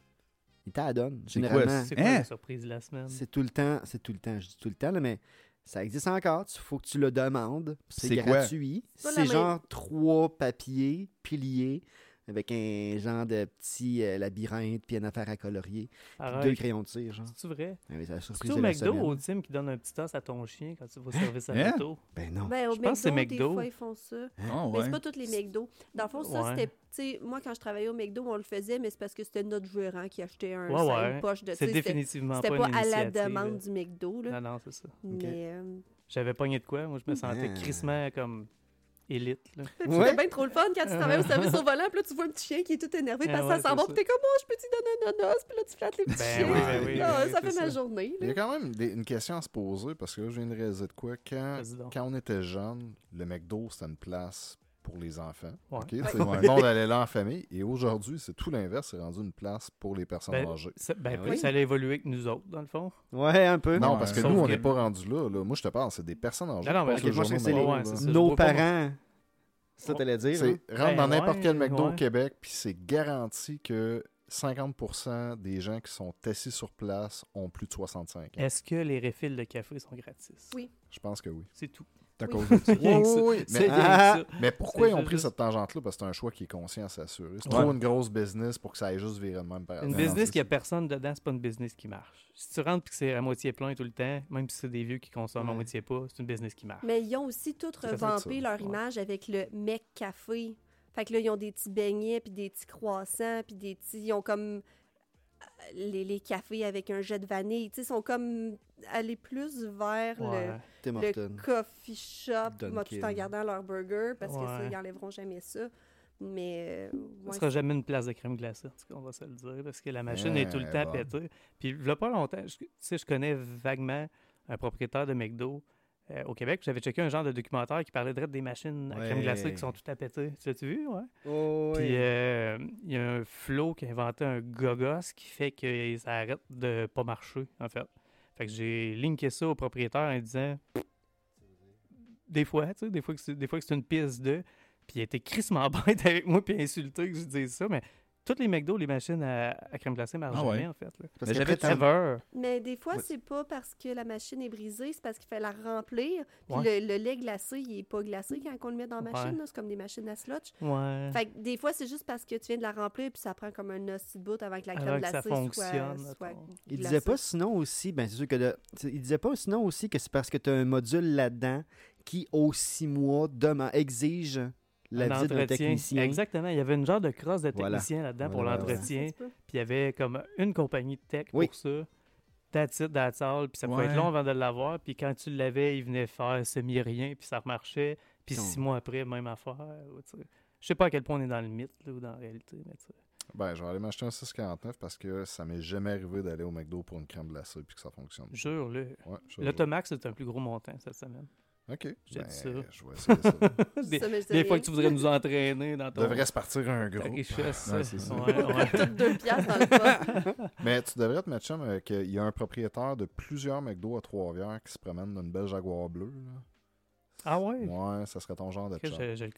Speaker 1: Il t'a la donne.
Speaker 2: C'est quoi,
Speaker 1: Généralement,
Speaker 3: C'est quoi
Speaker 2: Hein?
Speaker 3: la surprise de la semaine?
Speaker 1: c'est tout le temps, c'est tout le temps, je dis tout le temps, là, mais ça existe encore. Il faut que tu le demandes. puis C'est
Speaker 2: C'est quoi?
Speaker 1: gratuit.
Speaker 5: C'est pas
Speaker 1: C'est
Speaker 5: la même-
Speaker 1: genre trois papiers, piliers, avec un genre de petit euh, labyrinthe, puis une affaire à colorier, puis deux
Speaker 3: Arrête.
Speaker 1: crayons de cire, genre.
Speaker 3: C'est-tu vrai?
Speaker 1: Ah oui, c'est la
Speaker 3: C'est-tu
Speaker 1: surprise
Speaker 3: au
Speaker 1: de la
Speaker 3: McDo
Speaker 1: semaine.
Speaker 3: au Tim qui donne un petit os à ton chien quand tu vas au service à
Speaker 2: Hein?
Speaker 3: l'auto?
Speaker 1: Ben non.
Speaker 5: Ben, au
Speaker 3: Je pense que c'est
Speaker 5: McDo, des
Speaker 3: McDo.
Speaker 5: fois, ils font ça.
Speaker 2: Ah
Speaker 5: Mais
Speaker 2: ouais.
Speaker 5: Ben, c'est pas tous les McDo. Dans le fond, ça,
Speaker 3: Ouais.
Speaker 5: c'était. tu sais, moi, quand je travaillais au McDo, on le faisait, mais c'est parce que c'était notre gérant qui achetait un
Speaker 3: Ouais,
Speaker 5: ça,
Speaker 3: ouais.
Speaker 5: une poche de tu sais,
Speaker 3: C'est
Speaker 5: c'était-
Speaker 3: définitivement
Speaker 5: C'était
Speaker 3: pas,
Speaker 5: pas
Speaker 3: une
Speaker 5: à la
Speaker 3: initiative. hein. Ah,
Speaker 5: demande du McDo, là.
Speaker 3: Non, non, c'est ça.
Speaker 5: Mais. euh,
Speaker 3: J'avais pogné de quoi? Moi, je me sentais
Speaker 1: Ah.
Speaker 3: crissement comme élite. Là.
Speaker 5: C'était
Speaker 1: Ouais.
Speaker 5: bien trop le fun quand tu travailles au service au volant, puis là, tu vois un petit chien qui est tout énervé
Speaker 3: Ah
Speaker 5: parce que
Speaker 3: ouais,
Speaker 5: ça s'en
Speaker 3: c'est
Speaker 5: va,
Speaker 3: ça.
Speaker 5: puis t'es comme, oh, je peux t'y donner un nonos, puis là, tu flattes les petits
Speaker 3: Ben
Speaker 5: chiens.
Speaker 4: oui, ben oui,
Speaker 5: Ah,
Speaker 3: oui,
Speaker 5: ça
Speaker 3: c'est
Speaker 5: fait ma
Speaker 3: ça.
Speaker 5: journée,
Speaker 4: Il y
Speaker 5: là.
Speaker 4: a quand même des- une question à se poser parce que là, je viens de réaliser de quoi. Quand,
Speaker 3: Vas-y donc.
Speaker 4: quand on était jeune, le McDo, c'était une place pour les enfants.
Speaker 3: Ouais.
Speaker 4: OK? C'est-
Speaker 2: Ouais.
Speaker 4: Le monde allait là en famille. Et aujourd'hui, c'est tout l'inverse. C'est rendu une place pour les personnes
Speaker 3: Ben,
Speaker 4: âgées.
Speaker 3: Ça, ben,
Speaker 1: Ben
Speaker 3: plus
Speaker 1: oui. Ah
Speaker 3: ça allait évoluer que nous autres, dans le fond.
Speaker 1: Ouais, un peu.
Speaker 4: Non,
Speaker 2: Ouais.
Speaker 4: parce que
Speaker 3: Sauf
Speaker 4: nous, on
Speaker 3: que-
Speaker 4: n'est pas rendu là, là. Moi, je te parle, c'est des personnes âgées.
Speaker 3: Non, non,
Speaker 4: qui
Speaker 3: mais
Speaker 4: passent
Speaker 3: ok,
Speaker 4: leur
Speaker 1: je pense que
Speaker 4: journée
Speaker 1: c'est
Speaker 4: au
Speaker 1: les-
Speaker 4: McDo,
Speaker 3: ouais,
Speaker 4: là.
Speaker 3: c'est ça.
Speaker 1: Nos
Speaker 3: je vois pas
Speaker 1: parents, ça, t'allais dire. hein?
Speaker 4: C'est- rentre dans
Speaker 3: Ben
Speaker 4: n'importe
Speaker 3: ouais,
Speaker 4: quel McDo
Speaker 3: ouais.
Speaker 4: au Québec, puis c'est garanti que 50% des gens qui sont assis sur place ont plus de 65 ans.
Speaker 3: Est-ce que les refils de café sont gratis?
Speaker 5: Oui.
Speaker 4: Je pense que oui.
Speaker 3: C'est tout.
Speaker 2: C'est à
Speaker 5: Oui.
Speaker 2: cause de ça.
Speaker 4: Oui,
Speaker 3: Rien que ça.
Speaker 4: oui, oui.
Speaker 3: C'est
Speaker 4: Mais,
Speaker 3: rien que
Speaker 1: Ah!
Speaker 3: ça.
Speaker 4: mais pourquoi
Speaker 3: C'est
Speaker 4: ils ont
Speaker 3: juste-
Speaker 4: pris cette tangente-là? Parce que c'est un choix qui est conscient à s'assurer. C'est
Speaker 2: Ouais.
Speaker 4: trop une grosse business pour que ça aille juste virer de même par hasard.
Speaker 3: Une
Speaker 2: non,
Speaker 3: business
Speaker 2: c'est
Speaker 3: qui a personne dedans, c'est pas une business qui marche. Si tu rentres et que c'est à moitié plein tout le temps, même si c'est des vieux qui consomment à
Speaker 1: Ouais.
Speaker 3: moitié pas, c'est une business qui marche.
Speaker 5: Mais ils ont aussi tout
Speaker 4: Ça fait ça,
Speaker 5: revampé leur
Speaker 4: ouais.
Speaker 5: image avec le mec café. Fait que là, ils ont des petits beignets, puis des petits croissants, puis des petits. Ils ont comme euh, les, les cafés avec un jet de vanille. Tu sais, ils sont comme allés plus vers le.
Speaker 3: Ouais.
Speaker 1: Tim
Speaker 5: le
Speaker 1: Horton.
Speaker 5: coffee shop,
Speaker 1: Dunkin'.
Speaker 5: moi, tout en gardant leur burger, parce que ça,
Speaker 3: Ouais.
Speaker 5: ils enlèveront jamais ça. Mais euh,
Speaker 3: Ce
Speaker 5: ouais,
Speaker 3: sera jamais une place de crème glacée, en tout cas, on va se le dire, parce que la machine est tout le
Speaker 4: Eh,
Speaker 3: temps
Speaker 4: bon.
Speaker 3: pétée. Puis, il pas longtemps, je, tu sais, je connais vaguement un propriétaire de McDo euh, au Québec. J'avais checké un genre de documentaire qui parlait direct des machines à crème glacée
Speaker 1: Ouais.
Speaker 3: qui sont tout à péter. Tu l'as-tu vu? Ouais.
Speaker 1: Oh, oui.
Speaker 3: Puis, euh, il y a un flow qui a inventé un gogos qui fait que ça arrête de pas marcher, en fait. Fait que j'ai linké ça au propriétaire en disant des fois, tu sais, des fois que c'est, des fois que c'est une piste de. Puis il était crissement bête avec moi, puis insulté que je dise ça, mais toutes les McDo, les machines à, à crème glacée marchent
Speaker 2: Ah ouais.
Speaker 3: jamais, en fait. Là.
Speaker 1: Parce
Speaker 2: Mais
Speaker 1: qu'après,
Speaker 2: j'avais-
Speaker 1: t'as-
Speaker 3: Ever.
Speaker 5: Mais des fois,
Speaker 1: Ouais.
Speaker 5: c'est pas parce que la machine est brisée, c'est parce qu'il fait la remplir. Puis
Speaker 3: Ouais.
Speaker 5: le, le lait glacé, il est pas glacé quand on le met dans la machine.
Speaker 3: Ouais.
Speaker 5: là. C'est comme des machines à slotch.
Speaker 3: Ouais.
Speaker 5: Fait que des fois, c'est juste parce que tu viens de la remplir, puis ça prend comme un hostie de bout avant que la crème
Speaker 3: Avant que ça
Speaker 5: glacée
Speaker 3: fonctionne,
Speaker 5: soit, soit
Speaker 3: mettons.
Speaker 1: Il
Speaker 5: glacée.
Speaker 1: disait pas sinon aussi, ben c'est sûr que de- tu sais, il disait pas sinon aussi que c'est parce que tu as un module là-dedans qui, aux six mois, demande, exige la
Speaker 3: Un
Speaker 1: visite d'un
Speaker 3: entretien.
Speaker 1: technicien.
Speaker 3: Exactement. Il y avait une genre de crosse de
Speaker 1: Voilà.
Speaker 3: technicien là-dedans pour
Speaker 1: Voilà, voilà.
Speaker 3: l'entretien.
Speaker 5: Ça se peut.
Speaker 3: Puis il y avait comme une compagnie de tech
Speaker 1: Oui.
Speaker 3: pour ça. That's it, that's all. Puis ça pouvait
Speaker 2: Ouais.
Speaker 3: être long avant de l'avoir. Puis quand tu l'avais, il venait faire semi-rien, puis ça remarchait. Puis
Speaker 1: Ton-
Speaker 3: six mois après, même affaire. ou tu sais. Je sais pas à quel point on est dans le mythe là, ou dans la réalité, mais tu sais.
Speaker 4: Ben, je vais aller m'acheter un 6,49 parce que ça m'est jamais arrivé d'aller au McDo pour une crème glacée puis que ça fonctionne.
Speaker 3: Jure-le.
Speaker 4: Ouais, je-
Speaker 3: L'automax, c'est un plus gros montant cette semaine.
Speaker 4: Ok.
Speaker 3: J'ai
Speaker 4: Ben,
Speaker 3: dit ça.
Speaker 4: Je vais essayer ça.
Speaker 3: Des,
Speaker 5: Ça, mais je dis
Speaker 3: des fois
Speaker 5: rien.
Speaker 3: que tu voudrais nous entraîner dans ton,
Speaker 4: devrait se partir un
Speaker 3: ta
Speaker 4: gros.
Speaker 3: richesse.
Speaker 2: Ouais, c'est ça.
Speaker 3: Ouais, ouais.
Speaker 5: Toutes deux piastres dans le pot.
Speaker 4: Mais tu devrais te mettre chum euh, qu'il y a un propriétaire de plusieurs McDo à Trois-Rivières qui se promène d'une belle Jaguar bleue. là.
Speaker 3: Ah ouais?
Speaker 4: Ouais, ça serait ton genre de
Speaker 3: Que
Speaker 4: chum.
Speaker 3: je- je le-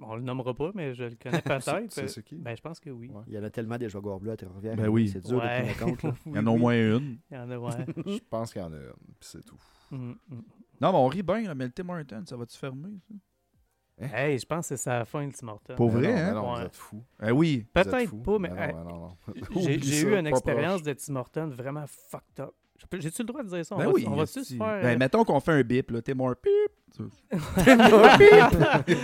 Speaker 3: on le nommera pas, mais je le connais
Speaker 4: Tu
Speaker 3: peut-être.
Speaker 4: sais c'est qui?
Speaker 3: Ben, je pense que oui.
Speaker 4: Ouais.
Speaker 1: Il y en a tellement des joueurs bleus à Trois-Rivières.
Speaker 2: Ben oui.
Speaker 1: C'est dur
Speaker 3: Ouais.
Speaker 1: de tenir compte. là.
Speaker 2: Il y en a au moins une.
Speaker 3: Il y en a, ouais.
Speaker 4: Je pense qu'il y en a une, puis c'est tout.
Speaker 3: Mm, mm.
Speaker 2: Non, mais on rit bien, là, mais le Tim Hortons, ça va-tu fermer? ça?
Speaker 3: Hey, je pense que c'est à la fin de Tim Hortons.
Speaker 2: Pour
Speaker 4: Mais
Speaker 2: vrai,
Speaker 4: non,
Speaker 2: hein?
Speaker 4: mais non,
Speaker 3: Ouais.
Speaker 4: vous êtes fous.
Speaker 2: Eh oui.
Speaker 4: Vous êtes fous. Ben
Speaker 3: Peut-être pas, mais
Speaker 4: non, non, non.
Speaker 3: hey, j'ai
Speaker 4: Oublie
Speaker 3: j'ai
Speaker 4: ça,
Speaker 3: eu une
Speaker 4: pas
Speaker 3: expérience de Tim Hortons vraiment fucked up. Je peux- J'ai-tu le droit de dire ça? On
Speaker 2: Ben
Speaker 3: va,
Speaker 2: oui.
Speaker 3: on va se
Speaker 2: esti.
Speaker 3: faire... euh,
Speaker 2: Ben, mettons qu'on fait un bip, là. Tim Hortons.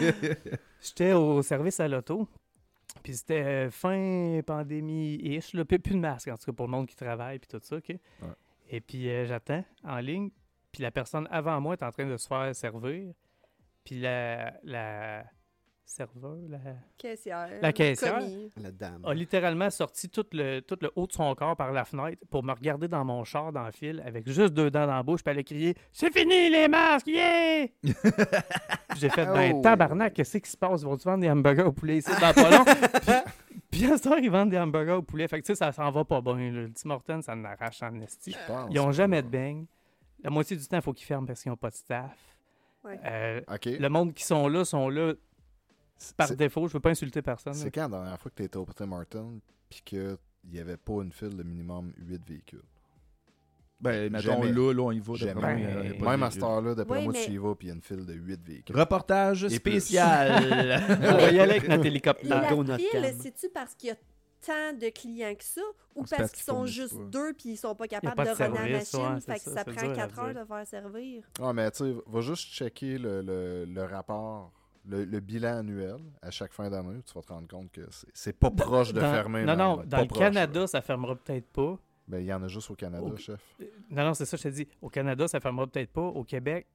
Speaker 3: J'étais au service à l'auto, puis c'était euh, fin pandémie-ish, là, puis plus de masque, en tout cas, pour le monde qui travaille, puis tout ça, OK? Et puis euh, j'attends en ligne, puis la personne avant moi est en train de se faire servir, puis la... la... serveur, la...
Speaker 5: Caissière.
Speaker 3: La caissière.
Speaker 5: commis.
Speaker 1: La dame.
Speaker 3: a littéralement sorti tout le, tout le haut de son corps par la fenêtre pour me regarder dans mon char dans le fil avec juste deux dents dans la bouche, puis elle a crié C'est fini les masques, yeah! Puis J'ai fait Ben
Speaker 4: Oh.
Speaker 3: tabarnak, qu'est-ce qui se passe? Ils vont-tu vendre des hamburgers au poulet ici dans pas long? puis, puis à ce temps, ils vendent des hamburgers au poulet. Fait que tu sais, ça s'en va pas bien. là. Le Tim Hortons, ça en arrache en esti.
Speaker 4: Je pense
Speaker 3: Ils ont
Speaker 4: pas.
Speaker 3: jamais de beignes. La moitié du temps, il faut qu'ils ferment parce qu'ils n'ont pas de staff.
Speaker 5: Ouais.
Speaker 3: Euh,
Speaker 4: OK.
Speaker 3: le monde qui sont là sont là par
Speaker 4: C'est-
Speaker 3: défaut. Je veux pas insulter personne. là.
Speaker 4: C'est quand la dernière fois que tu étais au Tim Martin puis qu'il n'y avait pas une file de minimum 8 véhicules?
Speaker 2: Ben, mettons,
Speaker 4: Jamais.
Speaker 2: là, là, on y va.
Speaker 4: Jamais.
Speaker 2: d'après moi, il y aurait pas de
Speaker 4: Même à
Speaker 2: véhicule.
Speaker 4: cette heure-là, d'après
Speaker 5: Oui,
Speaker 4: moi,
Speaker 5: mais-
Speaker 4: tu y vas, puis il y a une file de 8 véhicules.
Speaker 2: Reportage
Speaker 4: Et plus.
Speaker 2: spécial.
Speaker 3: On va y aller avec notre
Speaker 5: La
Speaker 3: hélicoptère.
Speaker 1: Dans notre
Speaker 5: file,
Speaker 1: cam.
Speaker 5: c'est-tu parce qu'il y a tant de clients que ça ou
Speaker 2: C'est
Speaker 5: parce
Speaker 2: parce
Speaker 5: qu'ils
Speaker 2: qu'ils
Speaker 5: sont
Speaker 2: fournissent
Speaker 5: juste
Speaker 2: pas.
Speaker 5: deux puis ils sont pas
Speaker 3: a
Speaker 5: capables
Speaker 3: pas
Speaker 5: de
Speaker 3: de
Speaker 5: runner la
Speaker 3: service,
Speaker 5: machine?
Speaker 3: ouais,
Speaker 5: fait que
Speaker 3: c'est
Speaker 5: ça
Speaker 3: ça, c'est
Speaker 5: prend
Speaker 3: dur à
Speaker 5: 4 heures
Speaker 3: dire.
Speaker 5: de faire servir.
Speaker 4: Ah, mais tu sais, va juste checker le, le- le rapport, le, le bilan annuel à chaque fin d'année. Tu vas te rendre compte que c'est- c'est pas proche de
Speaker 3: Dans-
Speaker 4: fermer.
Speaker 3: non,
Speaker 4: man,
Speaker 3: non,
Speaker 4: là.
Speaker 3: dans
Speaker 4: Pas
Speaker 3: le
Speaker 4: proche,
Speaker 3: Canada,
Speaker 4: là.
Speaker 3: ça fermera peut-être pas.
Speaker 4: Ben, il y en a juste au Canada,
Speaker 3: Au-
Speaker 4: chef.
Speaker 3: Euh, Non, non, c'est ça, je te dis. Au Canada, ça fermera peut-être pas. Au Québec,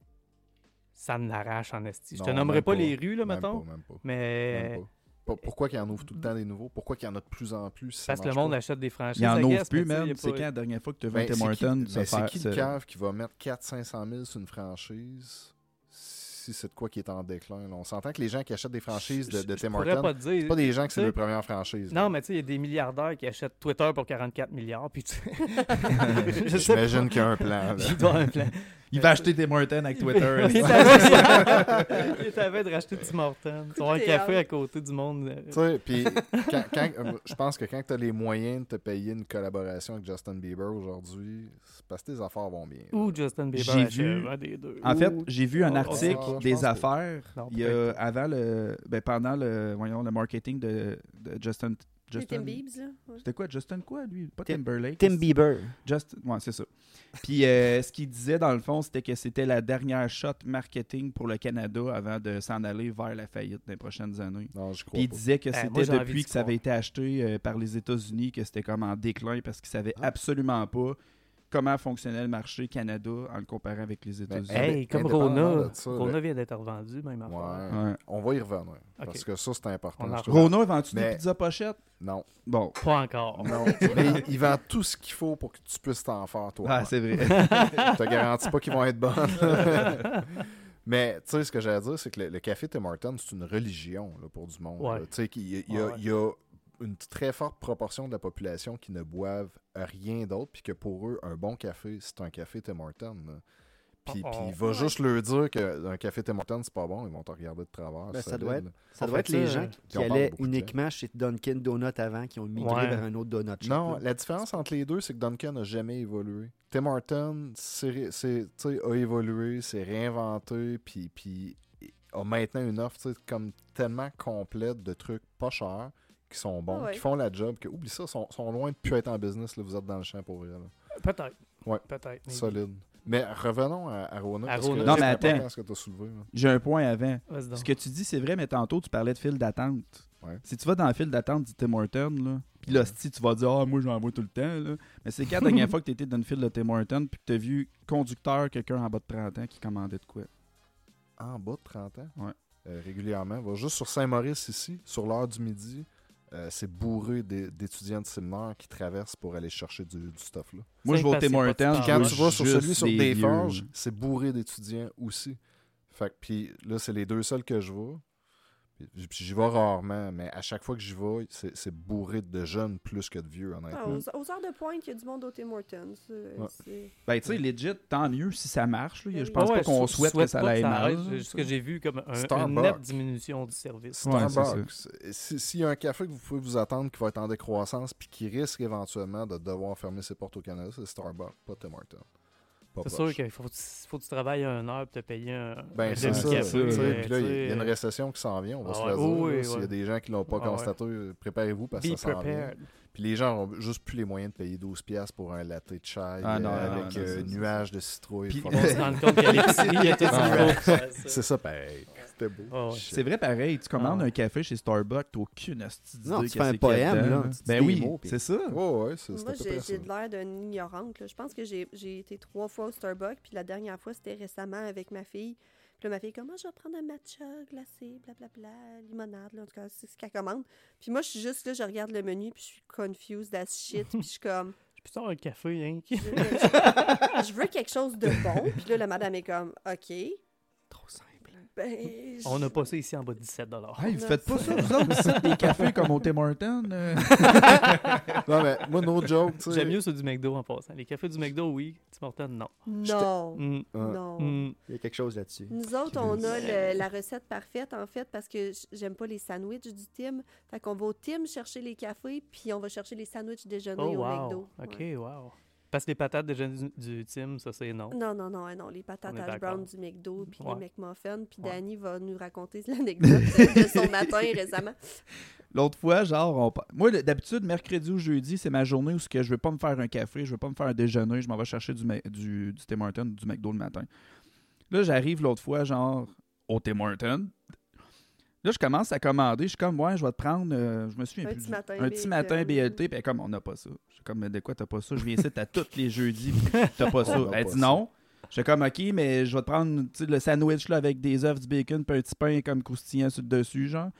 Speaker 3: ça me l'arrache en esti. Je te
Speaker 4: Non,
Speaker 3: nommerai
Speaker 4: même
Speaker 3: pas,
Speaker 4: pas.
Speaker 3: les rues, là,
Speaker 4: Même
Speaker 3: mettons.
Speaker 4: pas, même pas.
Speaker 3: Mais Euh,
Speaker 4: Même pas. Pour- Pourquoi qu'il en ouvre tout le temps des nouveaux? Pourquoi qu'il y en a de plus en plus? si ça
Speaker 3: parce que le
Speaker 4: marche
Speaker 3: monde
Speaker 4: pas?
Speaker 3: achète des franchises.
Speaker 2: Il y en
Speaker 3: I
Speaker 2: a
Speaker 3: guess,
Speaker 2: plus,
Speaker 3: mais tu sais,
Speaker 2: même.
Speaker 3: il y a
Speaker 2: C'est
Speaker 3: pas-
Speaker 2: quand la dernière fois que tu as vu
Speaker 4: Ben,
Speaker 2: Tim
Speaker 4: c'est qui-
Speaker 2: Horton
Speaker 4: ben,
Speaker 2: se
Speaker 4: c'est
Speaker 2: faire...
Speaker 4: qui
Speaker 2: se-
Speaker 4: le cave qui va mettre 400-500 000 sur une franchise si c'est de quoi qui est en déclin? là? On s'entend que les gens qui achètent des franchises de,
Speaker 3: Je-
Speaker 4: de
Speaker 3: je
Speaker 4: Tim
Speaker 3: pourrais
Speaker 4: Hortons,
Speaker 3: pas te dire.
Speaker 4: c'est pas des gens qui c'est
Speaker 3: tu sais-
Speaker 4: leur première franchise. là.
Speaker 3: Non, mais tu sais, il y a des milliardaires qui achètent Twitter pour 44 milliards. Puis tu... je sais pas.
Speaker 4: J'imagine qu'il y a un plan. là.
Speaker 3: Il doit avoir un plan.
Speaker 2: Il va acheter Tim Horton avec Twitter.
Speaker 3: il t'avait- il t'avait de racheter Tim Hortons. Tu vas avoir un
Speaker 5: de
Speaker 3: café
Speaker 5: théâtre.
Speaker 3: à côté du monde. euh,
Speaker 4: Tu sais, puis quand, quand- euh, je pense que quand tu as les moyens de te payer une collaboration avec Justin Bieber aujourd'hui, c'est parce que tes affaires vont bien. là.
Speaker 3: Ou Justin Bieber
Speaker 2: J'ai
Speaker 3: achève,
Speaker 2: vu-
Speaker 3: un des deux.
Speaker 2: En fait,
Speaker 3: Ou-
Speaker 2: j'ai vu un
Speaker 3: Ah,
Speaker 2: article
Speaker 4: ah, je pense
Speaker 2: des
Speaker 4: pas.
Speaker 2: affaires
Speaker 3: Non,
Speaker 2: il y a-
Speaker 3: peut-être.
Speaker 2: avant le, ben, pendant le, voyons, le marketing de, de Justin,
Speaker 5: C'est
Speaker 2: Justin
Speaker 5: Tim Biebs, là. ouais.
Speaker 2: C'était quoi Justin quoi lui Pas
Speaker 1: Tim-
Speaker 2: Timberlake.
Speaker 1: Tim Bieber.
Speaker 2: Justin, ouais, c'est ça. Puis euh, ce qu'il disait dans le fond, c'était que c'était la dernière shot marketing pour le Canada avant de s'en aller vers la faillite des prochaines années.
Speaker 4: Non, je crois
Speaker 2: Puis il
Speaker 4: pas.
Speaker 2: disait que
Speaker 3: Eh,
Speaker 2: c'était
Speaker 3: moi, j'ai envie
Speaker 2: depuis
Speaker 3: d'y
Speaker 2: que ça avait
Speaker 3: croire.
Speaker 2: été acheté euh, par les États-Unis que c'était comme en déclin parce qu'ils savaient
Speaker 4: Ah.
Speaker 2: absolument pas comment fonctionnait le marché Canada en le comparant avec les États-Unis.
Speaker 3: Hey, comme
Speaker 4: indépendamment
Speaker 3: Rona.
Speaker 4: de ça, le-
Speaker 3: Rona vient d'être revendu, même
Speaker 4: Ouais.
Speaker 3: affaire.
Speaker 2: Ouais.
Speaker 4: On va y revenir. Parce
Speaker 3: Ok.
Speaker 4: que ça, c'est important.
Speaker 3: On en
Speaker 4: je te-
Speaker 2: Rona vend-tu
Speaker 4: Mais-
Speaker 2: des pizzas pochettes?
Speaker 4: Non.
Speaker 2: Bon.
Speaker 3: Pas encore.
Speaker 4: non. Mais il vend tout ce qu'il faut pour que tu puisses t'en faire toi.
Speaker 2: Ah, c'est vrai.
Speaker 4: Je te garantis pas qu'ils vont être bonnes. Mais tu sais, ce que j'allais dire, c'est que le, le café Tim Hortons, c'est une religion là, pour du monde.
Speaker 3: Ouais.
Speaker 4: là. Tu sais, qu'il y a- il y, a-
Speaker 3: Ouais.
Speaker 4: il y a une très forte proportion de la population qui ne boivent rien d'autre, puis que pour eux, un bon café, c'est un café Tim Hortons. là. Puis,
Speaker 3: Oh,
Speaker 4: puis
Speaker 3: oh.
Speaker 4: il va juste leur dire qu'un café Tim Hortons, c'est pas bon, ils vont te regarder de travers.
Speaker 1: Ben, ça
Speaker 4: solide,
Speaker 1: doit être-
Speaker 4: là.
Speaker 1: Ça
Speaker 3: En
Speaker 1: doit
Speaker 3: fait,
Speaker 1: être les
Speaker 3: ça,
Speaker 1: gens qui,
Speaker 4: on parle
Speaker 1: allaient
Speaker 4: beaucoup de
Speaker 1: uniquement chez Dunkin' Donut avant, qui ont migré
Speaker 3: Ouais.
Speaker 1: vers un autre donut shop.
Speaker 4: Non,
Speaker 1: là.
Speaker 4: la différence entre les deux, c'est que Duncan n'a jamais évolué. Tim Horton c'est- c'est- tu sais, a évolué, s'est réinventé, puis, puis a maintenant une offre tu sais, comme tellement complète de trucs pas chers qui sont bons,
Speaker 5: Ah ouais.
Speaker 4: qui font la job, que oublie ça, sont, sont loin de plus être en business, là, vous êtes dans le champ pour rien.
Speaker 3: Peut-être.
Speaker 4: Ouais.
Speaker 3: Peut-être. mais-
Speaker 4: Solide. Mais revenons à, à Rona.
Speaker 3: À
Speaker 4: parce que
Speaker 3: Rona.
Speaker 4: c'est
Speaker 2: Non, mais
Speaker 4: important
Speaker 2: attends.
Speaker 4: ce que t'as soulevé. là.
Speaker 2: J'ai un point avant.
Speaker 3: Vas-y donc.
Speaker 2: Ce que tu dis, c'est vrai, mais tantôt, tu parlais de file d'attente.
Speaker 4: Ouais.
Speaker 2: Si tu vas dans la file d'attente du Tim Horton, là, puis là, si tu vas dire, ah, moi, j'en vois tout le temps, là. Mais c'est quand la dernière fois que tu étais dans une file de Tim Horton, puis que tu as vu conducteur, quelqu'un en bas de 30 ans qui commandait de quoi.
Speaker 4: en bas de 30 ans,
Speaker 2: Ouais.
Speaker 4: euh, régulièrement. Va juste sur Saint-Maurice ici, sur l'heure du midi. euh, c'est bourré d'é- d'étudiants de séminaire qui traversent pour aller chercher du, du stuff là.
Speaker 2: Moi, je vais au
Speaker 3: passé
Speaker 2: Tim
Speaker 3: pas de
Speaker 2: Horton.
Speaker 3: temps.
Speaker 4: Puis
Speaker 2: je
Speaker 4: quand
Speaker 2: vois
Speaker 4: tu vas sur
Speaker 2: Ah, juste
Speaker 4: celui sur
Speaker 2: des
Speaker 4: des
Speaker 2: vieux.
Speaker 4: forges, c'est bourré d'étudiants aussi. Fait que puis là c'est les deux seuls que je vois. Puis j- puis j'y vais rarement, mais à chaque fois que j'y vais, c'est c'est bourré de jeunes plus que de vieux honnêtement.
Speaker 5: Ah, aux, aux heures de pointe, il y a du monde au Tim Hortons. euh,
Speaker 4: Ouais.
Speaker 5: c'est-
Speaker 2: Ben, tu sais, legit, tant mieux si ça marche. là. Je
Speaker 5: Ah
Speaker 2: pense
Speaker 3: Ouais,
Speaker 2: pas qu'on
Speaker 3: je
Speaker 2: souhaite, que ça
Speaker 3: pas
Speaker 2: aille mal.
Speaker 3: arrête. C'est juste que j'ai vu comme un- une
Speaker 4: Starbucks.
Speaker 3: nette diminution du service.
Speaker 2: Ouais, c'est ça.
Speaker 4: Starbucks. Si- S'il y a un café que vous pouvez vous attendre qui va être en décroissance puis qui risque éventuellement de devoir fermer ses portes au Canada, c'est Starbucks, pas Tim Hortons. Pas
Speaker 3: C'est sûr
Speaker 4: proche.
Speaker 3: qu'il faut, faut que tu travailles une heure pour te payer un. un
Speaker 4: Ben, c'est ça.
Speaker 3: demi-café,
Speaker 4: tu sais,
Speaker 3: euh,
Speaker 4: Puis là, il y a- il y a une
Speaker 3: tu sais.
Speaker 4: récession qui s'en vient, on va
Speaker 3: Ah
Speaker 4: se
Speaker 3: ouais,
Speaker 4: le dire.
Speaker 3: oui,
Speaker 4: là.
Speaker 3: oui,
Speaker 4: S'il y a
Speaker 3: ouais.
Speaker 4: des gens qui l'ont pas
Speaker 3: Ah ouais.
Speaker 4: constaté, euh, préparez-vous parce que
Speaker 3: Be
Speaker 4: ça s'en vient.
Speaker 3: prepared.
Speaker 4: Puis les gens ont juste plus les moyens de payer 12$ piastres pour un latte de chai
Speaker 2: Ah
Speaker 4: euh,
Speaker 2: non, non,
Speaker 4: avec
Speaker 2: non,
Speaker 4: euh,
Speaker 2: non, ça,
Speaker 4: nuage de citrouille.
Speaker 2: Puis-
Speaker 4: Fuck.
Speaker 3: On se rend compte qu'à l'épicerie, il y a tout
Speaker 4: Ah
Speaker 3: ce
Speaker 4: ouais.
Speaker 3: qu'il faut. pour faire ça.
Speaker 4: C'est ça, pareil. C'était beau.
Speaker 3: Ah ouais.
Speaker 2: C'est vrai, pareil, tu commandes
Speaker 3: Ah ouais.
Speaker 2: un café chez Starbucks, t'as aucune astuce
Speaker 1: Non, tu fais un poème, là, tu dis
Speaker 2: Ben
Speaker 1: des
Speaker 2: oui,
Speaker 1: mots, puis-
Speaker 2: c'est ça.
Speaker 4: Ouais, ouais, c'est
Speaker 5: Moi,
Speaker 4: c'était à peu
Speaker 5: j'ai
Speaker 4: près
Speaker 5: j'ai
Speaker 4: ça.
Speaker 5: de l'air d'une ignorante. là. Je pense que j'ai j'ai été trois fois au Starbucks, puis la dernière fois, c'était récemment avec ma fille. Puis là, ma fille, comment je vais prendre un matcha glacé, blablabla, limonade, là, en tout cas, c'est ce qu'elle commande. Puis moi, je suis juste là, je regarde le menu, puis je suis confused as shit, puis je suis comme,
Speaker 3: Je peux avoir un café, hein?
Speaker 5: je, je- je veux quelque chose de bon. Puis là, la madame est comme, OK.
Speaker 3: Trop simple.
Speaker 5: Ben, je-
Speaker 3: On a passé ici en bas de 17
Speaker 2: Hey, vous faites Ah, pas ça, vous autres, vous faites des cafés comme au Tim Hortons? euh?
Speaker 4: Non, mais moi, no joke, tu sais.
Speaker 3: J'aime mieux ceux du McDo en passant. Les cafés du McDo, oui. Tim Hortons, non.
Speaker 5: Non,
Speaker 3: Mm,
Speaker 4: Ah.
Speaker 5: non.
Speaker 3: mm.
Speaker 1: Il y a quelque chose là-dessus.
Speaker 5: Nous autres, on a
Speaker 3: euh,
Speaker 5: le- la recette parfaite, en fait, parce que j- j'aime pas les sandwichs du Tim. Fait qu'on va au Tim chercher les cafés, puis on va chercher les sandwichs déjeuner
Speaker 3: Oh,
Speaker 5: au
Speaker 3: wow.
Speaker 5: McDo.
Speaker 3: OK,
Speaker 5: Ouais.
Speaker 3: wow. Parce que les patates déjà du, du team, ça c'est non.
Speaker 5: Non, non, non, hein, non, les patates
Speaker 3: On est
Speaker 5: hash
Speaker 3: d'accord.
Speaker 5: brown du McDo, puis
Speaker 3: Ouais.
Speaker 5: les McMuffins, puis
Speaker 3: Ouais.
Speaker 5: Danny va nous raconter l'anecdote de son matin récemment.
Speaker 2: L'autre fois, genre, on... pa- moi, le- d'habitude, mercredi ou jeudi, c'est ma journée où ce que je veux pas me faire un café, je veux pas me faire un déjeuner, je m'en vais chercher du, ma- du, du Tim Hortons, du McDo le matin. Là, j'arrive l'autre fois, genre, au Tim Hortons. Là, je commence à commander. Je suis comme, ouais, je vais te prendre, euh, je me souviens
Speaker 5: Un
Speaker 2: plus.
Speaker 5: petit
Speaker 2: du-
Speaker 5: matin
Speaker 2: un petit
Speaker 5: BLT.
Speaker 2: matin BLT. Puis elle est comme, on n'a pas ça. Je suis comme, de quoi t'as pas ça? Je viens ici, t'as tous les jeudis, puis t'as pas ça.
Speaker 4: On a
Speaker 2: Elle
Speaker 4: pas
Speaker 2: dit
Speaker 4: ça.
Speaker 2: non. Je suis comme, ok, mais je vais te prendre tu sais, le sandwich là, avec des œufs, du bacon, puis un petit pain comme croustillant sur le dessus, genre.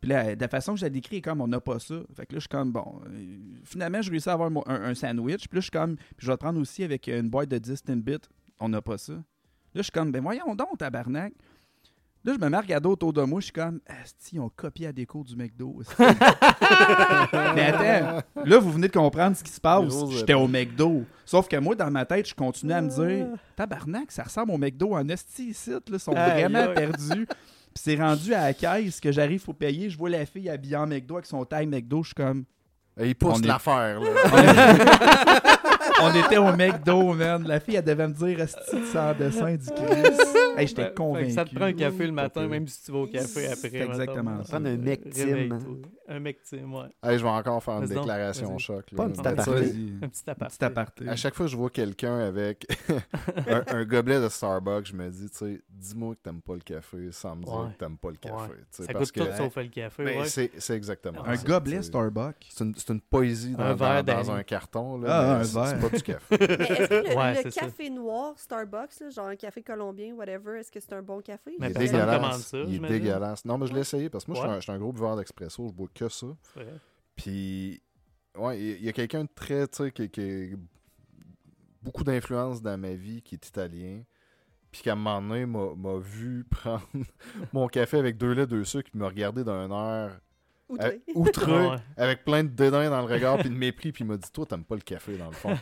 Speaker 2: Puis là, de la façon que je la décris, comme on n'a pas ça. Fait que là, je suis comme, bon, euh, finalement, je réussis à avoir mon- un, un sandwich. Puis là, je suis comme, puis je vais te prendre aussi avec une boîte de 10 Timbits. On n'a pas ça. Là, je suis comme, ben voyons donc, tabarnak. Là, je me mets à regarder autour de moi. Je suis comme, si ils ont copié à déco du McDo. asti. Mais attends, là, vous venez de comprendre ce qui se passe.
Speaker 4: Grosse
Speaker 2: J'étais au McDo. Sauf que moi, dans ma tête, je continuais à me dire,
Speaker 3: Ah.
Speaker 2: tabarnak, ça ressemble au McDo en esti ici. là. Ils sont
Speaker 3: Aïe,
Speaker 2: vraiment
Speaker 3: aïe.
Speaker 2: perdus. Puis c'est rendu à la caisse que j'arrive pour payer. Je vois la fille habillée en McDo avec son taille McDo. Je suis comme.
Speaker 4: Et il
Speaker 2: On
Speaker 4: pousse
Speaker 2: est-
Speaker 4: l'affaire, là.
Speaker 2: On était au McDo, man. La fille, elle devait me dire Esti sans dessin du Christ. Hey,
Speaker 3: Fait- fait
Speaker 2: J'étais
Speaker 3: que
Speaker 2: convaincu.
Speaker 3: Ça te prend un café le matin,
Speaker 2: pire.
Speaker 3: même si tu vas au café après.
Speaker 2: C'est exactement
Speaker 3: mettons.
Speaker 2: ça.
Speaker 1: Prendre un mec
Speaker 3: Euh, Réveille-toi. Un mec team, ouais.
Speaker 4: Hey, je vais encore faire une
Speaker 3: Vas-y donc,
Speaker 4: déclaration
Speaker 3: vas-y.
Speaker 4: choc. là.
Speaker 1: Pas une petite
Speaker 4: Mais
Speaker 2: Vas-y.
Speaker 1: aparté.
Speaker 4: tu sais,
Speaker 3: Un petit appart.
Speaker 2: Petit aparté.
Speaker 4: À chaque fois que je vois quelqu'un avec un, un gobelet de Starbucks, je me dis, tu sais, dis-moi que t'aimes pas le café sans me dire
Speaker 3: Ouais.
Speaker 4: que t'aimes pas le café.
Speaker 3: Ouais.
Speaker 4: tu sais,
Speaker 3: Ça
Speaker 4: parce
Speaker 3: coûte
Speaker 4: que
Speaker 3: tout sauf le café,
Speaker 4: Ben,
Speaker 3: ouais.
Speaker 4: c'est c'est exactement
Speaker 2: Un
Speaker 4: ça,
Speaker 2: gobelet
Speaker 4: tu sais.
Speaker 2: Starbucks.
Speaker 4: C'est une, c'est une poésie dans,
Speaker 3: Un verre
Speaker 4: dans- dans
Speaker 3: d'Annie.
Speaker 4: un carton. Là,
Speaker 2: Ah,
Speaker 4: mais
Speaker 2: un
Speaker 4: c'est-
Speaker 2: verre.
Speaker 4: C'est pas du café.
Speaker 5: Mais est-ce que le,
Speaker 3: Ouais,
Speaker 5: le
Speaker 3: c'est ça.
Speaker 5: café noir Starbucks, là, genre un café colombien, whatever, est-ce que c'est un bon café?
Speaker 3: Mais
Speaker 4: il est
Speaker 3: personne commande
Speaker 4: dégueulasse.
Speaker 3: ça,
Speaker 4: il est
Speaker 3: j'imagine.
Speaker 4: dégueulasse. Non, mais je l'ai essayé parce que moi, je suis
Speaker 3: Ouais.
Speaker 4: un- je suis un, gros buveur d'expresso. Je bois que ça.
Speaker 3: c'est vrai.
Speaker 4: Puis, ouais, il il y a quelqu'un de très, tu sais, qui, qui a beaucoup d'influence dans ma vie, qui est italien. Puis qu'à un moment donné, m'a m'a vu prendre mon café avec deux laits, deux sucres, puis me regarder d'un air
Speaker 5: Ou
Speaker 4: euh,
Speaker 5: toi?
Speaker 4: outreux,
Speaker 3: Ouais.
Speaker 4: avec plein de dédain dans le regard, puis de mépris, puis il m'a dit Toi, t'aimes pas le café, dans le fond.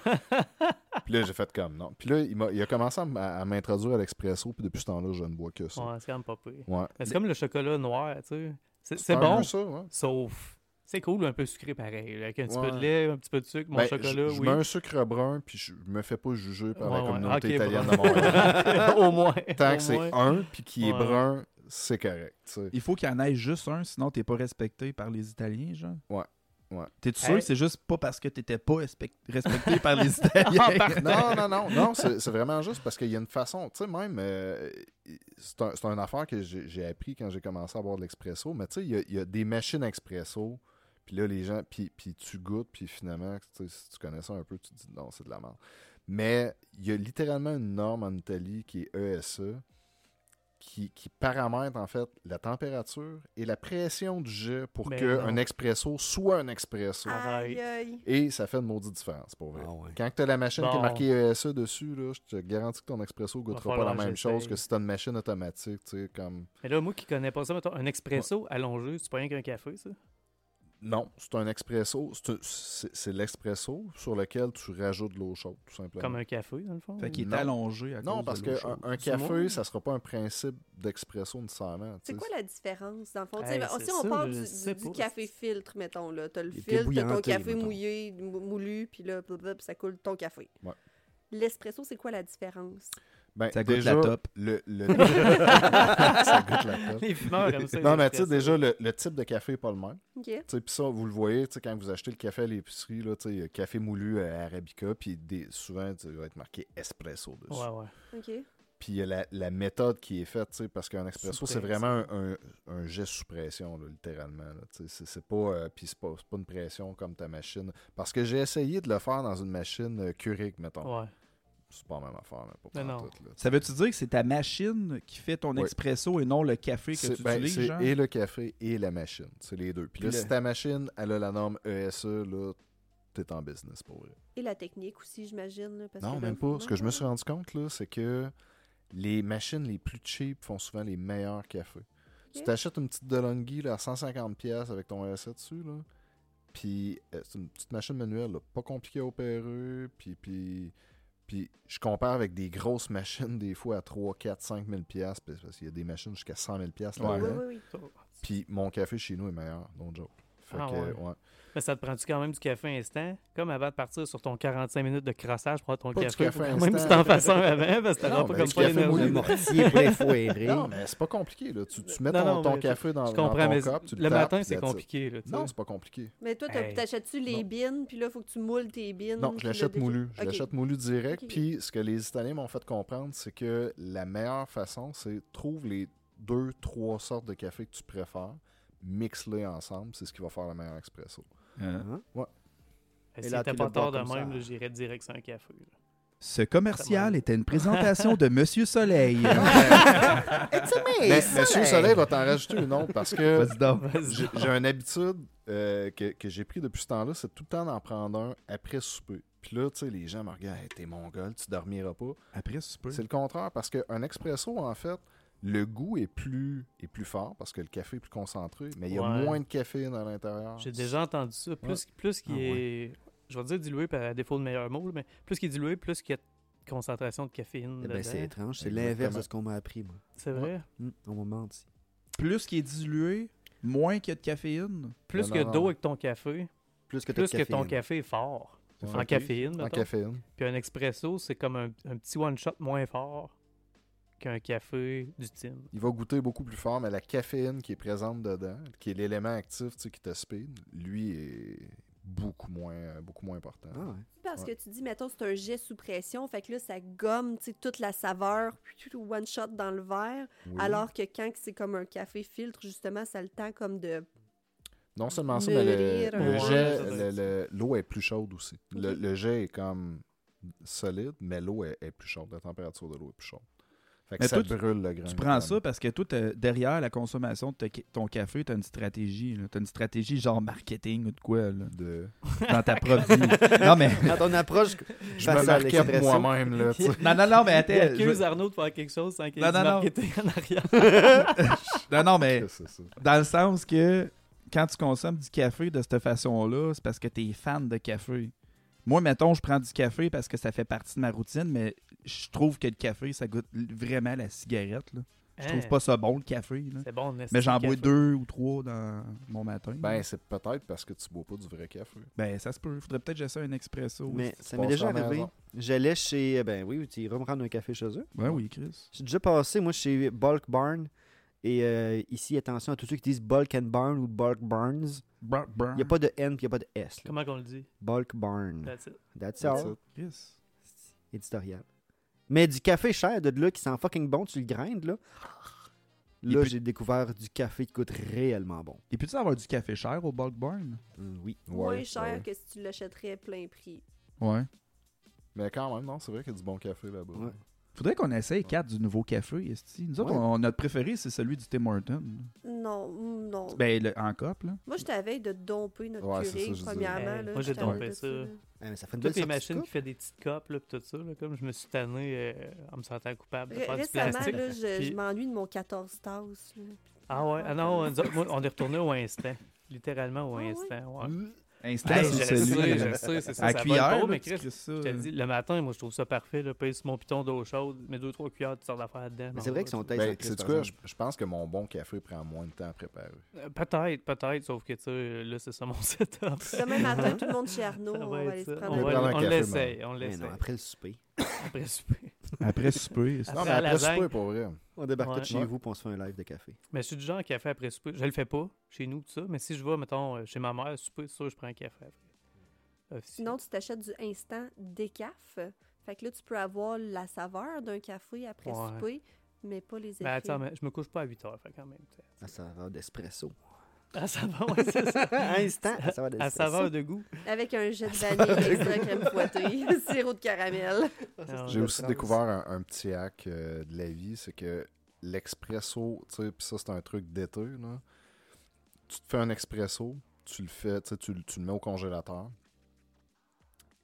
Speaker 4: puis là, j'ai fait comme non. Puis là, il, m'a- il a commencé à, m- à m'introduire à l'expresso, puis depuis ce temps-là, je ne bois que ça.
Speaker 3: Ouais, c'est quand même pas pire.
Speaker 4: Ouais.
Speaker 3: Mais C'est comme le chocolat noir, tu sais. C'est- C'est
Speaker 4: un
Speaker 3: bon,
Speaker 4: peu ça, ouais.
Speaker 3: sauf. C'est cool, un peu sucré pareil. Avec un petit peu de
Speaker 4: Ouais.
Speaker 3: lait, un petit peu de sucre, mon
Speaker 4: Ben,
Speaker 3: chocolat,
Speaker 4: je, je
Speaker 3: oui.
Speaker 4: mets un sucre brun, puis je me fais pas juger par la
Speaker 3: Ouais, ouais.
Speaker 4: communauté
Speaker 3: Ok,
Speaker 4: italienne
Speaker 3: bon.
Speaker 4: de Montréal.
Speaker 3: Au moins.
Speaker 4: Tant
Speaker 3: au
Speaker 4: que c'est
Speaker 3: moins.
Speaker 4: un, puis qui est
Speaker 3: Ouais.
Speaker 4: brun, c'est correct. tu sais.
Speaker 2: Il faut qu'il y en ait juste un, sinon t'es pas respecté par les Italiens, genre.
Speaker 4: Ouais, ouais.
Speaker 2: T'es sûr
Speaker 3: Hey.
Speaker 2: que c'est juste pas parce que t'étais pas respect- respecté par les Italiens?
Speaker 4: Ah,
Speaker 3: En partant.
Speaker 4: Non, non, non, non, c'est c'est vraiment juste parce qu'il y a une façon, tu sais, même, euh, c'est un- c'est une affaire que j'ai j'ai appris quand j'ai commencé à boire de l'expresso, mais tu sais, il y a- il y, a des machines expresso, puis là, les gens, puis, puis tu goûtes, puis finalement, tu sais, si tu connais ça un peu, tu te dis non, c'est de la merde. Mais il y a littéralement une norme en Italie qui est ESE, qui, qui paramètre en fait la température et la pression du jet pour
Speaker 3: Mais Ben non. Ah.
Speaker 4: qu'un expresso soit un expresso.
Speaker 5: Aïe, aïe.
Speaker 4: Et ça fait une maudite différence, pour vrai.
Speaker 1: Ah ouais.
Speaker 4: Quand tu as la machine qui est
Speaker 3: Bon.
Speaker 4: marquée ESE dessus, là, je te garantis que ton expresso ne
Speaker 3: Va
Speaker 4: goûtera pas
Speaker 3: falloir
Speaker 4: la
Speaker 3: que
Speaker 4: même
Speaker 3: j'essaye.
Speaker 4: chose que si tu as une machine automatique. tu sais, Comme...
Speaker 3: Mais là, moi qui connais pas ça, mettons, un expresso allongé, c'est pas rien qu'un café, ça.
Speaker 4: Ben Non, c'est un expresso. c'est un- C'est c'est l'expresso sur lequel tu rajoutes de l'eau chaude, tout simplement.
Speaker 3: Comme un café, dans le fond.
Speaker 2: Fait qu'il est
Speaker 4: Non.
Speaker 2: allongé à
Speaker 4: Non,
Speaker 2: cause
Speaker 4: parce
Speaker 2: de l'eau
Speaker 4: qu'un
Speaker 2: chaude.
Speaker 4: un café, ça sera pas un principe d'expresso nécessairement. tu
Speaker 5: C'est
Speaker 4: sais.
Speaker 5: quoi la différence, dans le fond? Tu
Speaker 3: Hey,
Speaker 5: sais, ben,
Speaker 3: c'est
Speaker 5: si on
Speaker 3: ça,
Speaker 5: parle
Speaker 3: je
Speaker 5: du,
Speaker 3: sais
Speaker 5: du
Speaker 3: pas.
Speaker 5: café filtre, mettons, là, t'as le
Speaker 1: Il était
Speaker 5: filtre, t'as ton
Speaker 1: bouillanté,
Speaker 5: café
Speaker 1: mettons.
Speaker 5: mouillé, mou- moulu, puis là, blablabla, puis ça coule ton café.
Speaker 4: Ouais.
Speaker 5: L'espresso, c'est quoi la différence?
Speaker 4: Ben,
Speaker 2: Ça goûte
Speaker 4: déjà,
Speaker 2: la top.
Speaker 4: Le, le- ça goûte la top.
Speaker 3: Les fumeurs aiment ça. les
Speaker 4: Non, mais tu sais,
Speaker 3: expressos.
Speaker 4: déjà, le, le type de café n'est pas le même.
Speaker 5: OK.
Speaker 4: Tu sais, Puis ça, vous le voyez, tu sais, quand vous achetez le café à l'épicerie, là, tu sais, il y a café moulu à Arabica, puis des- souvent, tu va être marqué espresso dessus.
Speaker 3: Ouais, ouais.
Speaker 5: OK.
Speaker 4: Puis il y a la, la méthode qui est faite, tu sais, parce qu'un expresso,
Speaker 3: Sous
Speaker 4: c'est
Speaker 3: pression.
Speaker 4: vraiment un, un, un jet sous pression, là, littéralement. là. Tu sais, c'est, c'est pas, euh, puis c'est pas, c'est pas une pression comme ta machine. Parce que j'ai essayé de le faire dans une machine euh, Keurig, mettons.
Speaker 3: Ouais.
Speaker 4: C'est pas la même affaire, mais pas
Speaker 3: Mais non.
Speaker 4: pantoute, là.
Speaker 2: Ça veut-tu dire que c'est ta machine qui fait ton
Speaker 4: Oui.
Speaker 2: expresso et non le café que
Speaker 4: C'est,
Speaker 2: tu
Speaker 4: ben,
Speaker 2: utilises,
Speaker 4: c'est
Speaker 2: genre?
Speaker 4: et le café et la machine. C'est les deux. Puis
Speaker 2: Puis
Speaker 4: là,
Speaker 2: le-
Speaker 4: si ta machine, elle a la norme ESE, là, t'es en business pour vrai.
Speaker 5: Et la technique aussi, j'imagine. là, parce
Speaker 4: Non,
Speaker 5: que ben,
Speaker 4: même
Speaker 5: là,
Speaker 4: pas. Ce que je me
Speaker 5: non.
Speaker 4: suis rendu compte, là, c'est que les machines les plus cheap font souvent les meilleurs cafés. Tu
Speaker 5: Ok.
Speaker 4: t'achètes une petite DeLonghi là, à 150$ piastres avec ton RSA dessus, là. Puis euh, c'est une petite machine manuelle, là, pas compliquée à opérer. Puis, puis, puis je compare avec des grosses machines, des fois à 3, 4, 5 000$, piastres, parce parce qu'il y a des machines jusqu'à 100 000$ piastres
Speaker 2: Ouais.
Speaker 5: Oui,
Speaker 4: là-dedans.
Speaker 5: oui, oui.
Speaker 4: Puis mon café chez nous est meilleur, non joke. Fait
Speaker 3: Ah
Speaker 4: que,
Speaker 3: ouais.
Speaker 4: ouais.
Speaker 3: Mais ça te prend-tu quand même du café instant? Comme avant de partir sur ton 45 minutes de crassage pour avoir ton
Speaker 4: Pas du
Speaker 3: café,
Speaker 4: café
Speaker 3: faut quand même que tu
Speaker 4: instant.
Speaker 3: t'en fasses un avant, parce que
Speaker 4: Non,
Speaker 3: t'auras
Speaker 1: Ben,
Speaker 3: pas
Speaker 4: mais
Speaker 3: comme
Speaker 4: du
Speaker 3: ça
Speaker 4: café
Speaker 1: Le
Speaker 3: l'énergie.
Speaker 4: mouillé.
Speaker 1: mortier plein foiré.
Speaker 4: Non, mais c'est pas compliqué. Là. Tu, tu mets
Speaker 3: Non,
Speaker 4: ton,
Speaker 3: non,
Speaker 4: ton
Speaker 3: mais
Speaker 4: café dans,
Speaker 3: Je
Speaker 4: dans
Speaker 3: comprends,
Speaker 4: ton
Speaker 3: mais
Speaker 4: cup, tu
Speaker 3: le
Speaker 4: tapes,
Speaker 3: matin, c'est
Speaker 4: that's it.
Speaker 3: compliqué. Là, tu
Speaker 4: Non,
Speaker 3: sais.
Speaker 4: c'est pas compliqué.
Speaker 5: Mais toi, t'as-
Speaker 3: Hey.
Speaker 5: t'achètes-tu les
Speaker 4: Non.
Speaker 5: bines, puis là, faut que tu moules tes bines.
Speaker 4: Non,
Speaker 5: puis
Speaker 4: je
Speaker 5: là,
Speaker 4: l'achète
Speaker 5: déjà-
Speaker 4: moulu. Je
Speaker 5: Ok.
Speaker 4: l'achète moulu direct.
Speaker 5: Ok.
Speaker 4: Puis ce que les Italiens m'ont fait comprendre, c'est que la meilleure façon, c'est trouve les deux, trois sortes de café que tu préfères, mixe-les ensemble. C'est ce qui va faire le meilleur expresso.
Speaker 2: Euh,
Speaker 1: Hein?
Speaker 3: Et
Speaker 1: Et
Speaker 3: Si
Speaker 1: là,
Speaker 3: t'as
Speaker 1: tu
Speaker 3: pas
Speaker 1: le bois
Speaker 3: tort de
Speaker 1: comme ça.
Speaker 3: même, là, j'irais direct sur un café. là.
Speaker 2: ce commercial était une présentation de Monsieur Soleil.
Speaker 4: Mais Monsieur Soleil va t'en rajouter une autre parce que
Speaker 2: Vas-y donc.
Speaker 4: j'ai j'ai une habitude euh, que, que j'ai pris depuis ce temps-là, c'est tout le temps d'en prendre un après souper. Puis là, tu sais, les gens me regardent, Hey, t'es mongol, tu dormiras pas.
Speaker 2: Après, si tu peux.
Speaker 4: C'est le contraire, parce qu'un expresso, en fait, le goût est plus, est plus fort parce que le café est plus concentré, mais il y a
Speaker 3: Ouais.
Speaker 4: moins de caféine à l'intérieur.
Speaker 3: J'ai déjà entendu ça. Plus, plus qu'il
Speaker 4: Ah
Speaker 3: est. Je vais dire dilué par défaut de meilleur mot, mais plus qu'il est dilué, plus qu'il y a de concentration de caféine.
Speaker 1: Eh ben, c'est
Speaker 3: dedans.
Speaker 1: étrange, c'est
Speaker 4: Exactement.
Speaker 1: l'inverse de ce qu'on m'a appris, moi.
Speaker 3: c'est vrai.
Speaker 1: Hum, on m'a menti.
Speaker 2: Plus qui est dilué, moins qu'il y a de caféine.
Speaker 3: Plus
Speaker 4: Non,
Speaker 3: que
Speaker 4: non,
Speaker 3: d'eau
Speaker 4: non.
Speaker 3: avec ton café,
Speaker 1: Plus que, t'as de
Speaker 3: plus que ton
Speaker 1: caféine.
Speaker 3: café est fort.
Speaker 4: C'est
Speaker 3: En
Speaker 4: fucké.
Speaker 3: caféine,
Speaker 4: En
Speaker 3: mettons.
Speaker 4: caféine.
Speaker 3: Puis un expresso, c'est comme un, un petit one-shot moins fort qu'un café du team.
Speaker 4: Il va goûter beaucoup plus fort, mais la caféine qui est présente dedans, qui est l'élément actif tu sais, qui te speed, lui est beaucoup moins, beaucoup moins important.
Speaker 1: Ah ouais.
Speaker 5: Parce
Speaker 4: Ouais.
Speaker 5: que tu dis, mettons, c'est un jet sous pression, fait que là, ça gomme tu sais, toute la saveur, puis one shot dans le verre,
Speaker 4: Oui.
Speaker 5: alors que quand que c'est comme un café filtre, justement, ça a le temps comme de...
Speaker 4: non seulement ça, mais le,
Speaker 5: Mûrir,
Speaker 4: le
Speaker 5: ouais,
Speaker 4: jet,
Speaker 3: ça doit
Speaker 4: le-
Speaker 3: être
Speaker 4: le- l'eau est plus chaude aussi. Le,
Speaker 5: Ok.
Speaker 4: le jet est comme solide, mais l'eau est, est plus chaude. La température de l'eau est plus chaude. Fait que
Speaker 2: Mais
Speaker 4: ça
Speaker 2: toi, tu-
Speaker 4: brûle le grain.
Speaker 2: Tu prends
Speaker 4: vraiment.
Speaker 2: ça parce que toi, t'as- derrière la consommation de ta- ton café, tu as une stratégie. Tu as une stratégie genre marketing ou de quoi là,
Speaker 4: de...
Speaker 2: dans ta propre vie. Non, mais,
Speaker 1: Quand on approche
Speaker 4: Je
Speaker 1: face
Speaker 4: me
Speaker 1: à
Speaker 4: marquais
Speaker 1: l'expresso,
Speaker 4: moi-même, là, tu sais.
Speaker 2: non, non, non, mais
Speaker 3: Il
Speaker 2: attends. je
Speaker 3: accuse
Speaker 2: veux-
Speaker 3: Arnaud de faire quelque chose sans qu'il y ait
Speaker 2: Non,
Speaker 3: du
Speaker 2: non, non.
Speaker 3: marketing en arrière.
Speaker 2: Non, non, mais
Speaker 4: C'est ça.
Speaker 2: dans le sens que quand tu consommes du café de cette façon-là, c'est parce que tu es fan de café. Moi, mettons, je prends du café parce que ça fait partie de ma routine, mais je trouve que le café, ça goûte l- vraiment la cigarette. là. Je trouve
Speaker 3: Hein,
Speaker 2: pas ça bon, le café. là.
Speaker 3: C'est bon,
Speaker 2: Mais j'en bois deux ou trois dans mon matin.
Speaker 4: Ben, c'est peut-être parce que tu bois pas du vrai café.
Speaker 2: Ben, ça se peut. Faudrait peut-être que j'essaie un expresso.
Speaker 1: mais ça
Speaker 4: passes
Speaker 1: m'est déjà
Speaker 4: à la
Speaker 1: arrivé.
Speaker 4: maison.
Speaker 1: J'allais chez. Ben oui, tu iras me rendre un café chez eux.
Speaker 2: Ben oui, Chris.
Speaker 1: J'ai déjà passé, moi, chez Bulk Barn. Et euh, ici, attention à tous ceux qui disent Bulk and Barn ou Bulk Barns.
Speaker 2: Brr, brr.
Speaker 1: Il n'y a pas de N puis il n'y a pas de S. là.
Speaker 3: Comment qu'on le dit?
Speaker 1: Bulk Barn.
Speaker 3: That's it.
Speaker 1: That's
Speaker 4: That's
Speaker 1: all.
Speaker 4: it.
Speaker 2: Chris.
Speaker 1: Éditorial. Mais du café cher de là qui sent fucking bon, tu le grindes, là.
Speaker 2: Il
Speaker 1: Là,
Speaker 2: peut-
Speaker 1: j'ai découvert du café qui coûte réellement bon.
Speaker 2: Il peut-tu avoir du café cher au bulk barn?
Speaker 1: Hum, oui.
Speaker 5: moins
Speaker 4: Mm, Ouais,
Speaker 5: cher
Speaker 4: ouais.
Speaker 5: que si tu l'achèterais plein prix.
Speaker 2: Ouais.
Speaker 4: Mais quand même, non, c'est vrai qu'il y a du bon café là-bas.
Speaker 1: Ouais.
Speaker 2: Faudrait qu'on essaye quatre du nouveau café, Esti. Nous autres,
Speaker 4: Ouais.
Speaker 2: on, notre préféré, c'est celui du Tim Horton.
Speaker 5: Non, mm, non.
Speaker 2: Ben, le- en cop, là.
Speaker 5: Moi, je t'avais de domper notre
Speaker 4: Ouais, c'est
Speaker 5: curé,
Speaker 4: ça, je
Speaker 5: premièrement.
Speaker 3: disais.
Speaker 5: là,
Speaker 3: Ben, Moi, j'ai
Speaker 5: je t'avais
Speaker 3: dompé
Speaker 5: de
Speaker 3: ça.
Speaker 5: là.
Speaker 1: Ah, mais ça fait une belle
Speaker 3: Toutes
Speaker 1: sortie
Speaker 3: les
Speaker 1: de
Speaker 3: machines
Speaker 1: coupe.
Speaker 3: qui font des petites copes, là, pis tout ça, là, comme je me suis tanné euh, en me sentant coupable de
Speaker 5: Ré-
Speaker 3: faire du
Speaker 5: Récemment,
Speaker 3: plastique.
Speaker 5: là, je,
Speaker 3: Puis-
Speaker 5: je m'ennuie de mon 14 tasses. là.
Speaker 3: Ah ouais, ah non, nous autres, moi, on est retourné au instant. Littéralement au
Speaker 5: Ah ouais?
Speaker 3: instant. ouais.
Speaker 1: Ah,
Speaker 2: Instant,
Speaker 3: Mmh. Hey,
Speaker 2: c'est
Speaker 3: je sais,
Speaker 2: celui.
Speaker 3: je sais, c'est ça.
Speaker 2: À
Speaker 3: ça va
Speaker 2: cuillère,
Speaker 3: être beau,
Speaker 2: là,
Speaker 3: mais
Speaker 2: tu
Speaker 3: Chris,
Speaker 2: crisses ça.
Speaker 3: je te le dis, le matin, moi, je trouve ça parfait. Là, pèse mon piton d'eau chaude, mes deux, trois cuillères, tu sors d'affaires dedans.
Speaker 1: Mais c'est vrai qu'ils sont
Speaker 4: Ben,
Speaker 1: têtes.
Speaker 4: c'est du quoi, je, je pense que mon bon café prend moins de temps à préparer.
Speaker 3: Euh, Peut-être, peut-être, sauf que, tu sais, là, c'est ça mon setup.
Speaker 5: Demain matin, tout le monde chez Arnaud,
Speaker 3: Ça
Speaker 5: on
Speaker 3: va
Speaker 5: va
Speaker 3: être
Speaker 5: aller se
Speaker 3: ça.
Speaker 5: prendre
Speaker 3: On
Speaker 5: un
Speaker 4: va-
Speaker 5: verre.
Speaker 4: prendre
Speaker 3: va-
Speaker 4: un
Speaker 3: on
Speaker 4: café,
Speaker 3: l'essaye, on
Speaker 1: Mais
Speaker 3: l'essaye.
Speaker 1: non, après le souper,
Speaker 3: Après souper.
Speaker 2: Après souper.
Speaker 3: Ah.
Speaker 4: Non, mais
Speaker 3: la
Speaker 4: après, c'est
Speaker 3: lasagne.
Speaker 4: pas pour vrai.
Speaker 1: on débarque
Speaker 3: Ouais.
Speaker 1: tous chez
Speaker 4: Ouais.
Speaker 1: vous pour on se fait un live de café.
Speaker 3: Mais je suis du genre café après souper. Je le fais pas chez nous, tout ça. Mais si je vais, mettons, euh, chez ma mère, souper, c'est sûr, je prends un café après. Officiel.
Speaker 5: Sinon, tu t'achètes du instant décaf. Fait que là, tu peux avoir la saveur d'un café après
Speaker 3: Ouais.
Speaker 5: souper, mais pas les effets.
Speaker 3: Ben, attends, mais je me couche pas à 8 heures, fait quand même. t'sais.
Speaker 1: À saveur d'espresso.
Speaker 3: À saveur, ouais, c'est ça.
Speaker 1: Instant, à saveur
Speaker 3: À
Speaker 1: d'espresso.
Speaker 3: saveur de goût.
Speaker 5: Avec un jet de vanille, extra crème fouettée, sirop de caramel.
Speaker 3: Ah,
Speaker 4: J'ai
Speaker 1: de
Speaker 4: aussi
Speaker 1: France.
Speaker 4: découvert un, un petit hack euh, de la vie, c'est que l'expresso, tu sais, puis ça c'est un truc d'été, là. Tu te fais un expresso, tu le fais, tu sais, tu, le- tu le mets au congélateur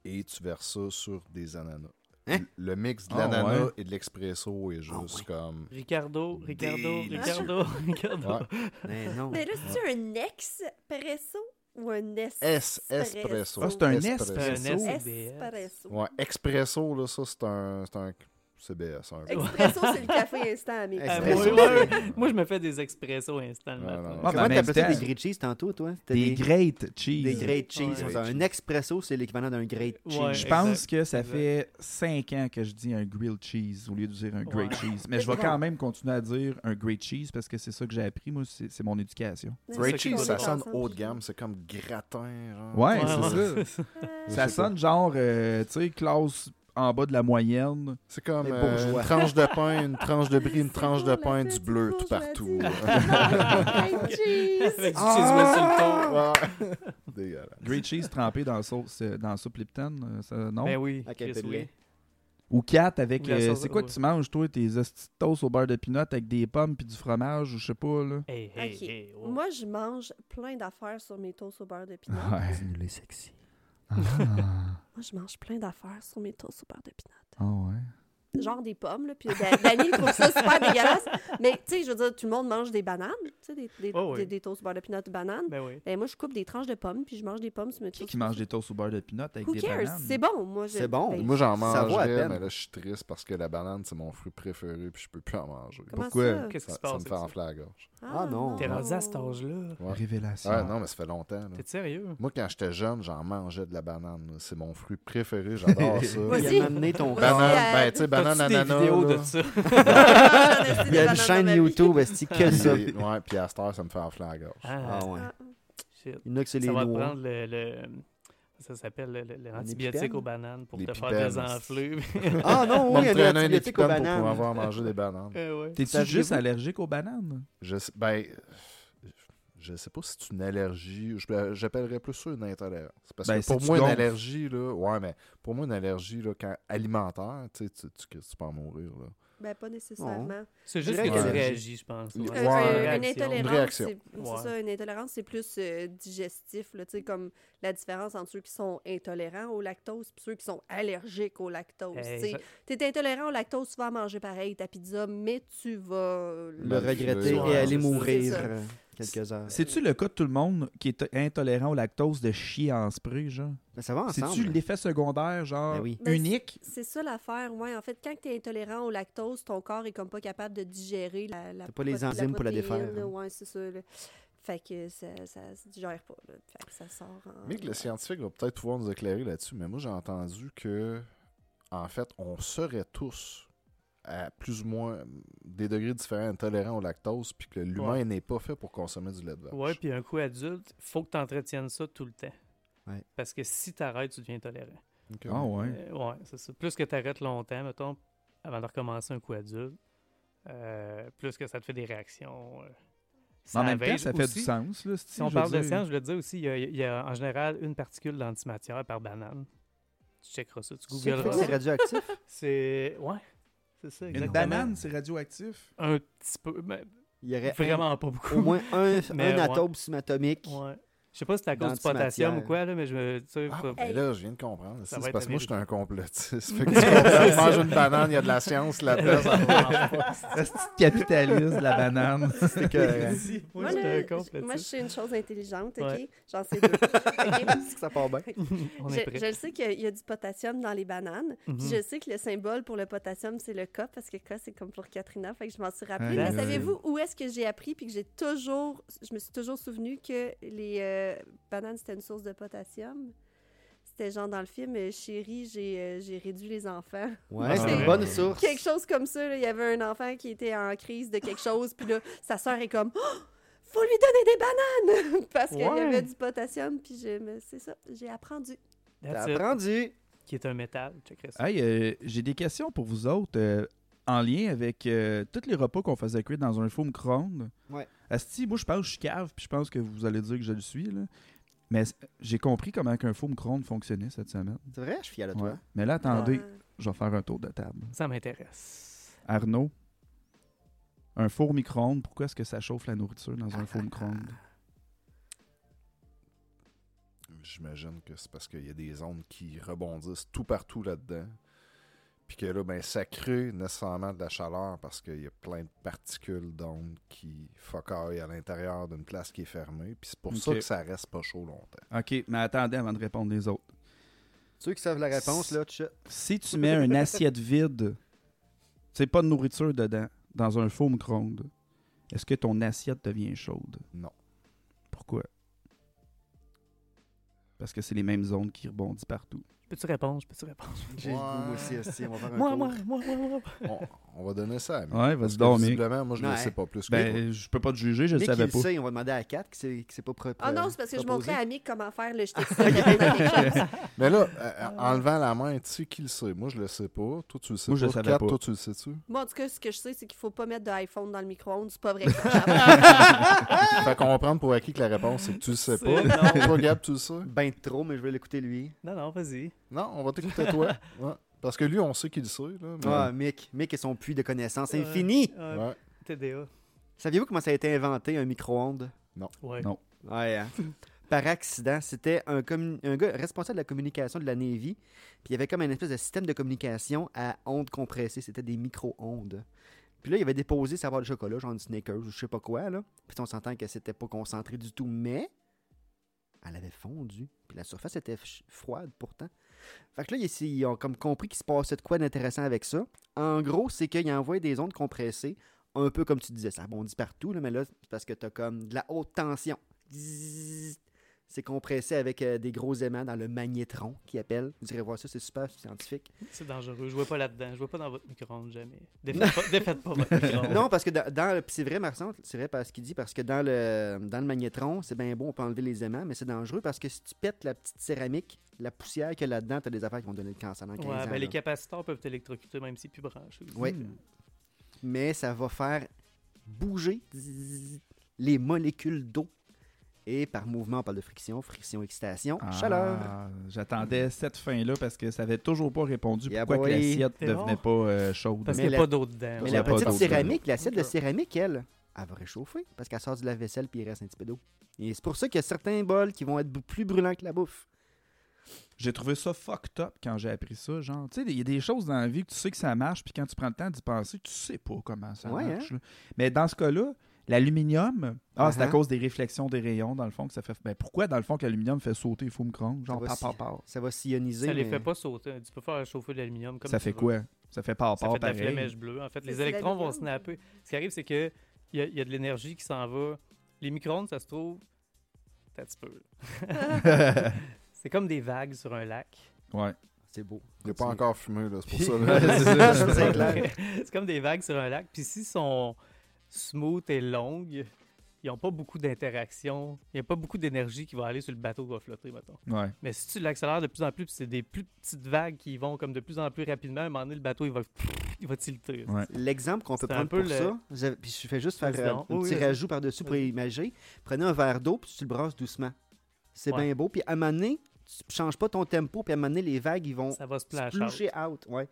Speaker 4: et tu verses ça sur des ananas.
Speaker 1: Hein?
Speaker 4: Le- Le mix de
Speaker 2: Ah,
Speaker 4: l'ananas
Speaker 2: ouais.
Speaker 4: et de l'expresso est juste
Speaker 1: Ah, ouais.
Speaker 4: comme.
Speaker 3: Ricardo, Ricardo,
Speaker 1: Délicieux.
Speaker 3: Ricardo,
Speaker 5: Ah,
Speaker 3: Ricardo.
Speaker 4: Ouais.
Speaker 1: Mais non.
Speaker 5: Mais là, c'est un expresso ou un
Speaker 4: S,
Speaker 5: espresso?
Speaker 4: espresso.
Speaker 2: Ah, c'est un
Speaker 4: Espresso.
Speaker 2: espresso.
Speaker 3: C'est un S.
Speaker 5: Espresso.
Speaker 4: Ouais, expresso, là, ça c'est un, c'est un CBS un peu.
Speaker 5: Expresso, c'est le café instant, ami.
Speaker 1: Ah,
Speaker 3: Euh,
Speaker 1: ouais,
Speaker 3: moi,
Speaker 1: ouais.
Speaker 3: ouais, moi, je me fais des expressos instant.
Speaker 4: Ouais,
Speaker 3: maintenant.
Speaker 4: non,
Speaker 2: Ah, ben, en
Speaker 1: Comment
Speaker 2: même
Speaker 1: t'appelles ça
Speaker 2: temps,
Speaker 1: des grilled cheese tantôt, toi C'était
Speaker 2: Des great
Speaker 1: des
Speaker 2: cheese.
Speaker 1: great cheese.
Speaker 3: Ouais.
Speaker 1: Ça, Un expresso, c'est l'équivalent d'un great cheese.
Speaker 3: Ouais,
Speaker 2: Je
Speaker 3: exact.
Speaker 2: pense que ça
Speaker 3: exact.
Speaker 2: fait 5 ans que je dis un grilled cheese au lieu de dire un great
Speaker 3: Ouais.
Speaker 2: cheese. Mais je vais quand même continuer à dire un great cheese parce que c'est ça que j'ai appris, moi, c'est c'est mon éducation.
Speaker 4: Great
Speaker 3: qui
Speaker 4: cheese,
Speaker 3: va
Speaker 4: ça
Speaker 3: nous
Speaker 4: sonne haut de gamme, c'est comme gratin. Genre.
Speaker 2: Ouais,
Speaker 3: Ouais,
Speaker 2: c'est
Speaker 3: ouais.
Speaker 2: ça.
Speaker 5: Ah,
Speaker 2: Ça sonne genre, euh, tu sais, classe en bas de la moyenne.
Speaker 4: C'est comme
Speaker 1: Les
Speaker 4: euh,
Speaker 1: bourgeois.
Speaker 4: une tranche de pain, une tranche de brie, une
Speaker 5: C'est
Speaker 4: tranche
Speaker 5: bon,
Speaker 4: de
Speaker 5: la
Speaker 4: pain, du
Speaker 5: fête,
Speaker 4: bleu
Speaker 5: c'est
Speaker 4: tout
Speaker 5: bon,
Speaker 4: partout.
Speaker 5: je Great ben, cheese!
Speaker 3: Avec du cheese whiz sur le ton.
Speaker 4: Ouais. Dégueulasse.
Speaker 2: Great cheese trempé dans sauce, euh, dans soupe Lipton, euh, ça, non?
Speaker 3: Ben oui,
Speaker 1: Avec un
Speaker 3: Chris,
Speaker 1: peu de
Speaker 3: oui.
Speaker 1: lait.
Speaker 2: Ou quatre avec.
Speaker 3: Ou la
Speaker 2: euh,
Speaker 3: sauce-
Speaker 2: c'est quoi
Speaker 3: ouais.
Speaker 2: que tu manges, toi, tes hosties de toast au beurre de pinot avec des pommes puis du fromage ou je sais pas, là?
Speaker 3: Hey, hey,
Speaker 5: Ok.
Speaker 3: hey, oh.
Speaker 5: Moi, je mange plein d'affaires sur mes toasts au beurre de pinot.
Speaker 2: Ouais.
Speaker 1: Dis-nous-les sexy.
Speaker 5: Moi, je mange plein d'affaires sur mes toasts au beurre de pinot.
Speaker 2: Ah ouais.
Speaker 5: Genre des pommes, là. Puis Da- Dani trouve ça super dégueulasse. Mais, tu sais, je veux dire, tout le monde mange des bananes. Tu sais, des, des,
Speaker 3: Oh, oui.
Speaker 5: des- des toasts au beurre de pinot de bananes.
Speaker 3: Ben oui.
Speaker 5: Ben, moi, je coupe des tranches de pommes, puis je mange des pommes sur mes
Speaker 2: Qui
Speaker 5: toasts.
Speaker 2: qui mange des toasts au beurre de pinot avec
Speaker 5: Who
Speaker 2: des
Speaker 5: cares?
Speaker 2: bananes?
Speaker 5: C'est bon, moi. je-
Speaker 1: C'est bon.
Speaker 5: ben,
Speaker 4: Moi, j'en
Speaker 1: Ça vaut à
Speaker 4: mangerais,
Speaker 1: peine.
Speaker 4: mais là, je suis triste parce que la banane, c'est mon fruit préféré, puis je peux plus en manger.
Speaker 5: comment
Speaker 2: pourquoi?
Speaker 5: ça?
Speaker 3: Qu'est-ce qui
Speaker 4: Ça, ça
Speaker 3: se passe?
Speaker 4: me
Speaker 3: avec
Speaker 4: fait
Speaker 3: ça?
Speaker 4: enfler la gorge.
Speaker 1: Ah, non.
Speaker 3: T'es rendu à cet âge-là.
Speaker 4: Ouais.
Speaker 2: Oh, Révélation.
Speaker 4: Ouais, non, mais ça fait longtemps. là.
Speaker 3: T'es sérieux?
Speaker 4: Moi, quand j'étais jeune, j'en mangeais de la banane. là. C'est mon fruit préféré, j'adore Ah, ça.
Speaker 1: Il
Speaker 5: Vas-y.
Speaker 1: a amené ton
Speaker 5: Vas-y,
Speaker 1: corps.
Speaker 4: Banane,
Speaker 5: euh,
Speaker 4: ben, tu sais, banane,
Speaker 3: T'as-tu des
Speaker 4: ananas.
Speaker 3: vidéos
Speaker 4: là.
Speaker 3: de ça?
Speaker 5: Ah, j'en ai aussi
Speaker 1: Il y a
Speaker 5: des
Speaker 1: une
Speaker 5: bananes
Speaker 1: chaîne
Speaker 5: dans ma vie.
Speaker 1: YouTube, est que ça?
Speaker 4: Puis- ouais, puis à cette heure, ça me fait enfler la gorge.
Speaker 3: Ah,
Speaker 1: Ah ouais.
Speaker 5: Ah.
Speaker 3: shit.
Speaker 1: Il y en a que c'est les
Speaker 3: Ça va te
Speaker 1: noix.
Speaker 3: prendre le... le- Ça s'appelle le- le- l'antibiotique
Speaker 1: épipène?
Speaker 3: aux bananes pour
Speaker 4: Les
Speaker 3: te faire
Speaker 4: pipènes.
Speaker 3: désenfler.
Speaker 1: Ah non,
Speaker 4: On
Speaker 1: oui,
Speaker 4: me
Speaker 1: il y a un
Speaker 4: traînait un
Speaker 1: antibiotique aux
Speaker 4: épipen pour pouvoir
Speaker 1: bananes.
Speaker 4: avoir mangé des bananes.
Speaker 3: Euh, ouais.
Speaker 2: T'es-tu
Speaker 1: Saviez-vous-
Speaker 2: juste allergique aux bananes?
Speaker 4: Je sais, ben, euh, je sais pas si c'est une allergie. Je- J'appellerais plus ça une intolérance. Parce
Speaker 2: Ben,
Speaker 4: que
Speaker 2: si
Speaker 4: pour
Speaker 2: tu
Speaker 4: moi, une
Speaker 2: gonfles.
Speaker 4: allergie, là, ouais, mais pour moi, une allergie là, quand alimentaire, tu sais, tu, tu- que tu peux en mourir. Là.
Speaker 5: Ben, pas nécessairement.
Speaker 3: C'est
Speaker 1: Je
Speaker 3: juste
Speaker 1: dirais
Speaker 3: que tu
Speaker 4: que-
Speaker 3: réagis, je pense.
Speaker 4: Ouais.
Speaker 5: Un-
Speaker 4: Ouais.
Speaker 5: un-
Speaker 4: Une
Speaker 5: une
Speaker 3: réaction.
Speaker 5: intolérance,
Speaker 4: réaction.
Speaker 5: c'est c'est
Speaker 3: Ouais.
Speaker 5: ça, une intolérance, c'est plus euh, digestif, là, tu sais, comme la différence entre ceux qui sont intolérants au lactose et ceux qui sont allergiques au lactose.
Speaker 3: Hey,
Speaker 5: tu sais. T'es intolérant au lactose, tu vas en manger pareil ta pizza, mais tu vas...
Speaker 1: Le regretter
Speaker 4: Ouais,
Speaker 1: et
Speaker 4: c'est
Speaker 1: aller
Speaker 4: ça.
Speaker 1: mourir
Speaker 5: C'est ça.
Speaker 1: euh, quelques heures.
Speaker 2: C'est-tu le cas de tout le monde qui est intolérant au lactose de chier en spray, genre?
Speaker 1: Mais ça va
Speaker 2: C'est-tu
Speaker 1: Ah, ensemble.
Speaker 2: l'effet secondaire, genre,
Speaker 1: Ben oui.
Speaker 5: Ben,
Speaker 2: unique?
Speaker 5: C'est ça l'affaire, ouais. En fait, quand tu es intolérant au lactose, ton corps est comme pas capable de digérer la, la
Speaker 1: T'as pas les enzymes pour la
Speaker 5: protéine,
Speaker 1: défaire,
Speaker 5: là,
Speaker 1: hein.
Speaker 5: Ouais, c'est ça. là. Fait que ça, ça se digère pas. là. Fait que ça sort en...
Speaker 4: Mais que le scientifique va peut-être pouvoir nous éclairer là-dessus, mais moi, j'ai entendu que, en fait, on serait tous à plus ou moins des degrés différents intolérants au lactose, puis que l'humain
Speaker 3: Ouais.
Speaker 4: n'est pas fait pour consommer du lait de vache.
Speaker 3: Ouais, puis un coup adulte, faut que tu entretiennes ça tout le temps.
Speaker 1: Ouais.
Speaker 3: Parce que si tu arrêtes, tu deviens tolérant.
Speaker 4: Ok.
Speaker 2: Ah ouais.
Speaker 3: Euh, ouais, c'est ça. Plus que tu arrêtes longtemps, mettons, avant de recommencer un coup adulte, euh, plus que ça te fait des réactions. euh,
Speaker 2: Mais en même
Speaker 3: savage
Speaker 2: temps, ça fait
Speaker 3: aussi.
Speaker 2: du sens, là, si
Speaker 3: Si on parle de science, je voulais te dire aussi, il y, a, il y a en général une particule d'antimatière par banane. Tu checkeras ça, tu
Speaker 1: C'est
Speaker 3: googleras
Speaker 1: c'est
Speaker 3: ça.
Speaker 1: radioactif.
Speaker 3: C'est. Ouais, c'est ça,
Speaker 2: Une
Speaker 3: exactement.
Speaker 2: banane, c'est radioactif?
Speaker 3: Un petit peu, mais
Speaker 1: Il y aurait
Speaker 3: vraiment pas
Speaker 1: un-
Speaker 3: beaucoup.
Speaker 1: hein? au moins un,
Speaker 3: Mais
Speaker 1: un
Speaker 3: ouais.
Speaker 1: atome subatomique.
Speaker 3: Ouais. Je sais pas si c'est à cause du
Speaker 1: D'antimatière.
Speaker 3: potassium ou quoi, là, mais je me. tu sais,
Speaker 4: Ah,
Speaker 3: faut-
Speaker 4: ben là, je viens de comprendre. c'est
Speaker 3: Ça va
Speaker 4: c'est
Speaker 3: être
Speaker 4: parce que moi, je suis
Speaker 3: américain.
Speaker 4: un complotiste. Fait que tu comprends, je mange une banane, il y a de la science là-dedans. ça marche pas.
Speaker 2: C'est capitaliste, la banane.
Speaker 1: Ah, C'est que
Speaker 5: Moi,
Speaker 3: Moi, je
Speaker 5: là,
Speaker 3: te complète
Speaker 5: moi, je
Speaker 3: ça.
Speaker 5: suis une chose intelligente, OK?
Speaker 3: Ouais.
Speaker 5: J'en sais deux. OK?
Speaker 1: ça part bien.
Speaker 3: On est
Speaker 5: Je,
Speaker 3: prêt.
Speaker 5: je le sais qu'il y a- il y a du potassium dans les bananes.
Speaker 3: Mhm.
Speaker 5: Puis je sais que le symbole pour le potassium, c'est le K, parce que K, c'est comme pour Katrina, fait que je m'en suis rappelée.
Speaker 2: Ah,
Speaker 5: Mais
Speaker 2: oui.
Speaker 5: savez-vous où est-ce que j'ai appris, puis que j'ai toujours, je me suis toujours souvenu que les euh, bananes, c'était une source de potassium? C'était genre dans le film, euh, chérie, j'ai euh, j'ai réduit les enfants.
Speaker 1: Ouais,
Speaker 3: Ah,
Speaker 1: c'est une
Speaker 3: ouais.
Speaker 1: bonne source.
Speaker 5: Quelque chose comme ça, là. il y avait un enfant qui était en crise de quelque chose, puis là, sa sœur est comme... Oh! Faut lui donner des bananes! Parce qu'il y
Speaker 3: Ouais.
Speaker 5: avait du potassium, puis je me- c'est ça, j'ai apprendu.
Speaker 1: T'as
Speaker 3: That's it.
Speaker 1: apprendu.
Speaker 3: Qui est un métal. Checkerais ça.
Speaker 2: Hey, euh, j'ai des questions pour vous autres euh, en lien avec euh, tous les repas qu'on faisait cuire dans un faux micro-ondes.
Speaker 1: Ouais.
Speaker 2: Asti, moi, je pense que je suis cave, puis je pense que vous allez dire que je le suis, là. Mais c- j'ai compris comment un faux micro-ondes fonctionnait cette semaine.
Speaker 1: C'est vrai, je suis fier de Ben, toi.
Speaker 2: Ouais. Mais là, attendez,
Speaker 5: Ah.
Speaker 2: je vais faire un tour de table.
Speaker 3: Ça m'intéresse.
Speaker 2: Arnaud, un four micro-ondes, pourquoi est-ce que ça chauffe la nourriture dans un four micro-ondes?
Speaker 4: J'imagine que c'est parce qu'il y a des ondes qui rebondissent tout partout là-dedans. Puis que là, ben, ça crée nécessairement de la chaleur parce qu'il y a plein de particules d'ondes qui focaillent à l'intérieur d'une place qui est fermée. Puis c'est pour ça
Speaker 2: Ok.
Speaker 4: que ça reste pas chaud longtemps.
Speaker 1: Ah.
Speaker 2: OK, mais attendez avant de répondre les autres.
Speaker 1: Ceux qui savent la réponse, là, tu
Speaker 2: Si tu mets une assiette vide sais, pas de nourriture dedans, dans un faux micro-ondes, est-ce que ton assiette devient chaude?
Speaker 4: Non.
Speaker 2: Pourquoi? Parce que c'est les mêmes ondes qui rebondissent partout.
Speaker 3: Peux-tu répondre? Peux-tu répondre?
Speaker 1: J'ai le goût, moi aussi, esti, on va faire un
Speaker 3: Moi,
Speaker 1: tour.
Speaker 3: moi, moi, moi, moi.
Speaker 4: On, on va donner ça à Mick. Parce
Speaker 2: Ouais, vas-y
Speaker 4: que
Speaker 2: dormir.
Speaker 4: visiblement, moi, je ne
Speaker 1: Ouais.
Speaker 4: sais pas plus que toi.
Speaker 2: Ben, je peux pas te juger, je le
Speaker 1: Nick,
Speaker 2: savais
Speaker 1: il
Speaker 2: pas.
Speaker 1: sait, on va demander à 4 qui s'est qui s'est pas pré-
Speaker 3: Euh,
Speaker 5: Ah non, c'est parce que je
Speaker 1: proposé.
Speaker 5: montrais à Mick comment faire le jeté de sel dans quelque chose.
Speaker 4: Mais là, euh, en levant la main, tu sais qui le sait. Moi, je le sais pas. Toi, tu le sais
Speaker 2: Moi,
Speaker 4: pas.
Speaker 2: je le savais
Speaker 4: Kat,
Speaker 2: pas.
Speaker 4: toi, tu le sais-tu?
Speaker 5: Moi, en tout cas, ce que je sais, c'est qu'il faut pas mettre de iPhone dans le micro-ondes. C'est pas vrai.
Speaker 4: fait qu'on va prendre pour acquis que la réponse, c'est que tu le sais
Speaker 3: C'est
Speaker 4: pas.
Speaker 3: non.
Speaker 4: Toi, Gab, tu le sais?
Speaker 1: Ben trop, mais je vais l'écouter lui.
Speaker 3: Non, non, vas-y.
Speaker 4: Non, on va t'écouter toi. Ouais. Parce que lui, on sait qu'il le sait. Là, mais-
Speaker 1: Ah, Mick. Mick et son puits de connaissances infini.
Speaker 3: Ouais,
Speaker 4: Ouais.
Speaker 3: TDA.
Speaker 1: Saviez-vous comment ça a été inventé, un micro-ondes?
Speaker 3: Ouais.
Speaker 2: Non.
Speaker 1: Ouais, hein. Par accident, c'était un, commu- un gars responsable de la communication de la Navy, puis il y avait comme un espèce de système de communication à ondes compressées, c'était des micro-ondes. Puis là, il avait déposé sa barre de chocolat, genre du Snickers ou je sais pas quoi, là. Puis on s'entend que c'était pas concentré du tout, mais elle avait fondu. Puis la surface était f- froide pourtant. Fait que là, ils, ils ont comme compris qu'il se passait de quoi d'intéressant avec ça. En gros, c'est qu'il envoie des ondes compressées, un peu comme tu disais, ça bondit partout, là, mais là, c'est parce que t'as comme de la haute tension. Zzzz. C'est compressé avec euh, des gros aimants dans le magnétron qui appelle. Vous irez voir ça, c'est super scientifique.
Speaker 3: C'est dangereux. Je vois pas là-dedans. Je vois pas dans votre micro-ondes jamais. Défaites pas, défaites pas votre micro-ondes.
Speaker 1: Non, parce que dans, dans le- puis c'est vrai, Marcel, c'est vrai parce qu'il dit parce que dans le dans le magnétron, c'est bien bon, on peut enlever les aimants, mais c'est dangereux parce que si tu pètes la petite céramique, la poussière qu'il y a là-dedans, t'as des affaires qui vont donner le cancer dans 15
Speaker 3: Ouais,
Speaker 1: ans,
Speaker 3: ben
Speaker 1: là.
Speaker 3: les Hmm. capaciteurs peuvent t'électrocuter même si plus branchés. aussi.
Speaker 1: Ouais.
Speaker 2: Hmm.
Speaker 1: mais ça va faire bouger zzzz, les molécules d'eau. Et par mouvement, on parle de friction, friction, excitation,
Speaker 2: Ah,
Speaker 1: chaleur.
Speaker 2: J'attendais cette fin-là parce que ça avait toujours pas répondu
Speaker 1: Yeah,
Speaker 2: pourquoi que
Speaker 1: boy.
Speaker 2: l'assiette
Speaker 3: C'est
Speaker 2: devenait
Speaker 3: bon.
Speaker 2: pas euh, chaude.
Speaker 3: Parce
Speaker 1: Mais
Speaker 3: qu'il n'y a
Speaker 1: la-
Speaker 3: pas d'eau dedans.
Speaker 1: Mais
Speaker 2: Ça
Speaker 1: la
Speaker 2: va pas
Speaker 1: petite
Speaker 2: d'autre
Speaker 1: céramique, l'assiette de
Speaker 3: Ok.
Speaker 1: céramique, elle, elle va réchauffer parce qu'elle sort du lave-vaisselle puis il reste un petit peu d'eau. Et c'est pour ça qu'il y a certains bols qui vont être bou- plus brûlants que la bouffe.
Speaker 2: J'ai trouvé ça fucked up quand j'ai appris ça. Genre, tu sais, il y a des choses dans la vie que tu sais que ça marche, puis quand tu prends le temps d'y penser, tu sais pas comment ça
Speaker 1: Ouais, hein?
Speaker 2: marche. là. Mais dans ce cas-là, l'aluminium, ah, c'est à
Speaker 1: Uh-huh.
Speaker 2: cause des réflexions des rayons, dans le fond, que ça fait. Ben, pourquoi, dans le fond, que l'aluminium fait sauter les faux micro Genre,
Speaker 1: Ça va
Speaker 2: par,
Speaker 1: si-
Speaker 2: par, par.
Speaker 1: Ça va silloniser.
Speaker 3: Ça les
Speaker 1: mais-
Speaker 3: fait pas sauter. Tu peux faire chauffer de l'aluminium comme
Speaker 2: Ça
Speaker 3: tu
Speaker 2: fait
Speaker 3: veux.
Speaker 2: quoi Ça fait par,
Speaker 3: Ça
Speaker 2: par,
Speaker 3: fait de la
Speaker 2: pareil.
Speaker 3: flamèche bleue. En fait,
Speaker 5: Mais
Speaker 3: les
Speaker 5: c'est
Speaker 3: électrons vont
Speaker 5: l'aluminium.
Speaker 3: snapper. Ce qui arrive, c'est que il y, a- il y a de l'énergie qui s'en va. Les micro-ondes, ça se trouve. T'as un petit peu. C'est comme des vagues sur un lac.
Speaker 2: Ouais.
Speaker 1: C'est beau.
Speaker 4: Il n'a pas
Speaker 1: Continue.
Speaker 4: encore fumé, là, c'est pour ça.
Speaker 1: Ouais,
Speaker 4: là.
Speaker 1: c'est ça, je sais que là-
Speaker 3: c'est comme des vagues sur un lac. Puis si sont smooth et longues, ils n'ont pas beaucoup d'interaction. Il n'y a pas beaucoup d'énergie qui va aller sur le bateau qui va flotter, mettons.
Speaker 2: Ouais.
Speaker 3: Mais si tu l'accélères de plus en plus, puis c'est des plus petites vagues qui vont comme de plus en plus rapidement, à un moment donné, le bateau, il va, il va tilter.
Speaker 2: Ouais.
Speaker 1: L'exemple qu'on peut
Speaker 3: C'est un
Speaker 1: prendre
Speaker 3: peu
Speaker 1: pour
Speaker 3: le-
Speaker 1: ça, je... puis je fais juste faire
Speaker 3: Vas-y
Speaker 1: euh,
Speaker 3: donc.
Speaker 1: un
Speaker 3: Oui,
Speaker 1: petit
Speaker 3: oui, vas-y.
Speaker 1: rajout par-dessus pour
Speaker 3: Vas-y.
Speaker 1: imager. Prenez un verre d'eau, puis tu le brasses doucement. C'est
Speaker 3: Ouais.
Speaker 1: bien beau. Puis à un moment donné, tu changes pas ton tempo, puis à un moment donné, les vagues, ils vont
Speaker 3: Ça va se plancher.
Speaker 1: splasher out. Ouais.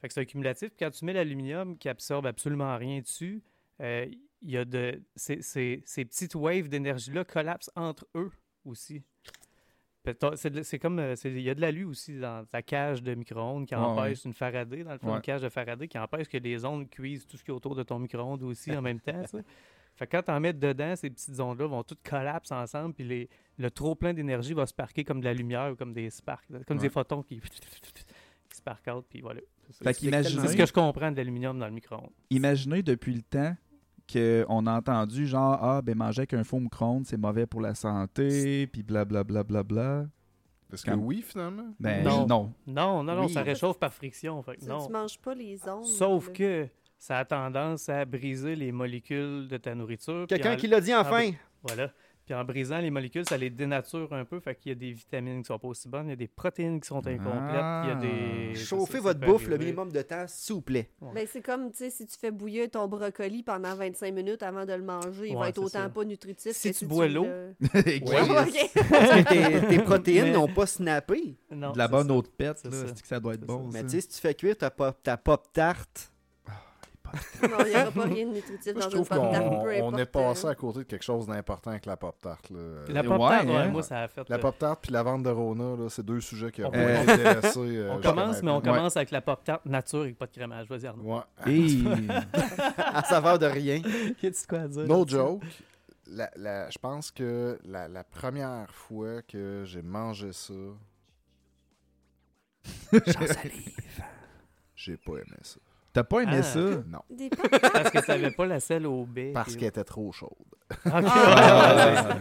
Speaker 3: Fait que c'est un cumulatif. Puis Quand tu mets l'aluminium qui absorbe absolument rien dessus, euh, il y a de ces, ces- ces petites waves d'énergie-là collapsent entre eux aussi. Fait que t'as- C'est de- c'est comme euh, c'est- il y a de l'alu aussi dans ta cage de micro-ondes qui
Speaker 2: Ouais,
Speaker 3: empêche une Faraday, dans le fond,
Speaker 2: Ouais.
Speaker 3: une cage de Faraday qui empêche que les ondes cuisent tout ce qui est autour de ton micro-ondes aussi en même temps. ça. Fait que quand t'en mets dedans, ces petites ondes-là vont toutes collapser ensemble, puis les- le trop plein d'énergie va se parquer comme de la lumière ou comme des sparks, comme
Speaker 2: Ouais.
Speaker 3: des photons qui, qui spark out, puis voilà.
Speaker 2: Fait
Speaker 1: C'est tellement-
Speaker 2: qu'imaginez-
Speaker 3: C'est ce que je comprends de l'aluminium dans le micro-ondes.
Speaker 2: Imaginez depuis le temps qu'on a entendu genre ah ben manger avec un faux micro c'est mauvais pour la santé puis blablabla bla bla bla.
Speaker 4: Est-ce que oui, finalement?
Speaker 2: ben non,
Speaker 3: Non. Non, non, non,
Speaker 1: Oui.
Speaker 3: ça réchauffe par friction. Fait que
Speaker 5: Tu, tu
Speaker 3: non.
Speaker 5: manges pas les ondes.
Speaker 3: Sauf
Speaker 5: là.
Speaker 3: que ça a tendance à briser les molécules de ta nourriture. puis
Speaker 1: Quelqu'un
Speaker 3: en-
Speaker 1: qui l'a dit enfin.
Speaker 3: Voilà. Puis en brisant les molécules, ça les dénature un peu. Fait qu'il y a des vitamines qui sont pas aussi bonnes, il y a des protéines qui sont incomplètes, il y a des. ça-
Speaker 1: Ah. Chauffez
Speaker 3: ça
Speaker 1: votre
Speaker 3: peut
Speaker 1: bouffe le
Speaker 3: arriver.
Speaker 1: minimum de temps, s'il vous plaît.
Speaker 5: Ben, c'est comme, tu sais, si tu fais bouillir ton brocoli pendant 25 minutes avant de le manger, il va
Speaker 3: Ouais,
Speaker 5: être
Speaker 3: c'est
Speaker 5: autant
Speaker 3: ça.
Speaker 5: pas nutritif
Speaker 3: Si
Speaker 5: que
Speaker 3: tu bois l'eau.
Speaker 5: le-
Speaker 1: Ouais.
Speaker 5: Ok.
Speaker 1: Parce que tes, tes protéines
Speaker 3: Mais-
Speaker 1: n'ont pas snappé.
Speaker 3: Non,
Speaker 2: de la
Speaker 3: c'est
Speaker 2: bonne
Speaker 3: ça.
Speaker 2: eau de pète
Speaker 3: C'est
Speaker 2: là,
Speaker 3: ça.
Speaker 2: c'est que ça doit être
Speaker 3: C'est
Speaker 2: bon.
Speaker 1: Mais
Speaker 2: ça.
Speaker 1: tu sais, si tu fais cuire ta pop, ta pop tarte,
Speaker 5: Non, il n'y aura pas rien de nutritif
Speaker 4: Moi, je
Speaker 5: dans une
Speaker 4: trouve
Speaker 5: pomme d'arbre,
Speaker 4: qu'on
Speaker 5: peu
Speaker 4: on est
Speaker 5: importe,
Speaker 4: passé
Speaker 5: hein.
Speaker 4: à côté de quelque chose d'important avec la Pop-Tart. là.
Speaker 3: La
Speaker 2: Ouais,
Speaker 3: pop tart
Speaker 2: hein.
Speaker 3: moi, ça a fait.
Speaker 4: La
Speaker 3: euh,
Speaker 4: Pop-Tart puis la vente de Rona, là, c'est deux sujets qui ont
Speaker 3: On
Speaker 4: pas
Speaker 2: peut-
Speaker 4: intéressé. euh,
Speaker 3: on commence,
Speaker 4: jusqu'à
Speaker 3: mais on
Speaker 4: maintenant.
Speaker 3: commence avec la pop tart nature et pas de crémage. Vas-y, Arnaud.
Speaker 4: Ouais.
Speaker 2: Et-
Speaker 1: à saveur de rien.
Speaker 3: Y a-tu de quoi à dire?
Speaker 4: No joke. La- la- je pense que la, la première fois que j'ai mangé ça,
Speaker 1: J'en salive.
Speaker 4: j'ai pas aimé ça.
Speaker 2: T'as pas aimé
Speaker 3: Ah.
Speaker 2: ça?
Speaker 4: Non,
Speaker 5: Des
Speaker 3: Parce que ça n'avait pas la selle au bec.
Speaker 4: parce qu'elle était trop chaude.
Speaker 3: Ah,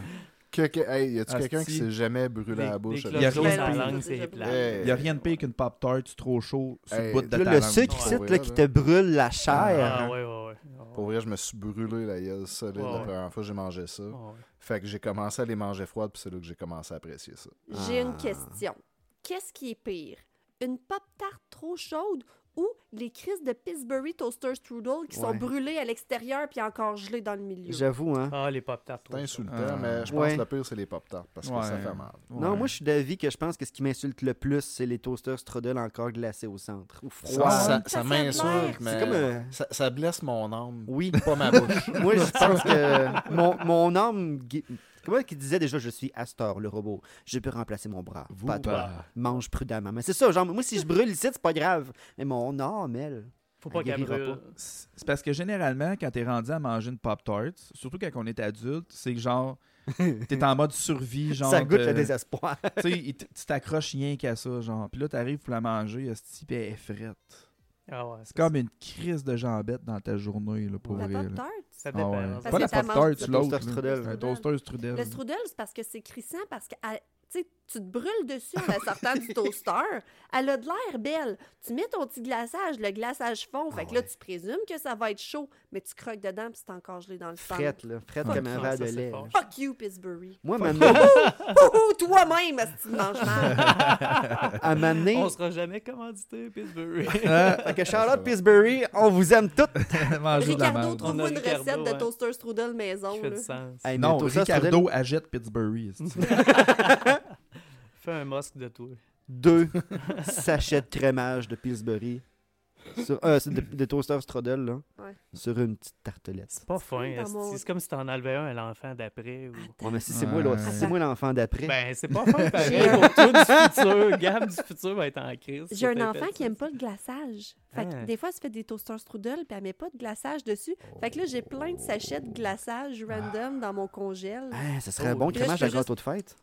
Speaker 4: Que, que- hey, y a-tu
Speaker 2: Asti.
Speaker 4: quelqu'un qui s'est jamais brûlé à la bouche?
Speaker 3: Des,
Speaker 4: avec
Speaker 2: Il y a
Speaker 3: des
Speaker 4: ça?
Speaker 2: rien
Speaker 3: clochos sur la
Speaker 2: de pire.
Speaker 3: langue, c'est plat.
Speaker 4: Hey.
Speaker 2: Il n'y a rien de pire qu'une pop tart trop chaud sur le
Speaker 4: Hey,
Speaker 2: bout de ta
Speaker 1: Là, le
Speaker 2: langue.
Speaker 1: sucre ici,
Speaker 4: Ouais,
Speaker 1: là,
Speaker 4: ouais,
Speaker 1: qui
Speaker 4: là.
Speaker 1: te brûle la chair.
Speaker 3: Ah, ouais, ouais, ouais. Ah,
Speaker 4: Pour vrai, je me suis brûlé la gueule solide
Speaker 3: Ouais,
Speaker 4: la
Speaker 3: ouais.
Speaker 4: première fois que j'ai mangé ça.
Speaker 3: ouais. Ah, ouais.
Speaker 4: Fait que j'ai commencé à les manger froides, puis c'est là que j'ai commencé à apprécier ça.
Speaker 5: J'ai une
Speaker 1: Ah.
Speaker 5: question. Qu'est-ce qui est pire? Une pop-tart trop chaude ou les crises de Pillsbury Toaster Strudel qui sont
Speaker 1: Ouais.
Speaker 5: brûlées à l'extérieur puis encore gelées dans le milieu?
Speaker 1: J'avoue, hein.
Speaker 3: Ah, les pop tarts.
Speaker 4: C'est insultant,
Speaker 2: Ah.
Speaker 4: mais je pense
Speaker 1: Ouais.
Speaker 4: que le pire, c'est les pop-tarts, parce que
Speaker 2: Ouais.
Speaker 4: ça fait mal.
Speaker 2: Ouais.
Speaker 1: Non, moi, je suis d'avis que je pense que ce qui m'insulte le plus, c'est les toasters strudel encore glacés au centre. Ou froid.
Speaker 4: Ça, ça-
Speaker 5: Ça
Speaker 4: ça
Speaker 5: fait mal.
Speaker 4: m'insulte, mais
Speaker 1: C'est comme. euh,
Speaker 4: ça, ça blesse mon âme,
Speaker 1: Oui.
Speaker 4: pas ma bouche.
Speaker 1: Moi, je pense que mon, mon âme. gui- Comment il disait déjà, je suis Astor, le robot. Je peux remplacer mon bras.
Speaker 2: Vous,
Speaker 1: pas toi.
Speaker 2: bah.
Speaker 1: Mange prudemment. Mais c'est ça, genre, moi, si je brûle ici, c'est pas grave. Mais mon âme, elle.
Speaker 3: Faut pas
Speaker 1: Elle
Speaker 3: qu'elle
Speaker 1: guérira
Speaker 3: brûle.
Speaker 2: C'est c'est parce que généralement, quand t'es rendu à manger une Pop-Tart, surtout quand on est adulte, c'est que genre, t'es en mode survie, genre.
Speaker 1: ça goûte
Speaker 2: t'as-
Speaker 1: le désespoir.
Speaker 2: Tu sais, il t- tu t'accroches rien qu'à ça, genre. Puis là, t'arrives pour la manger, ce type est frette.
Speaker 3: Ah, ouais.
Speaker 2: C'est comme une crise de jambette dans ta journée, là, pour
Speaker 5: La
Speaker 2: vrai. là.
Speaker 5: pop-tart? euh,
Speaker 3: Ça
Speaker 2: Ah
Speaker 3: dépend.
Speaker 2: ouais.
Speaker 3: hein.
Speaker 5: Parce
Speaker 2: Pas
Speaker 5: que
Speaker 2: la
Speaker 5: ça mange-
Speaker 2: Pop-Tart,
Speaker 1: Le
Speaker 2: l'autre.
Speaker 1: toaster
Speaker 2: là.
Speaker 1: strudel.
Speaker 2: Un toaster strudel.
Speaker 5: Le strudel, c'est parce que c'est crissant, parce que elle- tu sais, tu te brûles dessus en la sortant du toaster. Elle a de l'air belle. Tu mets ton petit glaçage, le glaçage fond.
Speaker 1: Ah
Speaker 5: Fait que là, tu présumes que ça va être chaud, mais tu croques dedans puis c'est encore gelé dans le sang.
Speaker 1: Frette, là. Frette
Speaker 2: Ah,
Speaker 1: comme
Speaker 3: non,
Speaker 1: un verre
Speaker 3: ça,
Speaker 1: de
Speaker 3: c'est
Speaker 1: lait.
Speaker 3: fort.
Speaker 1: là.
Speaker 5: Fuck you, Pittsburgh.
Speaker 1: Moi, maintenant,
Speaker 5: Ouhou, toi-même, est-ce que tu te manges mal?
Speaker 1: à m'amener.
Speaker 3: On sera jamais commandité, Pittsburgh.
Speaker 1: Fait que Charlotte Pillsbury, on vous aime toutes.
Speaker 2: Euh, Manger de la
Speaker 5: Ricardo,
Speaker 2: merde.
Speaker 5: trouve-moi
Speaker 3: On a
Speaker 5: une
Speaker 3: Ricardo,
Speaker 5: recette de
Speaker 3: ouais.
Speaker 5: toaster strudel maison.
Speaker 3: Je fais
Speaker 5: là.
Speaker 3: du sens.
Speaker 1: Hey, mais
Speaker 2: Non,
Speaker 1: toaster strudel,
Speaker 2: Ricardo agite Pittsburgh. c'est-tu.
Speaker 3: Fais un mosque de toi.
Speaker 1: deux sachets de crémage de Pillsbury. Sur, euh, c'est de, de toaster strudel, là.
Speaker 5: Ouais.
Speaker 1: Sur une petite tartelette.
Speaker 3: C'est pas
Speaker 5: C'est
Speaker 3: fin.
Speaker 5: dans
Speaker 3: esti.
Speaker 5: mon-
Speaker 3: C'est comme si t'en enlevais un à l'enfant d'après. ou-
Speaker 1: Ouais, mais si c'est moi, l'autre- si c'est moi l'enfant d'après.
Speaker 3: Ben, c'est pas fin pareil
Speaker 5: J'ai-
Speaker 3: pour toi du futur. Gab du futur va être en crise.
Speaker 5: J'ai
Speaker 3: si
Speaker 5: un
Speaker 3: t'as
Speaker 5: enfant
Speaker 3: fait
Speaker 5: qui
Speaker 3: ça.
Speaker 5: aime pas le glaçage. Fait que
Speaker 3: Ah.
Speaker 5: des fois, elle se fait des toasters strudel, puis elle met pas de glaçage dessus.
Speaker 3: Oh.
Speaker 5: Fait que là, j'ai plein de sachets de glaçage
Speaker 3: Ah.
Speaker 5: random dans mon congèle.
Speaker 1: Ah, ça serait un
Speaker 3: Oh,
Speaker 1: bon
Speaker 5: puis là,
Speaker 1: crémage
Speaker 5: je
Speaker 1: à
Speaker 5: fais juste-
Speaker 1: gâteau de fête.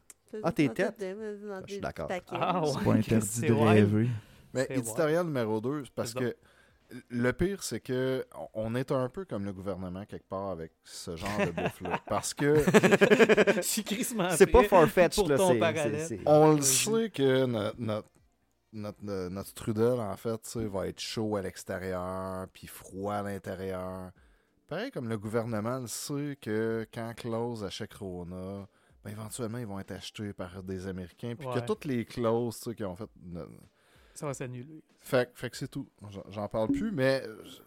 Speaker 1: Ah, t'es tête? Je suis d'accord.
Speaker 3: Ah, ouais.
Speaker 2: C'est pas interdit
Speaker 3: C'est
Speaker 2: de
Speaker 3: wild.
Speaker 2: rêver.
Speaker 4: Mais
Speaker 3: C'est
Speaker 4: éditorial numéro 2, parce
Speaker 3: Vas-y
Speaker 4: que le pire, c'est que on- on est un peu comme le gouvernement quelque part avec ce genre de bouffe-là. Parce que
Speaker 3: Je suis crissement
Speaker 1: C'est pas
Speaker 3: prêt.
Speaker 1: farfetch,
Speaker 3: Ah, Pour
Speaker 1: là.
Speaker 3: ton
Speaker 1: c'est-
Speaker 3: parallèle. Ah,
Speaker 1: c'est- c'est-
Speaker 4: on le
Speaker 3: Vas-y.
Speaker 4: sait que no- notre, notre, notre, Trudel, en fait, tu sais, va être chaud à l'extérieur, puis froid à l'intérieur. Pareil comme le gouvernement le sait que quand close à chaque Rona, ben, éventuellement, ils vont être achetés par des Américains, puis
Speaker 3: Ouais.
Speaker 4: que toutes les clauses tu sais, qui ont fait... no-
Speaker 3: Ça va s'annuler.
Speaker 4: Fait, fait que c'est tout. J'en- J'en parle plus, mais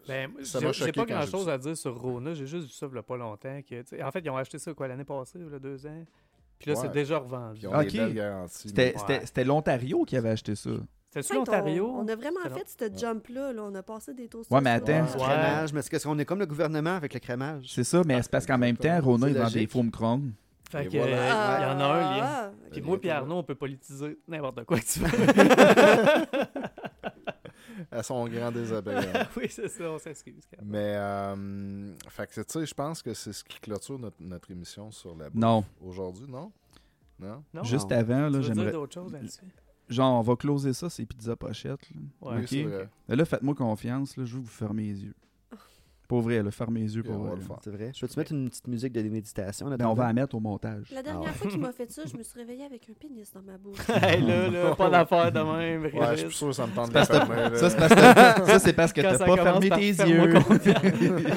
Speaker 3: Ben, moi,
Speaker 4: Ça
Speaker 3: j'ai-
Speaker 4: m'a
Speaker 3: j'ai
Speaker 4: choqué
Speaker 3: pas
Speaker 4: quand
Speaker 3: grand
Speaker 4: j'ai vu
Speaker 3: chose
Speaker 4: ça.
Speaker 3: à dire sur Rona. J'ai juste vu ça il y a pas longtemps. Que, tu sais, en fait, ils ont acheté ça quoi l'année passée, là, deux ans. Puis là,
Speaker 4: Ouais.
Speaker 3: c'est déjà revendu.
Speaker 4: Puis on a
Speaker 2: Ok.
Speaker 4: des belles garanties.
Speaker 2: C'était-
Speaker 3: Ouais.
Speaker 2: C'était c'était l'Ontario qui avait acheté ça.
Speaker 3: C'était sur
Speaker 5: Fait qu'on-
Speaker 3: l'Ontario.
Speaker 5: On, a vraiment
Speaker 3: C'est long.
Speaker 5: fait ce jump-là. là. On a passé des toasts.
Speaker 2: Ouais, mais attends.
Speaker 1: c'est
Speaker 3: Ouais.
Speaker 1: crémage, mais c'est qu'on est comme le gouvernement avec le crémage.
Speaker 2: C'est ça,
Speaker 3: Ah,
Speaker 2: mais c'est parce qu'en même temps, Rona,
Speaker 1: C'est
Speaker 2: il vend
Speaker 1: logique.
Speaker 2: des foam crones.
Speaker 3: Fait
Speaker 4: Et
Speaker 3: que,
Speaker 4: voilà.
Speaker 3: euh, il y en a un lien.
Speaker 5: Ah.
Speaker 3: Puis
Speaker 4: Ben, il y
Speaker 3: moi
Speaker 4: a
Speaker 3: puis
Speaker 4: pas-
Speaker 3: Arnaud, on peut politiser n'importe quoi que tu veux.
Speaker 4: À son grand désagrément.
Speaker 3: oui, c'est ça, on s'excuse. Carl.
Speaker 4: Mais, euh, fait que, tu sais, je pense que c'est ce qui clôture notre, notre émission sur la bouffe
Speaker 2: Non,
Speaker 4: aujourd'hui, non? Non?
Speaker 3: Non,
Speaker 2: juste avant,
Speaker 3: tu
Speaker 2: là,
Speaker 3: veux dire
Speaker 2: j'aimerais.
Speaker 3: d'autres choses là-dessus?
Speaker 2: Genre, on va closer ça, ces pizzas pochettes. Là,
Speaker 3: Ouais.
Speaker 4: Oui, c'est
Speaker 2: Ok.
Speaker 4: vrai.
Speaker 2: Mais là, faites-moi confiance, là, je veux que vous fermez les yeux. Pour vrai, là, fermez les yeux
Speaker 4: Ok,
Speaker 2: pour
Speaker 4: on va
Speaker 2: vrai.
Speaker 4: le
Speaker 2: là.
Speaker 4: faire.
Speaker 1: C'est vrai. Je peux-tu mettre une petite musique de méditation?
Speaker 2: Ben, on va la mettre au montage.
Speaker 5: La
Speaker 1: Ah
Speaker 5: dernière
Speaker 1: ouais.
Speaker 5: fois qu'il m'a fait ça, je me suis réveillée avec un pénis dans ma bouche.
Speaker 3: Hey, là, là, pas d'affaire de même,
Speaker 4: Ouais, je suis
Speaker 3: Régis.
Speaker 4: plus sûr que ça me tente de
Speaker 2: parce que-
Speaker 4: fermer, là.
Speaker 2: Ça, c'est parce que ça, c'est parce que
Speaker 3: Euh, Quand
Speaker 2: t'as
Speaker 3: ça
Speaker 2: pas
Speaker 3: commence
Speaker 2: fermé
Speaker 3: par
Speaker 2: tes
Speaker 3: ferme-moi
Speaker 2: yeux.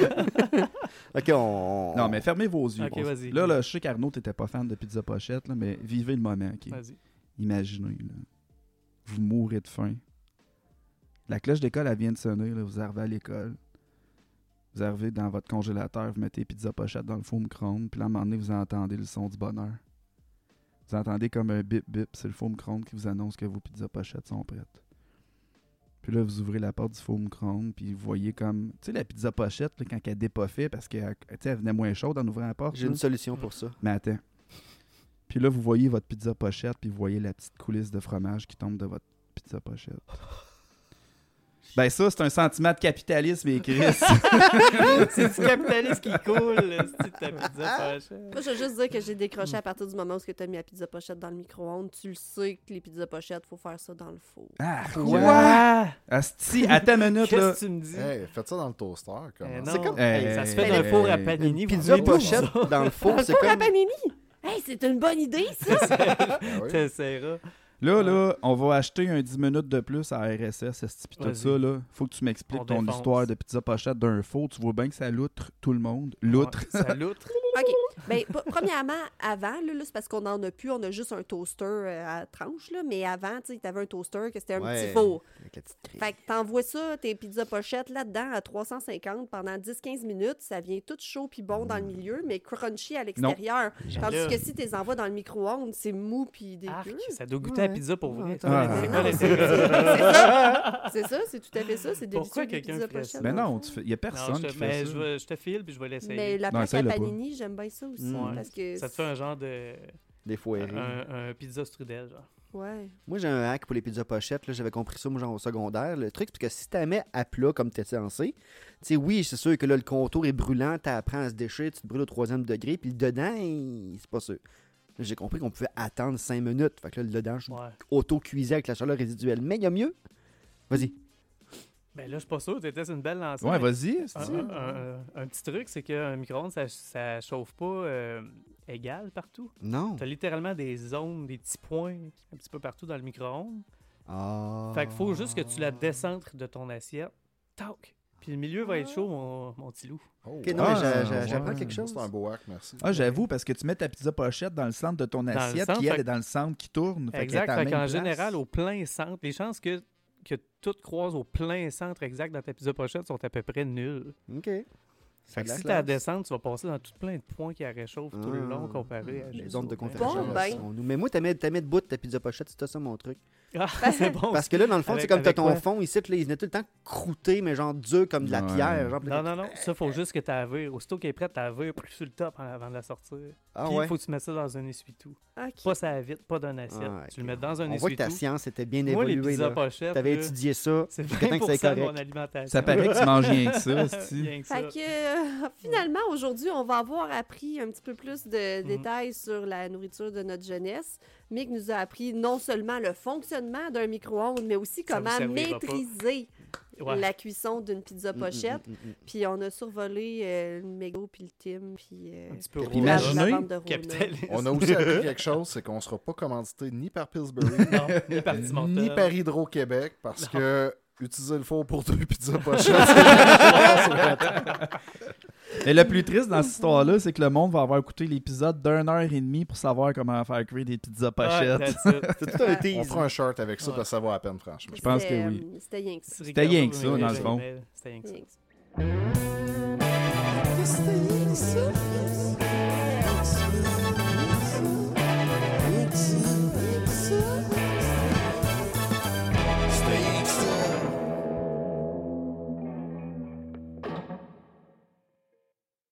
Speaker 1: OK, on...
Speaker 2: non, mais fermez vos yeux.
Speaker 3: Ok,
Speaker 2: On-
Speaker 3: vas-y.
Speaker 2: Là, là, je sais qu'Arnaud, t'étais pas fan de pizza pochette, là, mais vivez le moment. ok?
Speaker 3: Vas-y.
Speaker 2: Imaginez, là. Vous mourrez de faim. La cloche d'école, elle vient de sonner, là. Vous arrivez à l'école. Vous arrivez dans votre congélateur, vous mettez pizza pochette dans le foam chrome, puis là, à un moment donné, vous entendez le son du bonheur. Vous entendez comme un bip bip, c'est le foam chrome qui vous annonce que vos pizzas pochettes sont prêtes. Puis là, vous ouvrez la porte du foam chrome, puis vous voyez comme. Tu sais, la pizza pochette, là, quand elle dépoffait, parce qu'elle tu sais, elle venait moins chaude en ouvrant la porte.
Speaker 1: J'ai
Speaker 2: là.
Speaker 1: une solution pour ça.
Speaker 2: Mais attends. Puis là, vous voyez votre pizza pochette, puis vous voyez la petite coulisse de fromage qui tombe de votre pizza pochette. Ben ça, c'est un sentiment de capitalisme, et Chris.
Speaker 3: C'est du capitalisme qui coule, là, c'est ta pizza pas chère.
Speaker 5: Moi, je veux juste dire que j'ai décroché à partir du moment où tu as mis la pizza pochette dans le micro-ondes. Tu le sais que les pizzas pochettes, faut faire ça dans le four.
Speaker 2: ah, quoi?
Speaker 4: Ah!
Speaker 3: Quoi?
Speaker 2: Asti, attends une minute, là.
Speaker 3: Qu'est-ce que tu me dis?
Speaker 4: Hey, faites ça dans le toaster. comment?
Speaker 3: Eh non,
Speaker 1: C'est comme-
Speaker 3: hey, ça se fait
Speaker 2: Hey,
Speaker 1: hey,
Speaker 3: d'un four à
Speaker 2: hey.
Speaker 3: panini.
Speaker 1: Une
Speaker 3: vous
Speaker 1: pizza
Speaker 3: savez, tout
Speaker 1: pochette
Speaker 3: ça.
Speaker 1: dans le four, c'est
Speaker 5: Pour la
Speaker 1: comme...
Speaker 5: panini! Hey, c'est une bonne idée, ça!
Speaker 4: Ah oui?
Speaker 3: T'essaieras.
Speaker 2: Là, là, on va acheter un 10 minutes de plus à RSS, esti, pis tout
Speaker 3: Vas-y.
Speaker 2: ça, là. Faut que tu m'expliques
Speaker 3: On
Speaker 2: ton
Speaker 3: défonce.
Speaker 2: histoire de pizza pochette d'un faux. Tu vois bien que ça loutre tout le monde. Loutre.
Speaker 3: Ouais, Ça loutre.
Speaker 5: OK. Ben, p- premièrement, avant, là, là, c'est parce qu'on n'en a plus, on a juste un toaster euh, à tranche, là, mais avant, tu sais, avais un toaster que c'était un
Speaker 1: Ouais.
Speaker 5: petit four.
Speaker 1: Avec la petite crise.
Speaker 5: Fait que t'envoies ça, tes pizzas pochettes là-dedans à 350 pendant 10-15 minutes, ça vient tout chaud puis bon dans le milieu, mais crunchy à l'extérieur. Tandis
Speaker 3: Là.
Speaker 5: que si t'es envoies dans le micro-ondes, c'est mou puis
Speaker 3: Arc,
Speaker 5: dégueu.
Speaker 3: ça doit goûter à la
Speaker 1: Ouais.
Speaker 3: pizza pour vrai.
Speaker 1: Ouais,
Speaker 3: C'est quoi
Speaker 5: c'est
Speaker 3: l'intérêt?
Speaker 5: ça, c'est ça, c'est tout à fait ça, c'est
Speaker 3: Pourquoi
Speaker 5: délicieux les
Speaker 3: quelqu'un
Speaker 5: pizzas
Speaker 3: ferait
Speaker 5: pochettes.
Speaker 3: ça?
Speaker 2: Ah. Mais
Speaker 5: dans
Speaker 2: Ben
Speaker 5: le
Speaker 2: non,
Speaker 5: fond.
Speaker 2: il y a personne
Speaker 3: Non, je
Speaker 2: qui
Speaker 3: te,
Speaker 2: fait
Speaker 3: mais
Speaker 2: ça.
Speaker 3: je, vais- je te file puis je vais l'essayer.
Speaker 5: Mais la
Speaker 2: Non,
Speaker 5: pâte à
Speaker 2: essaye-le pas.
Speaker 5: panini, j'aime bien ça aussi,
Speaker 1: Mm.
Speaker 5: parce que...
Speaker 3: Ça te fait un genre de.
Speaker 1: Des fois,
Speaker 3: Ben,
Speaker 1: il rit.
Speaker 3: Un, un pizza strudel, genre.
Speaker 5: Ouais.
Speaker 1: Moi, j'ai un hack pour les pizzas pochettes. là. J'avais compris ça, moi, genre au secondaire. Le truc, c'est que si tu la mets à plat comme tu es censé, tu sais, oui, c'est sûr que là, le contour est brûlant, tu apprends à se déchirer, tu te brûles au troisième degré, puis le dedans, il- c'est pas sûr. Là, J'ai compris qu'on pouvait attendre 5 minutes. Fait que là, le dedans, je suis
Speaker 3: Ouais.
Speaker 1: auto-cuisé avec la chaleur résiduelle. Mais il y a mieux. Vas-y.
Speaker 3: Ben là, je suis pas sûr, t'étais sur une belle lancée.
Speaker 2: Ouais,
Speaker 3: mais
Speaker 2: vas-y. esti.
Speaker 3: un, un- un- un petit truc, c'est qu'un micro-ondes, ça, ça chauffe pas euh, égal partout.
Speaker 1: Non.
Speaker 3: T'as littéralement des zones, des petits points un petit peu partout dans le micro-ondes.
Speaker 1: Ah.
Speaker 3: Fait qu'il faut juste que tu la descentres de ton assiette. Toc! Puis le milieu va être chaud, mon, mon petit loup.
Speaker 4: Oh,
Speaker 1: Ok, non,
Speaker 2: Ah,
Speaker 1: mais j'a- j'a-
Speaker 2: ouais.
Speaker 1: j'apprends quelque
Speaker 4: Ça,
Speaker 1: chose.
Speaker 4: C'est un beau hack, merci.
Speaker 2: Ah, j'avoue, parce que tu mets ta pizza pochette dans le centre de ton
Speaker 3: le
Speaker 2: assiette,
Speaker 3: centre,
Speaker 2: qui elle
Speaker 3: fait-
Speaker 2: est dans le centre qui tourne. Fait qu'elle est
Speaker 3: Exact.
Speaker 2: à la
Speaker 3: Fait
Speaker 2: même
Speaker 3: qu'en
Speaker 2: place.
Speaker 3: général, au plein centre, les chances que, que tout croise au plein centre exact dans ta pizza pochette sont à peu près nulles.
Speaker 1: Ok.
Speaker 3: Fait que
Speaker 1: de la
Speaker 3: si t'as à
Speaker 1: classe.
Speaker 3: descendre, tu vas passer dans tout plein de points qui la réchauffent tout le long
Speaker 1: Ah.
Speaker 3: comparé à
Speaker 1: Les
Speaker 3: juste
Speaker 1: zones de
Speaker 3: au-
Speaker 1: convergence.
Speaker 5: ben.
Speaker 1: on nous- Mais moi, t'as mis de bout ta pizza pochette, c'était ça mon truc.
Speaker 3: Ah, c'est bon.
Speaker 1: Parce que là, dans le fond,
Speaker 3: Avec-
Speaker 1: c'est comme t'as
Speaker 3: avec
Speaker 1: ton
Speaker 3: quoi?
Speaker 1: fond ici, là, il venait tout le temps croûté, mais genre dur comme de la
Speaker 2: Ouais.
Speaker 1: pierre. Genre,
Speaker 3: Non, non, non. Ça, faut juste que tu la vires. Aussitôt qu'elle est prête, tu la vires plus sur le top en- avant de la sortir.
Speaker 1: Ah
Speaker 3: Puis, il
Speaker 1: ouais.
Speaker 3: faut que tu mettes ça dans un essuie-tout.
Speaker 5: OK.
Speaker 3: Pas ça vite, pas dans une assiette.
Speaker 1: Ah,
Speaker 3: Tu
Speaker 1: ok.
Speaker 3: le mets dans un
Speaker 1: On voit que ta
Speaker 3: essuie-tout.
Speaker 1: science était bien
Speaker 3: Moi, les
Speaker 1: évoluée.
Speaker 3: pizzas
Speaker 1: là.
Speaker 3: pochettes, euh,
Speaker 1: T'avais
Speaker 3: là,
Speaker 1: étudié ça.
Speaker 3: c'est
Speaker 1: jusqu'à temps que c'est
Speaker 3: 20% de mon
Speaker 1: correct.
Speaker 3: alimentation.
Speaker 2: Ça paraît que tu manges rien que ça, esti.
Speaker 3: Rien que ça.
Speaker 5: Fait que euh, finalement, aujourd'hui, on va avoir appris un petit peu plus
Speaker 3: Mhm.
Speaker 5: de détails sur la nourriture de notre jeunesse. Mick nous a appris non seulement le fonctionnement d'un micro-ondes, mais aussi
Speaker 3: Ça vous
Speaker 5: comment
Speaker 3: servira pas.
Speaker 5: maîtriser
Speaker 3: Ouais.
Speaker 5: la cuisson d'une pizza
Speaker 1: Mm, mm,
Speaker 5: pochette.
Speaker 1: mm, mm, mm.
Speaker 5: Puis on a survolé euh, le mégot, puis le tim, puis euh,
Speaker 3: Un petit peu
Speaker 1: Puis
Speaker 3: rouge.
Speaker 5: la,
Speaker 2: imaginez-
Speaker 5: la vente de Rona.
Speaker 3: Capitaliste.
Speaker 4: On a aussi appris quelque chose, c'est qu'on sera pas commandité ni par Pillsbury,
Speaker 3: Non, il est parti mon
Speaker 4: ni
Speaker 3: temps.
Speaker 4: par Hydro-Québec, parce
Speaker 3: Non.
Speaker 4: que utiliser le four pour deux pizzas pochettes,
Speaker 2: Et le plus triste dans cette histoire-là, c'est que le monde va avoir écouté l'épisode d'une heure et demie pour savoir comment faire cuire des pizzas
Speaker 3: Ouais,
Speaker 2: pochettes.
Speaker 3: that's it.
Speaker 1: C'est tout un
Speaker 5: Euh,
Speaker 4: on
Speaker 1: tease.
Speaker 4: prend un shirt avec ça,
Speaker 3: Ouais.
Speaker 4: parce que ça vaut à peine, franchement.
Speaker 2: Je pense
Speaker 5: C'était,
Speaker 2: que oui.
Speaker 5: euh, C'était rien que ça.
Speaker 3: Petit
Speaker 2: C'était rien que ça,
Speaker 3: Ricardo,
Speaker 2: dans le fond.
Speaker 3: Gmail, C'était rien que ça.
Speaker 5: Rien que ça.
Speaker 6: Qu'est-ce que c'est, ça?